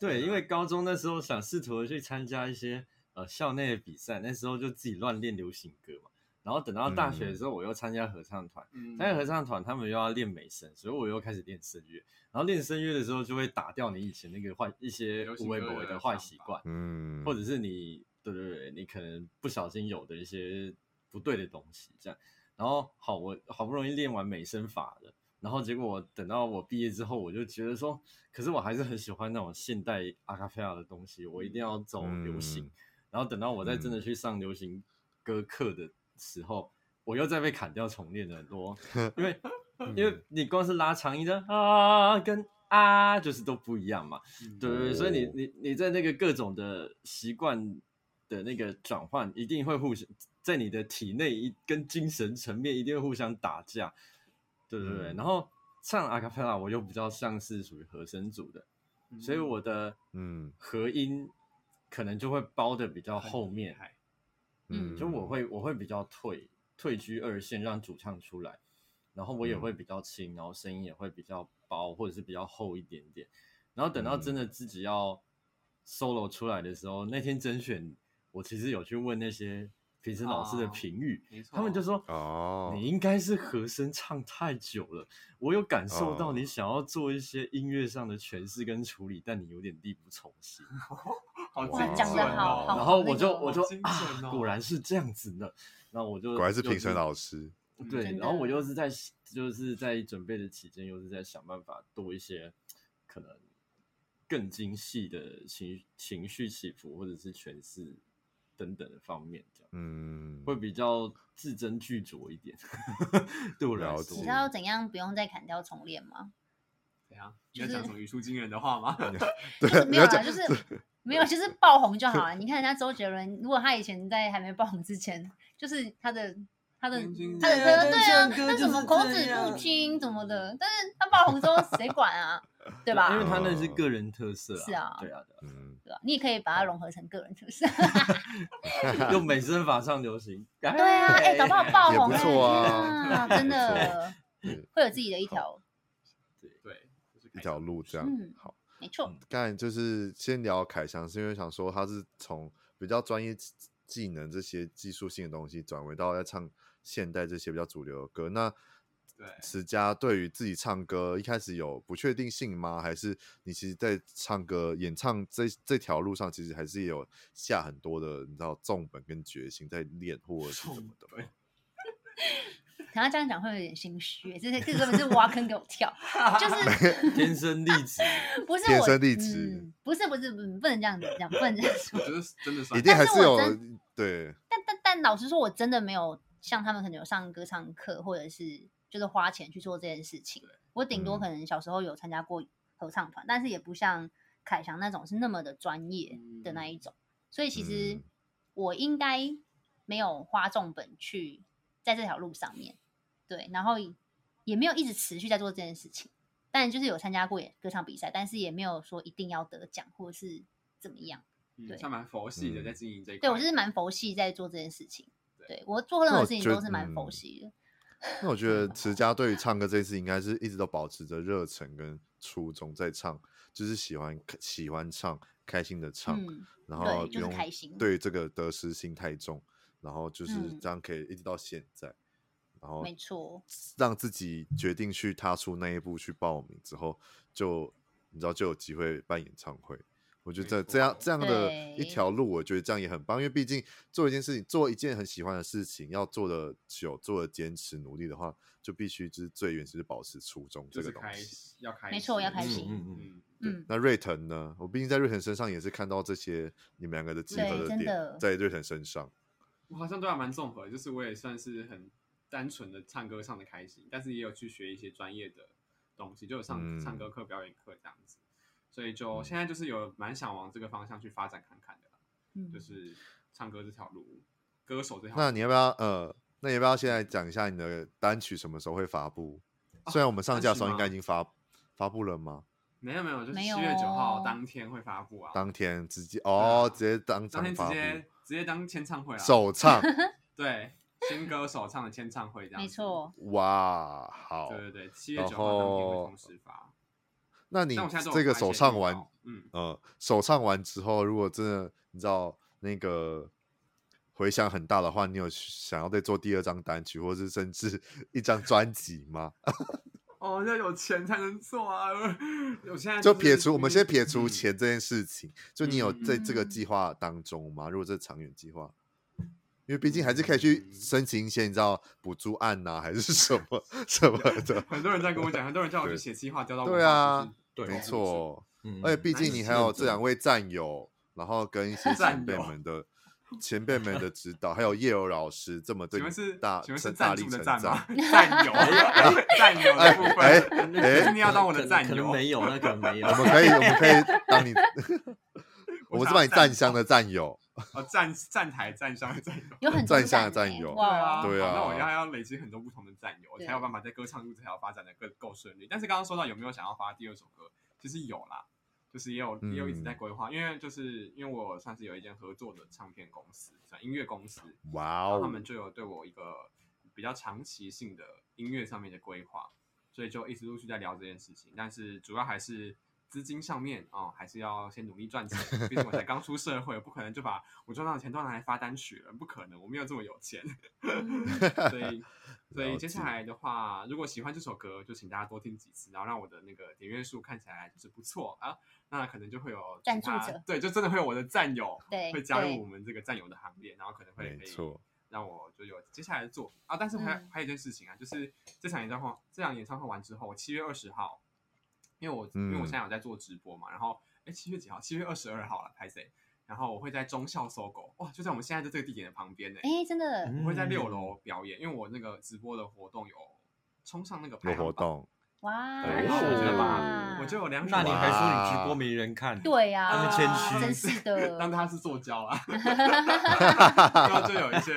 Speaker 3: 对，因为高中那时候想试图地去参加一些呃校内的比赛，那时候就自己乱练流行歌嘛。然后等到大学的时候，我又参加合唱团，
Speaker 1: 嗯
Speaker 3: 参加合唱团他们又要练美声，所以我又开始练声乐。然后练声乐的时候，就会打掉你以前那个坏一些
Speaker 1: 流行
Speaker 3: 无微
Speaker 1: 歌
Speaker 3: 不微
Speaker 1: 的
Speaker 3: 的坏
Speaker 1: 唱
Speaker 3: 习
Speaker 1: 法
Speaker 3: 惯。
Speaker 4: 嗯，
Speaker 3: 或者是你对对对，你可能不小心有的一些不对的东西这样。然后好，我好不容易练完美声法了，然后结果我等到我毕业之后，我就觉得说，可是我还是很喜欢那种现代阿卡贝拉的东西，我一定要走流行。
Speaker 4: 嗯
Speaker 3: 然后等到我再真的
Speaker 4: 嗯
Speaker 3: 去上流行歌课的时候，我又再被砍掉重练了很多，因为
Speaker 1: 嗯
Speaker 3: 因为你光是拉长音的啊跟啊就是都不一样嘛。
Speaker 1: 嗯
Speaker 3: 对对对，所以你
Speaker 4: 哦
Speaker 3: 你你在那个各种的习惯的那个转换，一定会互相在你的体内一跟精神层面一定会互相打架，对对对。
Speaker 4: 嗯
Speaker 3: 然后唱阿卡贝拉，我又比较像是属于和声组的，
Speaker 1: 嗯
Speaker 3: 所以我的
Speaker 4: 嗯
Speaker 3: 和音可能就会包的比较
Speaker 1: 很
Speaker 3: 后
Speaker 1: 厉
Speaker 3: 面，
Speaker 1: 害
Speaker 2: 嗯
Speaker 3: 就我会我会比较退退居二线，让主唱出来，然后我也会比较轻，然后声音也会比较薄或者是比较厚一点点。然后等到真的自己要 solo 出来的时候，那天甄选我其实有去问那些评审老师的
Speaker 1: 哦
Speaker 3: 评语，
Speaker 1: 没错，
Speaker 3: 他们就说
Speaker 4: 哦
Speaker 3: 你应该是和声唱太久了，我有感受到
Speaker 4: 哦
Speaker 3: 你想要做一些音乐上的诠释跟处理，但你有点力不从心。
Speaker 1: 好
Speaker 4: 哇
Speaker 1: 精
Speaker 4: 讲得
Speaker 1: 准
Speaker 4: 好
Speaker 1: 哦
Speaker 2: 好
Speaker 3: 然后我
Speaker 2: 那
Speaker 3: 就
Speaker 2: 个
Speaker 3: 我
Speaker 1: 好
Speaker 3: 就
Speaker 1: 精准
Speaker 3: 啊，
Speaker 1: 哦
Speaker 3: 果然是这样子的。那我就
Speaker 4: 果然是
Speaker 3: 又
Speaker 4: 评审老师，
Speaker 1: 嗯
Speaker 3: 对，
Speaker 2: 真
Speaker 3: 然后我
Speaker 2: 的
Speaker 3: 又是在就是在准备的期间，又是在想办法多一些可能更精细的情情绪起伏或者是诠释等等的方面，这样
Speaker 4: 嗯，
Speaker 3: 会比较字斟句酌一点。 (laughs) 对我来
Speaker 4: 了
Speaker 3: 说
Speaker 2: 你
Speaker 4: 解
Speaker 2: 知，道怎样不用再砍掉重练吗？
Speaker 1: 怎样？你
Speaker 2: 就
Speaker 1: 要
Speaker 2: 是
Speaker 1: 讲什么语出惊人的话吗？
Speaker 2: 就是
Speaker 4: (laughs)
Speaker 2: 没有
Speaker 4: 不要
Speaker 2: 啦，就是没有，就是爆红就好啊了。你看人家周杰伦，如果他以前在还没爆红之前，就是他的他的
Speaker 1: 天津
Speaker 2: 他的
Speaker 1: 人
Speaker 2: 歌，对啊
Speaker 3: 唱，歌
Speaker 2: 那
Speaker 3: 就
Speaker 2: 怎么
Speaker 3: 是
Speaker 2: 口
Speaker 3: 这
Speaker 2: 齿不
Speaker 3: 样
Speaker 2: 清怎么的，但是他爆红之后谁管啊，对吧？
Speaker 3: 因为他那是
Speaker 4: 嗯
Speaker 3: 个人特色、
Speaker 2: 是啊
Speaker 3: 对啊，对
Speaker 4: 嗯，
Speaker 2: 对吧？你也可以把它融合成个人特色。
Speaker 3: (laughs) 啊，用美声法上流行。对
Speaker 2: 对啊，哎、搞不好爆
Speaker 4: 也
Speaker 2: 红
Speaker 4: 不
Speaker 2: 哎
Speaker 4: 错啊
Speaker 2: 天
Speaker 4: 也
Speaker 2: 真
Speaker 4: 不啊
Speaker 2: 的嗯
Speaker 4: 对
Speaker 2: 会有自己的一条，
Speaker 1: 对，就是
Speaker 4: 一
Speaker 1: 开
Speaker 4: 条
Speaker 1: 场
Speaker 4: 路这样。
Speaker 2: 嗯
Speaker 4: 好，
Speaker 2: 没错，
Speaker 4: 刚才就是先聊凯翔，是因为想说他是从比较专业技技能这些技术性的东西，转为到在唱现代这些比较主流的歌。那
Speaker 1: 对
Speaker 4: 持家对于自己唱歌一开始有不确定性吗？还是你其实，在唱歌演唱这这条路上，其实还是有下很多的你知道重本跟决心在练或者是什么的
Speaker 1: 重
Speaker 4: 吗
Speaker 1: 本？
Speaker 2: 可能他这样讲会有点心虚，这是这根本是挖坑给我
Speaker 3: (laughs)
Speaker 2: 跳，就是
Speaker 3: (laughs) 天生丽质，
Speaker 2: 不是我
Speaker 4: 天生丽质
Speaker 2: 嗯不是不是不是不能这样子讲，不能这样
Speaker 1: 我
Speaker 2: 说。
Speaker 4: (laughs)
Speaker 1: 觉得真的算
Speaker 4: 一定还
Speaker 2: 但是
Speaker 4: 有
Speaker 2: 我
Speaker 4: 对，
Speaker 2: 但但但老实说，我真的没有像他们可能有上歌唱课，或者是就是花钱去做这件事情。我顶多
Speaker 4: 嗯
Speaker 2: 可能小时候有参加过合唱团，但是也不像凯翔那种是那么的专业的那一种。所以其实
Speaker 4: 嗯
Speaker 2: 我应该没有花重本去在这条路上面，对，然后也没有一直持续在做这件事情。但就是有参加过也歌唱比赛，但是也没有说一定要得奖或是怎么样。
Speaker 1: 嗯
Speaker 2: 对
Speaker 1: 像蛮佛系的
Speaker 4: 嗯
Speaker 1: 在经营这一块。
Speaker 2: 对我就是蛮佛系在做这件事情。
Speaker 1: 对
Speaker 2: 对我做任
Speaker 4: 那
Speaker 2: 何
Speaker 4: 我
Speaker 2: 事情
Speaker 4: 觉
Speaker 2: 都
Speaker 4: 得
Speaker 2: 是蛮佛
Speaker 4: 嗯
Speaker 2: 系的。
Speaker 4: 那我觉得持家对于唱歌这件事，应该是一直都保持着热忱跟初衷在唱，就是喜欢喜欢唱，开心的唱，
Speaker 2: 嗯，
Speaker 4: 然
Speaker 2: 对
Speaker 4: 后
Speaker 2: 就是
Speaker 4: 不用
Speaker 2: 开心
Speaker 4: 对这个得失心太重，然后就是
Speaker 2: 嗯
Speaker 4: 这样可以一直到现在，然后
Speaker 2: 没错，
Speaker 4: 让自己决定去踏出那一步去报名之后，就你知道就有机会办演唱会。我觉得
Speaker 3: 没
Speaker 4: 这
Speaker 3: 错
Speaker 4: 这样这样的一
Speaker 2: 对
Speaker 4: 条路，我觉得这样也很棒，因为毕竟做一件事情，做一件很喜欢的事情，要做的久，做的坚持努力的话，就必须就是最原始是保持初衷
Speaker 1: 就
Speaker 4: 这
Speaker 1: 是
Speaker 4: 个东
Speaker 1: 开
Speaker 4: 西。
Speaker 1: 心要开心，
Speaker 2: 没错要开
Speaker 3: 心
Speaker 1: 嗯
Speaker 3: 嗯
Speaker 1: 嗯
Speaker 3: 嗯
Speaker 1: 嗯，
Speaker 4: 对
Speaker 2: 嗯，
Speaker 4: 那瑞腾呢？我毕竟在瑞腾身上也是看到这些你们两个的集合
Speaker 2: 对
Speaker 4: 的
Speaker 2: 真
Speaker 4: 点
Speaker 2: 的，
Speaker 4: 在瑞腾身上，
Speaker 1: 我好像对他蛮综合的，就是我也算是很单纯的唱歌唱的开心，但是也有去学一些专业的东西，就有上、
Speaker 4: 嗯
Speaker 1: 唱歌课、表演课这样子，所以就
Speaker 4: 嗯
Speaker 1: 现在就是有蛮想往这个方向去发展看看的啦，
Speaker 2: 嗯
Speaker 1: 就是唱歌这条路，歌手这条路。
Speaker 4: 那你要不要呃，那你要不要现在讲一下你的单曲什么时候会发布？虽然我们上
Speaker 1: 哦单
Speaker 4: 架的
Speaker 1: 曲
Speaker 4: 时候应该
Speaker 1: 吗
Speaker 4: 已经发发布了吗？
Speaker 1: 没有没有，就是
Speaker 2: 没
Speaker 1: 七
Speaker 2: 有
Speaker 1: 月九号
Speaker 2: 哦
Speaker 1: 当天会发布啊，
Speaker 4: 当天直接哦，
Speaker 1: 啊
Speaker 4: 直接当
Speaker 1: 当
Speaker 4: 场
Speaker 1: 天直
Speaker 4: 发
Speaker 1: 接
Speaker 4: 布，
Speaker 1: 直接当签唱会啊，(laughs)
Speaker 4: 首唱
Speaker 1: 对新歌手唱的签唱会这样，
Speaker 2: 没，错，
Speaker 4: 哇，好
Speaker 1: 对。对对，七月
Speaker 4: 然
Speaker 1: 九号当天会
Speaker 4: 后
Speaker 1: 同时发，
Speaker 4: 那你
Speaker 1: 但我现在都有
Speaker 4: 这个
Speaker 1: 发一
Speaker 4: 首
Speaker 1: 些
Speaker 4: 唱
Speaker 1: 预
Speaker 4: 完
Speaker 1: 告，嗯，
Speaker 4: 呃，首唱完之后，如果真的你知道那个回响很大的话，你有想要再做第二张单曲，或是甚至 (laughs) 一张专辑吗？
Speaker 1: 哦，要有钱才能做啊！ (laughs) 我现在
Speaker 4: 就是撇除我们先撇除
Speaker 1: 嗯
Speaker 4: 钱这件事情，就你有
Speaker 1: 嗯
Speaker 4: 在这个
Speaker 2: 嗯
Speaker 4: 计划当中吗？如果这是长远计划，因为毕竟还是可以去
Speaker 1: 嗯
Speaker 4: 申请一些你知道补助案呐、还是什么
Speaker 1: (laughs)
Speaker 4: 什么的，
Speaker 1: 很多人在跟我讲，很多人叫我去
Speaker 4: 对
Speaker 1: 写计划，交到
Speaker 4: 对
Speaker 1: 文化
Speaker 4: 啊
Speaker 1: 局去
Speaker 3: 对
Speaker 4: 没
Speaker 1: 哦
Speaker 4: 错。
Speaker 3: 嗯，
Speaker 4: 而且毕竟你还有这两
Speaker 3: 位，
Speaker 4: 位战友，然后跟一些前
Speaker 1: (laughs) 战
Speaker 4: 辈
Speaker 1: 友
Speaker 4: 们的前辈们的指导，还有叶柔老师这么
Speaker 1: 请
Speaker 4: 对你
Speaker 1: 问是
Speaker 4: 大
Speaker 1: 请问是
Speaker 4: 称大
Speaker 1: 赞
Speaker 4: 力
Speaker 1: 助的
Speaker 4: 称
Speaker 1: 赞吗？
Speaker 4: 赞？
Speaker 1: 战
Speaker 4: (laughs)
Speaker 1: 友，战友的部
Speaker 4: 哎
Speaker 1: 分，
Speaker 3: 那
Speaker 4: 哎
Speaker 1: 今天要当我的战
Speaker 3: 可能可
Speaker 1: 友
Speaker 3: 能没有，那可能没有，
Speaker 4: 我们可以，我们可以
Speaker 1: (laughs)
Speaker 4: 当你，我
Speaker 1: 我
Speaker 4: 们是
Speaker 1: 想
Speaker 4: 把
Speaker 1: 要
Speaker 4: 你
Speaker 1: 赞
Speaker 4: 站香的战友，
Speaker 1: 哦，站站台站上的战友。
Speaker 2: 有很多
Speaker 4: 站下
Speaker 2: 站
Speaker 4: 战
Speaker 2: 欸
Speaker 4: 友
Speaker 2: 哇，
Speaker 4: 对啊
Speaker 1: 好那我要要累积很多不同的战友，我
Speaker 2: 对
Speaker 1: 才有办法在歌唱路这条发展的更够顺利。但是刚刚说到有没有想要发第二首歌，其实有啦，就是也有也有一直在
Speaker 4: 嗯
Speaker 1: 规划，因为就是因为我算是有一间合作的唱片公司，算音乐公司，
Speaker 4: 哇
Speaker 1: 然后他
Speaker 4: 哦，
Speaker 1: 们就有对我一个比较长期性的音乐上面的规划，所以就一直陆续在聊这件事情。但是主要还是资金上面啊、哦还是要先努力赚钱。毕竟我才刚出社会，我不可能就把我赚到的钱都拿来发单曲了，不可能，我没有这么有钱。
Speaker 2: 嗯
Speaker 4: (laughs)
Speaker 1: 所以，所以
Speaker 4: 了
Speaker 1: 接
Speaker 4: 解
Speaker 1: 下来的话，如果喜欢这首歌，就请大家多听几次，然后让我的那个点阅数看起来就是不错啊，那可能就会有
Speaker 2: 赞
Speaker 1: 其他
Speaker 2: 助者
Speaker 1: 对，就真的会有我的战友
Speaker 2: 对
Speaker 1: 会加
Speaker 2: 对
Speaker 1: 入我们这个战友的行列，然后可能会
Speaker 4: 没
Speaker 1: 可以
Speaker 4: 错，
Speaker 1: 让我就有接下来的作品啊。但是我还、
Speaker 2: 嗯
Speaker 1: 还有一件事情啊，就是这场演唱会，这场演唱会完之后，七月二十号，因为我、因为我
Speaker 4: 嗯
Speaker 1: 现在有在做直播嘛，然后哎七月几号？七月二十二号了，拍谁？然后我会在中校搜狗，哇，就在我们现在的这个地点的旁边呢、
Speaker 2: 哎，真的
Speaker 3: 嗯
Speaker 1: 我会在六楼表演，因为我那个直播的活动有冲上那个排
Speaker 4: 有
Speaker 1: 行
Speaker 4: 活
Speaker 1: 榜，哎
Speaker 4: 动，哎
Speaker 2: 哇，
Speaker 1: 对，然后我就把
Speaker 4: 哇
Speaker 2: 嗯
Speaker 1: 我就有两啊首
Speaker 3: 那你
Speaker 1: 歌， (laughs)
Speaker 3: 还说你直播没人看？
Speaker 2: 对呀，
Speaker 3: 那么谦虚
Speaker 2: 真是
Speaker 1: 当
Speaker 2: 的，
Speaker 1: 他是做胶
Speaker 2: (laughs)
Speaker 1: 啊， (laughs) 然后就有一些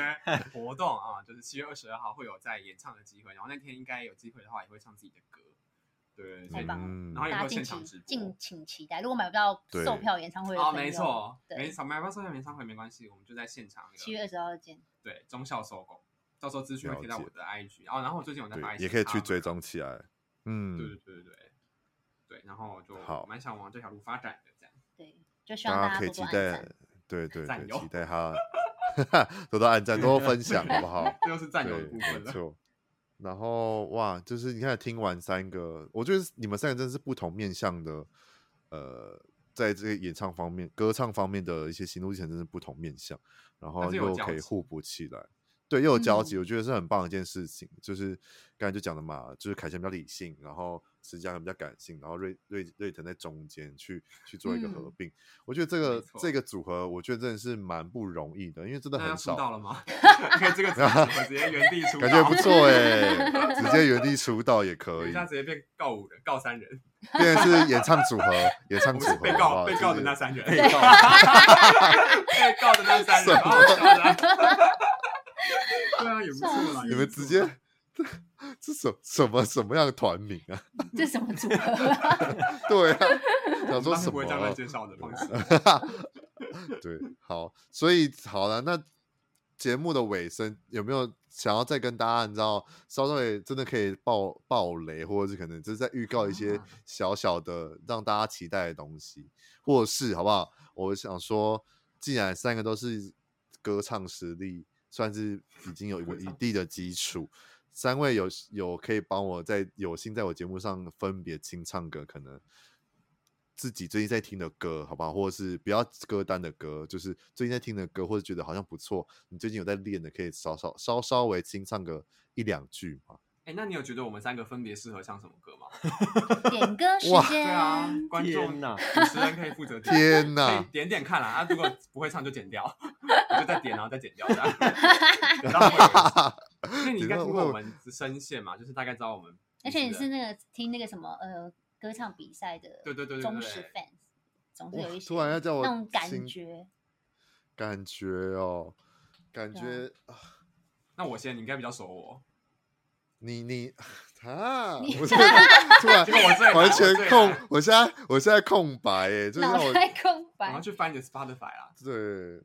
Speaker 1: 活动啊，就是七月二十二号会有在演唱的机会，然后那天应该有机会的话也会唱自己的歌，对，所以
Speaker 2: 太棒了
Speaker 4: 嗯
Speaker 1: 然后也
Speaker 2: 大
Speaker 1: 会
Speaker 2: 家
Speaker 1: 有现
Speaker 2: 敬
Speaker 1: 场
Speaker 2: 请
Speaker 1: 直播
Speaker 2: 敬。请期待。如果买不到
Speaker 4: 对
Speaker 2: 售票演唱会的
Speaker 1: 哦，
Speaker 2: 朋友
Speaker 1: 没错，没
Speaker 2: 对，
Speaker 1: 错，买不到售票演唱会没关系，我们就在现场那个
Speaker 2: 七月二十号见。
Speaker 1: 对中校收购，到时候资讯会
Speaker 4: 了
Speaker 1: 贴到
Speaker 4: 解
Speaker 1: 我的 IG，哦，然后我最近有在
Speaker 4: 对
Speaker 1: 发，一些
Speaker 4: 也可以
Speaker 1: 他
Speaker 4: 去
Speaker 1: 们
Speaker 4: 追踪起来，
Speaker 1: 对
Speaker 4: 嗯
Speaker 1: 对，对对对，对，然后就
Speaker 4: 好
Speaker 1: 蛮想往这条路发展的这样。
Speaker 2: 对，就希望
Speaker 4: 大
Speaker 2: 大
Speaker 4: 家
Speaker 2: 家
Speaker 4: 可以
Speaker 2: 多多
Speaker 4: 期
Speaker 2: 按
Speaker 4: 待
Speaker 2: 赞。，
Speaker 1: (laughs)
Speaker 4: 对对
Speaker 1: 赞
Speaker 4: 对，
Speaker 1: 哟
Speaker 4: 期待他 (laughs) 多多按赞，多多分享，好不好？
Speaker 1: 这就是占有
Speaker 4: 对，
Speaker 1: 的部分
Speaker 4: 没
Speaker 1: 了。 (laughs)
Speaker 4: 错。然后哇，就是你看听完三个，我觉得你们三个真的是不同面向的，呃，在这个演唱方面、歌唱方面的一些心路历程，真是不同面向，然后
Speaker 1: 是有
Speaker 4: 又
Speaker 1: 交
Speaker 4: 可以
Speaker 1: 集嗯
Speaker 4: 互补起来，对，又有交集，我觉得是很棒的一件事情。就是刚才就讲的嘛，就是凯旋比较理性，然后石佳比较感性，然后瑞瑞瑞腾在中间去去做一个合
Speaker 2: 嗯
Speaker 4: 并，我觉得这
Speaker 1: 没
Speaker 4: 个
Speaker 1: 错
Speaker 4: 这个组合，我觉得真的是蛮不容易的，因为真的
Speaker 1: 那要
Speaker 4: 很
Speaker 1: 出
Speaker 4: 少。
Speaker 1: 道了
Speaker 4: (laughs)
Speaker 1: 吗？可以这个词我直接原地出道，
Speaker 4: 感觉不错哎、 (laughs) 直接原地出道也可
Speaker 1: (laughs) 一
Speaker 4: 以，
Speaker 1: 下直接变告五人、告三人，
Speaker 4: 变成是演唱组
Speaker 1: (laughs)
Speaker 4: 合，
Speaker 1: 我
Speaker 4: 演唱
Speaker 1: 们
Speaker 4: 组
Speaker 1: 是
Speaker 4: 合
Speaker 1: 被
Speaker 4: 好不
Speaker 1: 告
Speaker 4: 好
Speaker 1: 被
Speaker 4: 就是 (laughs)
Speaker 1: 告的那三人，
Speaker 3: 被
Speaker 1: 被
Speaker 3: 告
Speaker 1: 告的那三人，
Speaker 4: 什么
Speaker 1: 好好笑的啊对啊，也不错啦。
Speaker 4: 你们直接这 (laughs) 这什什么什么样的团名啊？ (laughs)
Speaker 2: (laughs) 这什么组合啊？
Speaker 1: (laughs)
Speaker 4: 对啊，想说
Speaker 1: 当时
Speaker 4: 什
Speaker 1: 不
Speaker 4: 么啊
Speaker 1: 会这样乱介绍的方式，
Speaker 4: 对，好，所以好了，那节目的尾声，有没有想要再跟大家，你知道，稍微真的可以爆爆雷，或者是可能就是在预告一些
Speaker 1: 啊
Speaker 4: 小小的让大家期待的东西，或是好不好？我想说，既然三个都是歌唱实力，算是已经有一个一定的基础，三位有有可以帮我在有幸在我节目上分别清唱个可能自己最近在听的歌，好不好？或者是不要歌单的歌，就是最近在听的歌，或者觉得好像不错，你最近有在练的，可以稍稍稍稍微清唱个一两句嘛。
Speaker 1: 哎，那你有觉得我们三个分别适合唱什么歌吗？
Speaker 2: 点歌时
Speaker 4: 哇
Speaker 1: 对
Speaker 2: 间，
Speaker 1: 啊，观众
Speaker 3: 天哪
Speaker 1: 主持人可以负责点，
Speaker 4: 天
Speaker 1: 可以
Speaker 4: 哪！
Speaker 1: 点点看啦。啊，如果不会唱就剪掉，我就再点，然后再剪掉这样。然后会有人所以你应该听过我们声线嘛，就是大概知道我们。
Speaker 2: 而且你是那个听那个什么呃歌唱比赛的
Speaker 1: 对对对对
Speaker 2: 忠
Speaker 1: 对
Speaker 2: 实 fans，总是
Speaker 4: 哇
Speaker 2: 有一些
Speaker 4: 突然要叫我
Speaker 2: 那种感
Speaker 4: 心
Speaker 2: 觉。
Speaker 4: 感觉哦，感
Speaker 2: 对啊
Speaker 4: 觉啊
Speaker 1: 那我先，你应该比较熟我。
Speaker 4: 你你 (laughs) 啊，我真的突然 (laughs)
Speaker 1: 这个我最难
Speaker 4: 完全
Speaker 1: 我最难
Speaker 4: 空，我现在我现在空白耶，就是让
Speaker 2: 脑
Speaker 4: 我
Speaker 2: 袋空
Speaker 1: 我
Speaker 2: 白
Speaker 1: 要，去翻你的 Spotify 啦。
Speaker 4: 对，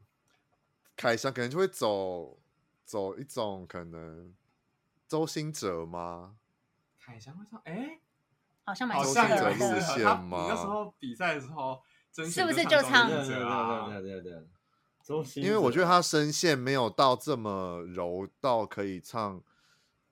Speaker 4: 凯翔可能就会走走一种可能周兴哲吗？
Speaker 1: 凯翔会唱，哎，
Speaker 2: 好像蛮
Speaker 1: 好
Speaker 4: 周
Speaker 2: 适
Speaker 1: 像
Speaker 4: 兴
Speaker 1: 有
Speaker 4: 哲
Speaker 2: 合
Speaker 1: 人适
Speaker 4: 路
Speaker 1: 合
Speaker 4: 线
Speaker 2: 的。
Speaker 1: 他。你
Speaker 4: 吗
Speaker 1: 那时候比赛的时候，甄选
Speaker 2: 是不是
Speaker 1: 就
Speaker 2: 就唱
Speaker 1: 周
Speaker 3: 对
Speaker 1: 兴哲
Speaker 3: 对对
Speaker 1: 啊？
Speaker 3: 对对对，周星
Speaker 4: 因为我觉
Speaker 3: 哲
Speaker 4: 得他声线没有到这么柔到可以唱，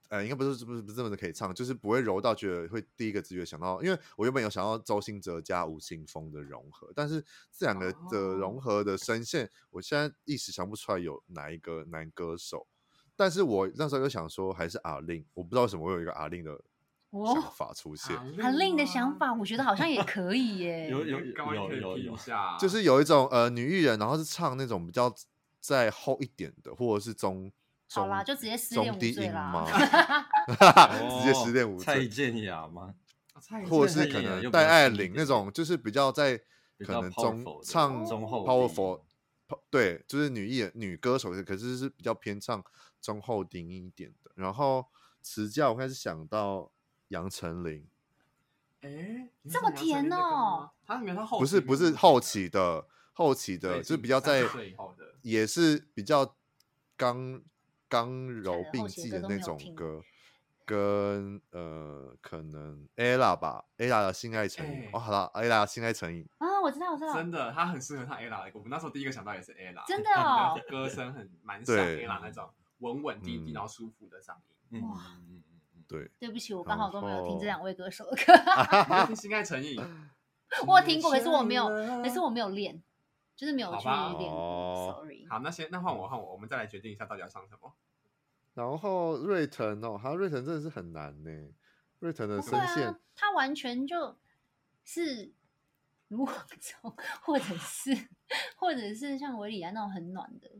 Speaker 4: 呃，应该不是不是不是这么的可以唱，就是不会柔到觉得会第一个直觉想到，因为我原本有想到周兴哲加吴青峰的融合，但是这两个的
Speaker 1: 哦
Speaker 4: 融合的声线，我现在一时想不出来有哪一个男歌手。但是我那时候又想说，还是阿令，我不知道为什么我有一个阿令的想
Speaker 2: 哦，
Speaker 4: 法出现，
Speaker 2: 很令的想
Speaker 1: 法。
Speaker 2: 法，我觉得好像也可
Speaker 1: (laughs)
Speaker 2: 以耶。
Speaker 3: 有
Speaker 1: 高音可以
Speaker 3: 有
Speaker 1: 拼一
Speaker 2: 啊
Speaker 1: 下，
Speaker 4: 就是有一种呃女艺人，然后是唱那种比较再厚一点的，或者是中
Speaker 2: 好
Speaker 4: 中
Speaker 2: 啦，就直接失恋
Speaker 4: 中
Speaker 2: 无
Speaker 4: 低音
Speaker 2: 罪 (laughs)
Speaker 4: 吗？
Speaker 2: 啦。
Speaker 4: 直接失恋无
Speaker 3: 哦蔡
Speaker 4: 罪，
Speaker 3: 健雅吗？
Speaker 1: 蔡
Speaker 4: 或者
Speaker 1: 健
Speaker 4: 是
Speaker 1: 雅
Speaker 4: 可
Speaker 1: 也
Speaker 4: 能
Speaker 3: 又
Speaker 4: 戴
Speaker 3: 比较
Speaker 4: 爱
Speaker 3: 轻一
Speaker 4: 玲那
Speaker 3: 点
Speaker 4: 种，就是比较在
Speaker 3: 比
Speaker 4: 可
Speaker 3: 较
Speaker 4: 能
Speaker 3: powerful
Speaker 4: 中
Speaker 3: 的哦
Speaker 4: 唱
Speaker 3: 中后低
Speaker 4: powerful。对，就是女艺人、女歌手，可是是比较偏唱中后低音一点的。然后词教我开始想到杨丞琳，
Speaker 1: 哎，你
Speaker 2: 这
Speaker 1: 会
Speaker 2: 么
Speaker 1: 唱杨丞
Speaker 2: 甜
Speaker 1: 琳的歌
Speaker 2: 哦
Speaker 1: 吗，他没有他后
Speaker 4: 不
Speaker 1: 期
Speaker 4: 是
Speaker 1: 没
Speaker 4: 不
Speaker 1: 有
Speaker 4: 是
Speaker 1: 那么
Speaker 4: 后
Speaker 1: 甜
Speaker 4: 期的，后期
Speaker 1: 所
Speaker 4: 的
Speaker 1: 以
Speaker 4: 就是
Speaker 1: 是
Speaker 4: 比较
Speaker 1: 30
Speaker 4: 在
Speaker 1: 岁以后的
Speaker 4: 也是比较刚刚柔
Speaker 2: 后
Speaker 4: 并
Speaker 2: 期
Speaker 4: 济
Speaker 2: 的歌都
Speaker 4: 的那
Speaker 2: 没有
Speaker 4: 种
Speaker 2: 听
Speaker 4: 歌，跟呃可能 ella 吧，ella 的性爱成瘾
Speaker 1: 哎。
Speaker 4: 哦，好了，ella 的性爱成瘾，
Speaker 2: 啊，我知道，我知道，
Speaker 1: 真的，他很适合唱 ella 的歌。我那时候第一个想到也是 ella，
Speaker 2: 真的
Speaker 1: (laughs) 她
Speaker 2: 哦
Speaker 1: 的歌声很蛮像
Speaker 4: 对
Speaker 1: ella 那种稳稳低低
Speaker 4: 嗯
Speaker 1: 然后舒服的嗓音。
Speaker 3: 嗯
Speaker 2: 哇
Speaker 3: 嗯嗯嗯
Speaker 4: 对，
Speaker 2: 对不起，我刚好都没有听这
Speaker 4: 然
Speaker 2: 两位歌手
Speaker 4: (laughs)
Speaker 2: 的歌，，
Speaker 1: 你会听《心爱成瘾》
Speaker 2: (laughs) 我有听过可是我没有可
Speaker 4: 嗯
Speaker 1: 可
Speaker 2: 是我没有练，就是没有去
Speaker 1: 好吧
Speaker 2: 练过
Speaker 4: 哦
Speaker 2: ，sorry。
Speaker 1: 好，那先那换我换我，我们再来决定一下到底要唱什么。
Speaker 4: 然后瑞腾哦，他瑞腾真的是很难呢，瑞腾的
Speaker 2: 不会
Speaker 4: 声线
Speaker 2: 啊，他完全就是 (laughs) 卢广仲，或者是或者是像维里安那种很暖的，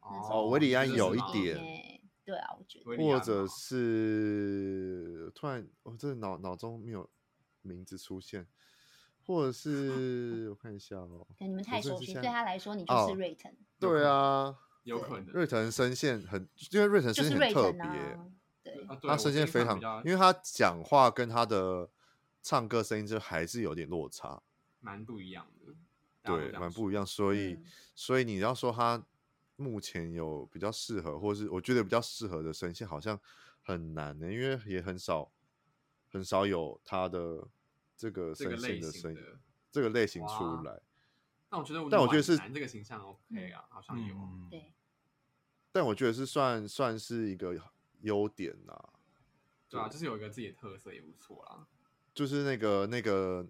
Speaker 4: 哦维里安
Speaker 1: 就是
Speaker 4: 有一
Speaker 1: 什么
Speaker 4: 点
Speaker 2: 欸对啊，我觉得
Speaker 1: 维里
Speaker 4: 或
Speaker 1: 安
Speaker 4: 者
Speaker 1: 嘛
Speaker 4: 是突然，我、哦、这脑脑中没有名字出现，或者是我看一下哦，
Speaker 2: 可能你们太
Speaker 4: 我真的
Speaker 2: 熟
Speaker 4: 是
Speaker 2: 悉，
Speaker 4: 现
Speaker 2: 对
Speaker 4: 在
Speaker 2: 他来说你就
Speaker 4: 哦
Speaker 2: 是瑞腾，
Speaker 1: 有可
Speaker 4: 对
Speaker 1: 能
Speaker 4: 啊，
Speaker 1: 有可能
Speaker 4: 瑞腾声线很，因为瑞腾
Speaker 2: 就
Speaker 4: 声
Speaker 2: 是
Speaker 4: 线
Speaker 2: 瑞
Speaker 4: 很特
Speaker 2: 腾
Speaker 4: 别，
Speaker 2: 啊，对，
Speaker 1: 啊对
Speaker 4: 他
Speaker 1: 我
Speaker 4: 声
Speaker 1: 最
Speaker 4: 线
Speaker 1: 近
Speaker 4: 非
Speaker 1: 唱
Speaker 4: 常
Speaker 1: 比较，
Speaker 4: 因为他讲话跟他的唱歌声音就还是有点落差，
Speaker 1: 蛮不一样的，大家都
Speaker 4: 对，
Speaker 1: 这样
Speaker 4: 蛮
Speaker 1: 说
Speaker 4: 不一样，所以、
Speaker 2: 嗯
Speaker 4: 所以你要说他目前有比较适合，或是我觉得比较适合的声线，好像很难呢、因为也很少很少有他的这个
Speaker 1: 这个
Speaker 4: 声
Speaker 1: 类
Speaker 4: 线
Speaker 1: 型
Speaker 4: 声音
Speaker 1: 的。
Speaker 4: 这个类型
Speaker 1: 哇
Speaker 4: 出来。
Speaker 1: 但我觉得婉男，
Speaker 4: 但我觉得是
Speaker 1: 这个形象
Speaker 2: 嗯
Speaker 1: OK 啊，好像有。
Speaker 3: 嗯，
Speaker 2: 对，
Speaker 4: 但我觉得是算算是一个优点呐、
Speaker 1: 对啊，就是有一个自己的特色也不错啦。
Speaker 4: 就是那个那个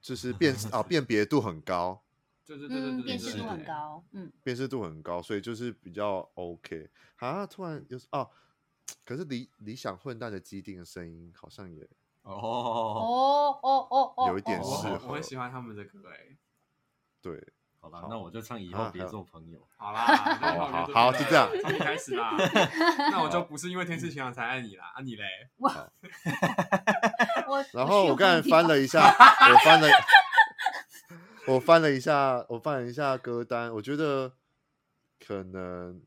Speaker 4: 就是辨
Speaker 1: (laughs)
Speaker 4: 识啊辨别度很高，
Speaker 1: 对对对对对
Speaker 2: 嗯，
Speaker 1: 对，
Speaker 2: 辨识
Speaker 1: 对
Speaker 2: 度
Speaker 1: 对
Speaker 2: 很高，嗯，
Speaker 4: 辨识度很高，所以就是比较 OK 啊。突然有啊，可是理理想混蛋的基定的声音好像也
Speaker 3: 哦，
Speaker 2: 哦哦哦哦，
Speaker 4: 有一点
Speaker 2: 哦
Speaker 1: 我
Speaker 4: 适
Speaker 1: 很
Speaker 4: 合
Speaker 1: 我很喜欢他们的歌哎。
Speaker 4: 对，
Speaker 3: 好吧
Speaker 4: 好，
Speaker 3: 那我就唱以
Speaker 4: 啊
Speaker 3: 后
Speaker 4: 还
Speaker 3: 别
Speaker 4: 有
Speaker 3: 做朋友。
Speaker 1: 好
Speaker 4: (laughs)
Speaker 1: 啦，那以后
Speaker 4: 好
Speaker 1: 就
Speaker 4: 好
Speaker 1: 对
Speaker 4: 就这样
Speaker 1: 从你开始
Speaker 2: (laughs)
Speaker 1: 啦。那我就不是因为天气晴朗才爱你啦，啊你嘞？
Speaker 2: 我
Speaker 4: 然后我
Speaker 2: 我
Speaker 4: 刚才翻了
Speaker 2: 一，
Speaker 4: 一下，我翻了，我翻了一下，我翻了一下歌单，我觉得可能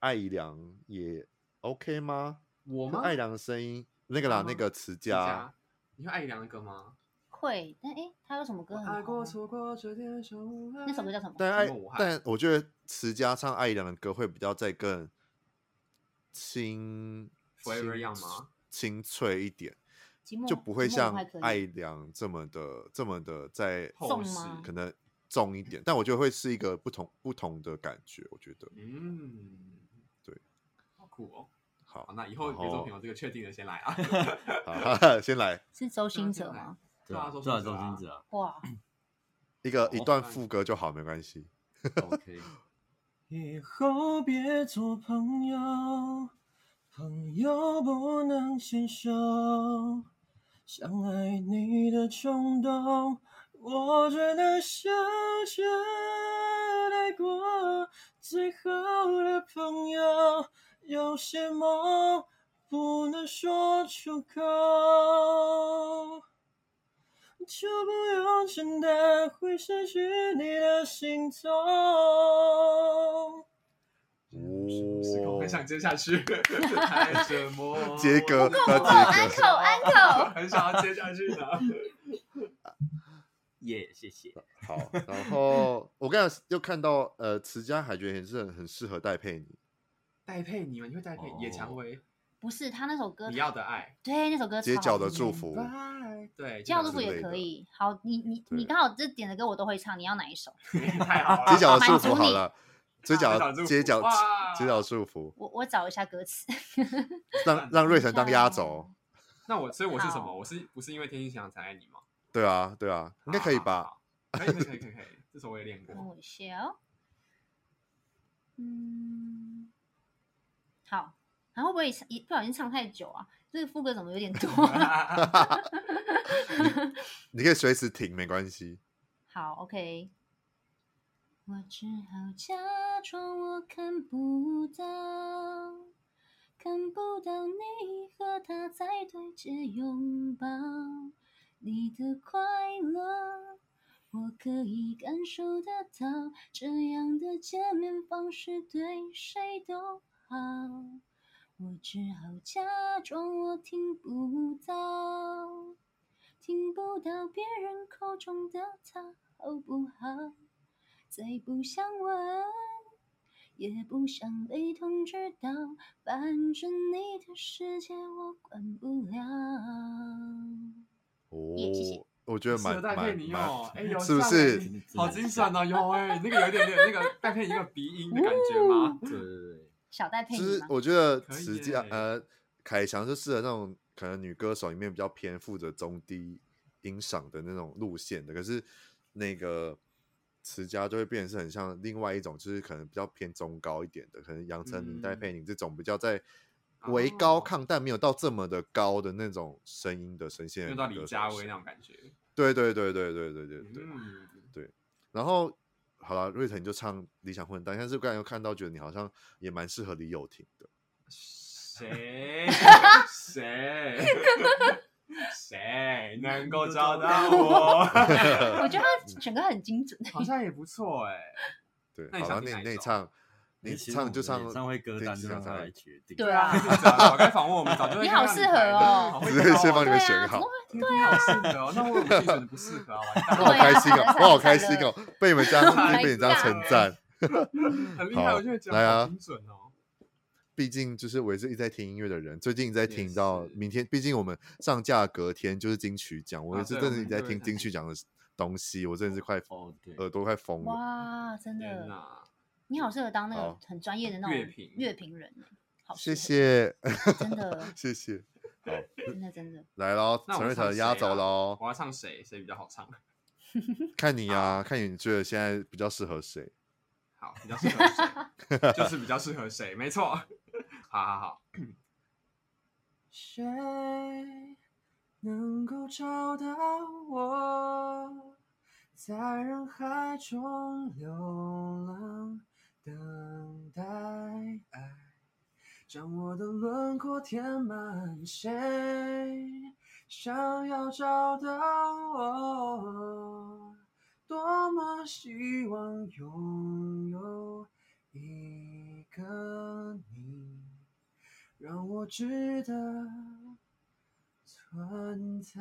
Speaker 4: 艾怡良也 OK 吗？
Speaker 1: 我
Speaker 4: 艾怡良的声音，那个
Speaker 1: 我
Speaker 4: 啦，
Speaker 1: 吗
Speaker 4: 那个词
Speaker 1: 佳
Speaker 4: 家，，
Speaker 1: 你会爱你良的歌吗？
Speaker 2: 会，但哎，他有什么歌很
Speaker 1: 爱
Speaker 2: 红
Speaker 1: 过
Speaker 2: 啊？
Speaker 1: 错过这点伤害。
Speaker 2: 那首歌叫什么？
Speaker 4: 但爱
Speaker 1: 我，还
Speaker 4: 但我觉得持家唱艾怡良的歌会比较再更清
Speaker 1: Forever Young
Speaker 4: 清
Speaker 1: 吗
Speaker 4: 清脆一点，
Speaker 2: 寂寞
Speaker 4: 就不会
Speaker 2: 寂寞
Speaker 4: 像
Speaker 2: 还可以
Speaker 4: 艾怡良这么的这么的在
Speaker 1: 厚
Speaker 2: 送
Speaker 1: 实
Speaker 2: 吗
Speaker 4: 可能重一点，但我觉得会是一个不同不同的感觉。我觉得
Speaker 1: 嗯，
Speaker 4: 对，
Speaker 1: 好酷哦。
Speaker 4: 好
Speaker 1: 好，，那以后
Speaker 4: 然
Speaker 1: 别作
Speaker 4: 后
Speaker 1: 品有这个确定的先来啊。
Speaker 4: 好先来
Speaker 2: 是
Speaker 1: (laughs) 对啊
Speaker 2: 周
Speaker 1: 先
Speaker 2: 星哲
Speaker 1: 来
Speaker 2: 吗？
Speaker 3: 对啊，
Speaker 1: 周
Speaker 3: 对啊，
Speaker 1: 星
Speaker 3: 周
Speaker 1: 哲啊
Speaker 3: 星哲啊
Speaker 2: 哇，
Speaker 4: 一个一
Speaker 3: 好
Speaker 4: 段
Speaker 1: 那
Speaker 4: 副歌就好，没
Speaker 1: (laughs)
Speaker 4: 关系。
Speaker 3: ，OK。
Speaker 5: 以后别做朋友，朋友不能牵手。想爱你的冲动，我只能笑着带过。最好的朋友，有些梦不能说出口。就不用承担会失去你的心痛。
Speaker 1: 时空很想
Speaker 4: 哇，
Speaker 1: 接下去，太折磨 (laughs) 我。
Speaker 4: 杰哥，
Speaker 2: 哦
Speaker 4: 那杰哥，
Speaker 2: ，uncle uncle，
Speaker 1: 很想要接下去的。
Speaker 3: 耶、谢谢。
Speaker 1: (laughs)
Speaker 4: 好。然后我刚才又看到，呃，持家海觉得也是很很适合戴佩妮。
Speaker 1: (laughs) 戴佩妮吗？你会戴佩
Speaker 3: 哦
Speaker 1: 野蔷薇？
Speaker 2: 不是他那首
Speaker 4: 哦
Speaker 2: 歌
Speaker 1: 你，要的爱，
Speaker 2: 对那首歌
Speaker 4: 街
Speaker 2: 超
Speaker 4: 角
Speaker 2: 好
Speaker 4: 的
Speaker 2: 听
Speaker 4: 祝福，
Speaker 1: 对，
Speaker 2: 街角
Speaker 1: 这首
Speaker 2: 祝福
Speaker 4: 之
Speaker 2: 也
Speaker 4: 类
Speaker 2: 可
Speaker 4: 的
Speaker 2: 以。好，你你
Speaker 4: 对
Speaker 2: 你刚好这点的歌我都会唱，你要哪一首？
Speaker 1: (laughs) 太好了。
Speaker 4: 街角的
Speaker 2: 满
Speaker 4: 祝
Speaker 2: 足
Speaker 4: 福好
Speaker 2: 你
Speaker 4: 了，街角街角街角
Speaker 1: 角。
Speaker 4: 祝福，
Speaker 2: 我我找一下歌词。
Speaker 4: 让让瑞
Speaker 2: 等
Speaker 4: 成
Speaker 2: 一
Speaker 4: 当
Speaker 2: 下
Speaker 4: 压
Speaker 2: 哦
Speaker 4: 轴。
Speaker 1: 那我，所以我是什么？
Speaker 2: 好
Speaker 1: 我是不是因为天心想才爱你吗？
Speaker 4: 对啊，对啊，应该可以吧？
Speaker 1: 好？好好可以，可以，可以，可以，可以这首我也练过。(laughs)
Speaker 4: (laughs)
Speaker 2: 等我一下哦。嗯，好，还会不会一不小心唱太久啊？这个副歌怎么有点多啊、
Speaker 4: 你可以随时停，没关系。
Speaker 2: 好，OK。我只好假装我看不到，看不到你和他在对峙拥抱，你的快乐我可以感受得到，这样的见面方式对谁都好。我只好假装我听不到。听不到别人口中的他好不好？再不想问，也不想被通知到，反正你的世界我管不了。耶谢谢
Speaker 4: 哦，我觉得
Speaker 1: 适合
Speaker 4: 蛮
Speaker 1: 戴佩
Speaker 4: 蛮
Speaker 1: 妮
Speaker 4: 蛮
Speaker 1: 哦，哎，有
Speaker 4: 是不
Speaker 1: 像
Speaker 4: 是
Speaker 1: 哎好精准哦，有哎，那个有一点点那个戴佩妮那个鼻音的感觉
Speaker 4: 哦
Speaker 1: 吗？
Speaker 3: 对对对，
Speaker 2: 小戴佩
Speaker 4: 就
Speaker 2: 妮
Speaker 4: 是
Speaker 2: 吗？
Speaker 4: 我觉得
Speaker 1: 可以
Speaker 4: 实际上
Speaker 1: 耶
Speaker 4: 呃，凯翔就适合那种可能女歌手里面比较偏负责中低音赏的那种路线的，可是那个持家就会变成是很像另外一种，就是可能比较偏中高一点的，可能杨丞琳、
Speaker 1: 嗯
Speaker 4: 戴佩妮这种比较在为高
Speaker 1: 哦
Speaker 4: 亢，但没有到这么的高的那种声音的声线
Speaker 1: 用
Speaker 4: 的
Speaker 1: 到
Speaker 4: 歌手是。
Speaker 1: 李佳薇那种感觉。
Speaker 4: 对对对对对对对对。
Speaker 1: 嗯，
Speaker 4: 然后好了，瑞腾你就唱《理想混蛋》，但是刚才又看到，觉得你好像也蛮适合李友廷的。
Speaker 1: 谁谁谁能够找到我？
Speaker 2: 我觉得他整个很精准。
Speaker 1: 好像也不错哎。
Speaker 4: 对，
Speaker 1: 那你
Speaker 4: 好
Speaker 1: 想
Speaker 4: 了，
Speaker 1: 听
Speaker 4: 那
Speaker 1: 哪
Speaker 4: 你
Speaker 1: 一
Speaker 4: 那你
Speaker 1: 首
Speaker 4: 唱，
Speaker 3: 哎
Speaker 4: (laughs) 你
Speaker 3: 其实
Speaker 4: 唱
Speaker 3: 我
Speaker 4: 就
Speaker 3: 们的
Speaker 4: 唱
Speaker 3: 演唱会歌单就让他来决定。
Speaker 2: 对啊
Speaker 1: 早该访问我们，早就
Speaker 2: 你好适合哦
Speaker 4: 直接先帮你
Speaker 2: 对
Speaker 4: 们
Speaker 2: 啊，
Speaker 4: 选
Speaker 2: 怎
Speaker 4: 好
Speaker 2: 么，
Speaker 1: 对啊，好适合哦。那我有没有选的不适合啊？完蛋
Speaker 4: 我好
Speaker 2: 对啊
Speaker 4: 开心
Speaker 3: (laughs)
Speaker 4: 哦，
Speaker 2: 才
Speaker 4: 我好
Speaker 2: 才
Speaker 4: 开
Speaker 2: 乐
Speaker 4: 心哦，被你们这样被你这样称赞。
Speaker 1: 很厉害，
Speaker 4: 好
Speaker 1: 我觉得讲
Speaker 4: 来
Speaker 1: 得
Speaker 4: 啊
Speaker 1: 好精准哦。
Speaker 4: 毕竟就是我也是一直在听音乐的人，最近一直在
Speaker 1: 也
Speaker 4: 听到
Speaker 1: 是
Speaker 4: 明天，毕竟我们上架隔天就是金曲奖，我
Speaker 1: 啊
Speaker 4: 也是
Speaker 1: 对
Speaker 4: 真
Speaker 1: 我
Speaker 4: 的一
Speaker 1: 们
Speaker 4: 直在
Speaker 1: 就会
Speaker 4: 听
Speaker 1: 在
Speaker 4: 金
Speaker 1: 听
Speaker 4: 曲奖的东西，我真的是快
Speaker 3: 哦，对，
Speaker 4: 耳朵快疯了。
Speaker 2: 哇，真
Speaker 1: 天
Speaker 2: 的，
Speaker 1: 哪，
Speaker 2: 你好适合当那
Speaker 4: 好
Speaker 2: 个很专业的那种
Speaker 1: 乐评
Speaker 2: 乐评人耶，好适
Speaker 4: 哦谢
Speaker 2: 合，
Speaker 4: 谢 (laughs)
Speaker 2: 真的，
Speaker 4: 谢谢，好
Speaker 2: 真的真的。
Speaker 4: 来喽，
Speaker 1: 那我
Speaker 4: 陈瑞
Speaker 1: 唱
Speaker 4: 腾压
Speaker 1: 谁
Speaker 4: 轴
Speaker 1: 啊
Speaker 4: 喽。
Speaker 1: 我要唱谁？谁比较好唱？
Speaker 4: 看你啊，看你觉得现在比较适合谁？
Speaker 1: 好，比较适合
Speaker 4: (laughs)
Speaker 1: 谁？就是比较适合谁？没错。好好好，
Speaker 5: 谁能够找到我，在人海中流浪，等待爱将我的轮廓填满？谁想要找到我？多么希望拥有一个你。让我值得存在。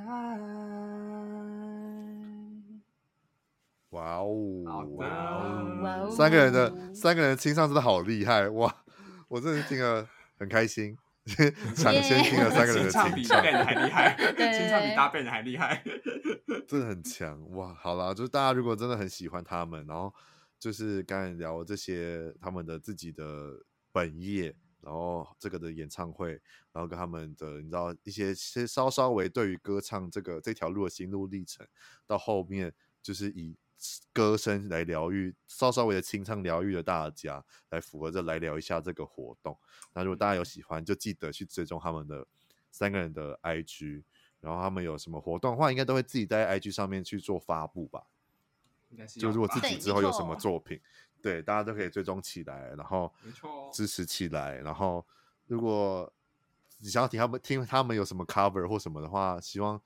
Speaker 4: 哇哦，
Speaker 1: 好的
Speaker 2: 哇哦
Speaker 4: 三个人的三个人清唱真的好厉害哇！我真的是听了很开心， (laughs) 抢先听了三个人
Speaker 1: 清
Speaker 4: 的
Speaker 1: 唱比
Speaker 4: 清唱，
Speaker 1: band 还厉害，
Speaker 2: 对
Speaker 1: 清唱比搭 band 还厉害。
Speaker 4: 真的很强哇！好啦，就是大家如果真的很喜欢他们，然后就是刚才聊这些他们的自己的本业，然后这个的演唱会，然后跟他们的你知道一些些稍稍微对于歌唱这个这条路的心路历程，到后面就是以歌声来疗愈，稍稍微的清唱疗愈了大家，来符合着来聊一下这个活动。那如果大家有喜欢，就记得去追踪他们的三个人的 IG，然后他们有什么活动的话，应该都会自己在 IG 上面去做发布吧。
Speaker 1: 应该是
Speaker 4: 就
Speaker 1: 有啊
Speaker 4: 如果
Speaker 1: 吧
Speaker 4: 自己
Speaker 2: 对
Speaker 4: 之后有什么
Speaker 2: 没错哦
Speaker 4: 作品，对大家都可以追踪起来，然后
Speaker 1: 没错哦
Speaker 4: 支持起来，然后如果你想要听他们听他们有什么 cover 或什么的话，希望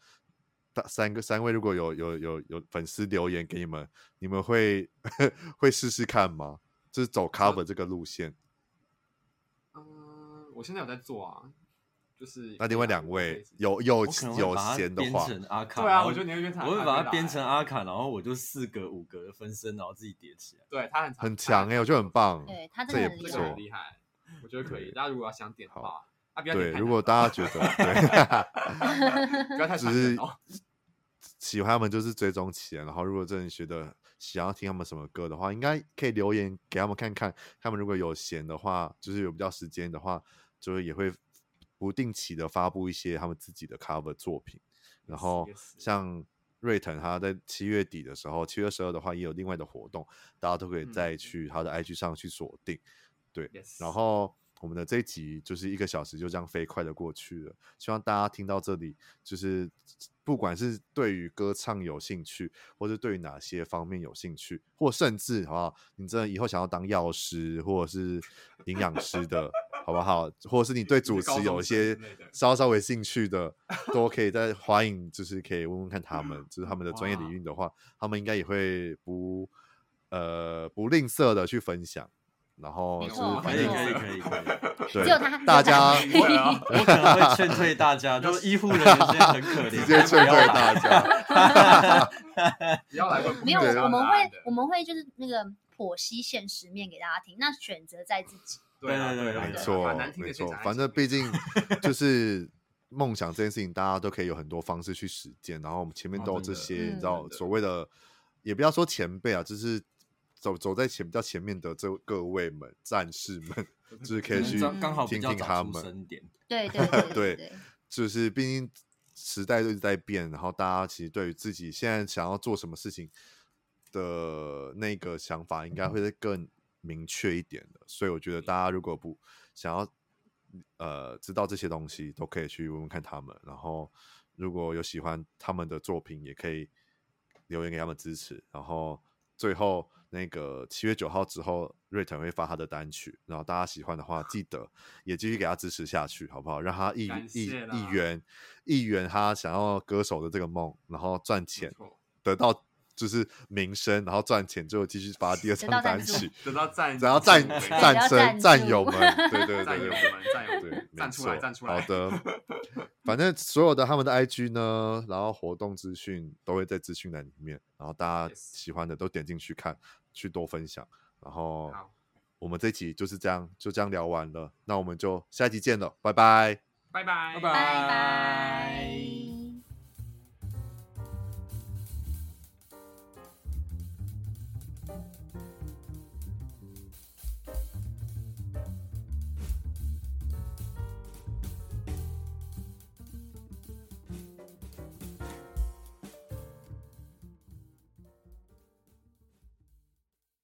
Speaker 4: 大三个三位如果有有有有粉丝留言给你们，你们会 (laughs) 会试试看吗？就是
Speaker 1: 呃
Speaker 4: 走 cover 这个路线，
Speaker 1: 嗯，我现在有在做啊，就是
Speaker 4: 那另外
Speaker 1: 啊
Speaker 4: 两位有
Speaker 3: 我
Speaker 4: 有
Speaker 3: 可能会
Speaker 4: 有
Speaker 3: 把它
Speaker 4: 闲的
Speaker 3: 编
Speaker 4: 话，
Speaker 3: 成阿卡，
Speaker 1: 对
Speaker 3: 然
Speaker 1: 啊，
Speaker 3: 后
Speaker 1: 我觉得你会变成
Speaker 3: 我会把它编成
Speaker 1: 啊，
Speaker 3: 阿卡，然后我就四格五格的分身，然后自己叠起来。
Speaker 1: 对他很
Speaker 4: 很强哎、我觉得很棒。
Speaker 2: 对他
Speaker 4: 这
Speaker 2: 真的
Speaker 4: 也
Speaker 2: 很
Speaker 4: 不
Speaker 1: 这
Speaker 2: 厉
Speaker 1: 个
Speaker 4: 错
Speaker 2: 害
Speaker 1: 很。厉害，我觉得可以。
Speaker 4: 对
Speaker 1: 大家如果要想点的话，啊，不要
Speaker 4: 对，
Speaker 1: 点太
Speaker 4: 如
Speaker 1: 难
Speaker 4: 果
Speaker 1: 的
Speaker 4: 大家觉得
Speaker 1: (laughs)
Speaker 4: 对。
Speaker 1: 不要太
Speaker 4: 就
Speaker 1: 残
Speaker 4: 是
Speaker 1: 忍哦。
Speaker 4: 喜欢他们就是追踪起来，然后如果真的觉得想要听他们什么歌的话，应该可以留言给他们看看。他们如果有闲的话，就是有比较时间的话，就是也会不定期的发布一些他们自己的 cover 作品。然后
Speaker 1: yes
Speaker 4: 像瑞腾他在七月底的时候，七月十二的话也有另外的活动，大家都可以
Speaker 1: 嗯
Speaker 4: 再去他的 IG 上去锁定。对，
Speaker 1: Yes
Speaker 4: 然后我们的这一集就是一个小时就这样飞快的过去了。希望大家听到这里，就是不管是对于歌唱有兴趣，或是对于哪些方面有兴趣，或甚至好不好，你真的以后想要当药师或者是营养师的，好不好？或者是你对主
Speaker 1: 是高
Speaker 4: 持有
Speaker 1: 中生
Speaker 4: 一
Speaker 1: 之
Speaker 4: 些
Speaker 1: 类的
Speaker 4: 稍稍微兴趣的，都可以在欢迎，就是可以问问看他们，就是他们的专业
Speaker 1: 哇
Speaker 4: 领域的话，他们应该也会不呃不吝啬的去分享。然后
Speaker 2: 没
Speaker 4: 就是
Speaker 2: 错
Speaker 4: 反
Speaker 3: 可以
Speaker 4: 正
Speaker 2: 没
Speaker 3: 可以
Speaker 2: 错
Speaker 3: 可以可以，
Speaker 4: (laughs) 对
Speaker 2: 只有他
Speaker 4: 大
Speaker 2: 只有他
Speaker 4: 家
Speaker 1: 不会啊，
Speaker 3: 我可能会劝退大家，
Speaker 5: (laughs)
Speaker 3: 就是医护人员现在很可怜，
Speaker 4: (laughs) 直接劝退
Speaker 3: (laughs)
Speaker 4: 大家。
Speaker 1: (laughs) 不要来问不
Speaker 2: (laughs) 没
Speaker 1: (laughs)
Speaker 2: 有，
Speaker 1: 知道
Speaker 2: 我们
Speaker 1: 答案
Speaker 2: 会
Speaker 1: 啊的
Speaker 2: 我们会就是那个剖析现实面给大家听，那选择在自己。
Speaker 1: 对啊
Speaker 3: 对
Speaker 1: 对
Speaker 3: 对对
Speaker 1: 啊
Speaker 3: 对
Speaker 4: 没
Speaker 1: 对啊
Speaker 4: 错
Speaker 1: 把难，听
Speaker 4: 没
Speaker 1: 的先
Speaker 4: 错
Speaker 1: 讲，在
Speaker 4: 反正
Speaker 1: 前
Speaker 4: 毕
Speaker 1: 面
Speaker 4: 竟就是梦想这件事情，大家都可以有很多方式去实践。然后我们前面
Speaker 1: 哦
Speaker 4: 都有
Speaker 1: 真
Speaker 4: 这
Speaker 1: 的
Speaker 4: 些，你
Speaker 2: 嗯
Speaker 4: 知道
Speaker 1: 真的
Speaker 4: 所谓的，也不要说前辈啊，就是走走在前比较前面的这各位们、战士们， (laughs) 就是可以去
Speaker 2: 嗯
Speaker 3: 刚好比
Speaker 4: 听
Speaker 3: 较
Speaker 4: 听他
Speaker 3: 早出
Speaker 4: 们。
Speaker 3: 生一点，
Speaker 2: 对对对
Speaker 4: (laughs) 对
Speaker 2: 对对，
Speaker 4: 就是毕竟时代都一直在变，然后大家其实对于自己现在想要做什么事情的那个想法，应该会再更明确一点的。所以我觉得大家如果不想要呃知道这些东西，都可以去问问看他们。然后如果有喜欢他们的作品，也可以留言给他们支持。然后最后那个七月九号之后，瑞腾会发他的单曲，然后大家喜欢的话，记
Speaker 1: (laughs)
Speaker 4: 得也继续给他支持下去，好不好？让他一
Speaker 1: 感
Speaker 4: 一
Speaker 1: 谢啦
Speaker 4: 一圆一圆他想要歌手的这个梦，然后赚
Speaker 1: 没
Speaker 4: 钱，
Speaker 1: 错
Speaker 4: 得到就是名声，然后赚钱之后继续发第二张
Speaker 2: 到
Speaker 4: 单
Speaker 2: 赞助
Speaker 4: 曲。
Speaker 1: 得到赞
Speaker 4: 只要
Speaker 1: 助
Speaker 4: 战
Speaker 1: 对
Speaker 2: 赞
Speaker 4: 战
Speaker 2: 赞
Speaker 4: 声
Speaker 2: 助
Speaker 4: 战友们，对对
Speaker 1: 战
Speaker 4: 对
Speaker 1: 友
Speaker 4: 对
Speaker 1: 们，战友
Speaker 4: 对，
Speaker 1: 们，
Speaker 4: 没
Speaker 1: 站出来，
Speaker 4: 错
Speaker 1: 站出来。
Speaker 4: 好，的，反正所有的他们的 IG 呢，然后活动资讯都会在资讯栏里面，然后大家
Speaker 1: Yes
Speaker 4: 喜欢的都点进去看，去多分享。然后
Speaker 1: 好，
Speaker 4: 我们这集就是这样，就这样聊完了，那我们就下一集见了，拜拜。
Speaker 1: 拜拜，
Speaker 3: 拜
Speaker 2: 拜拜。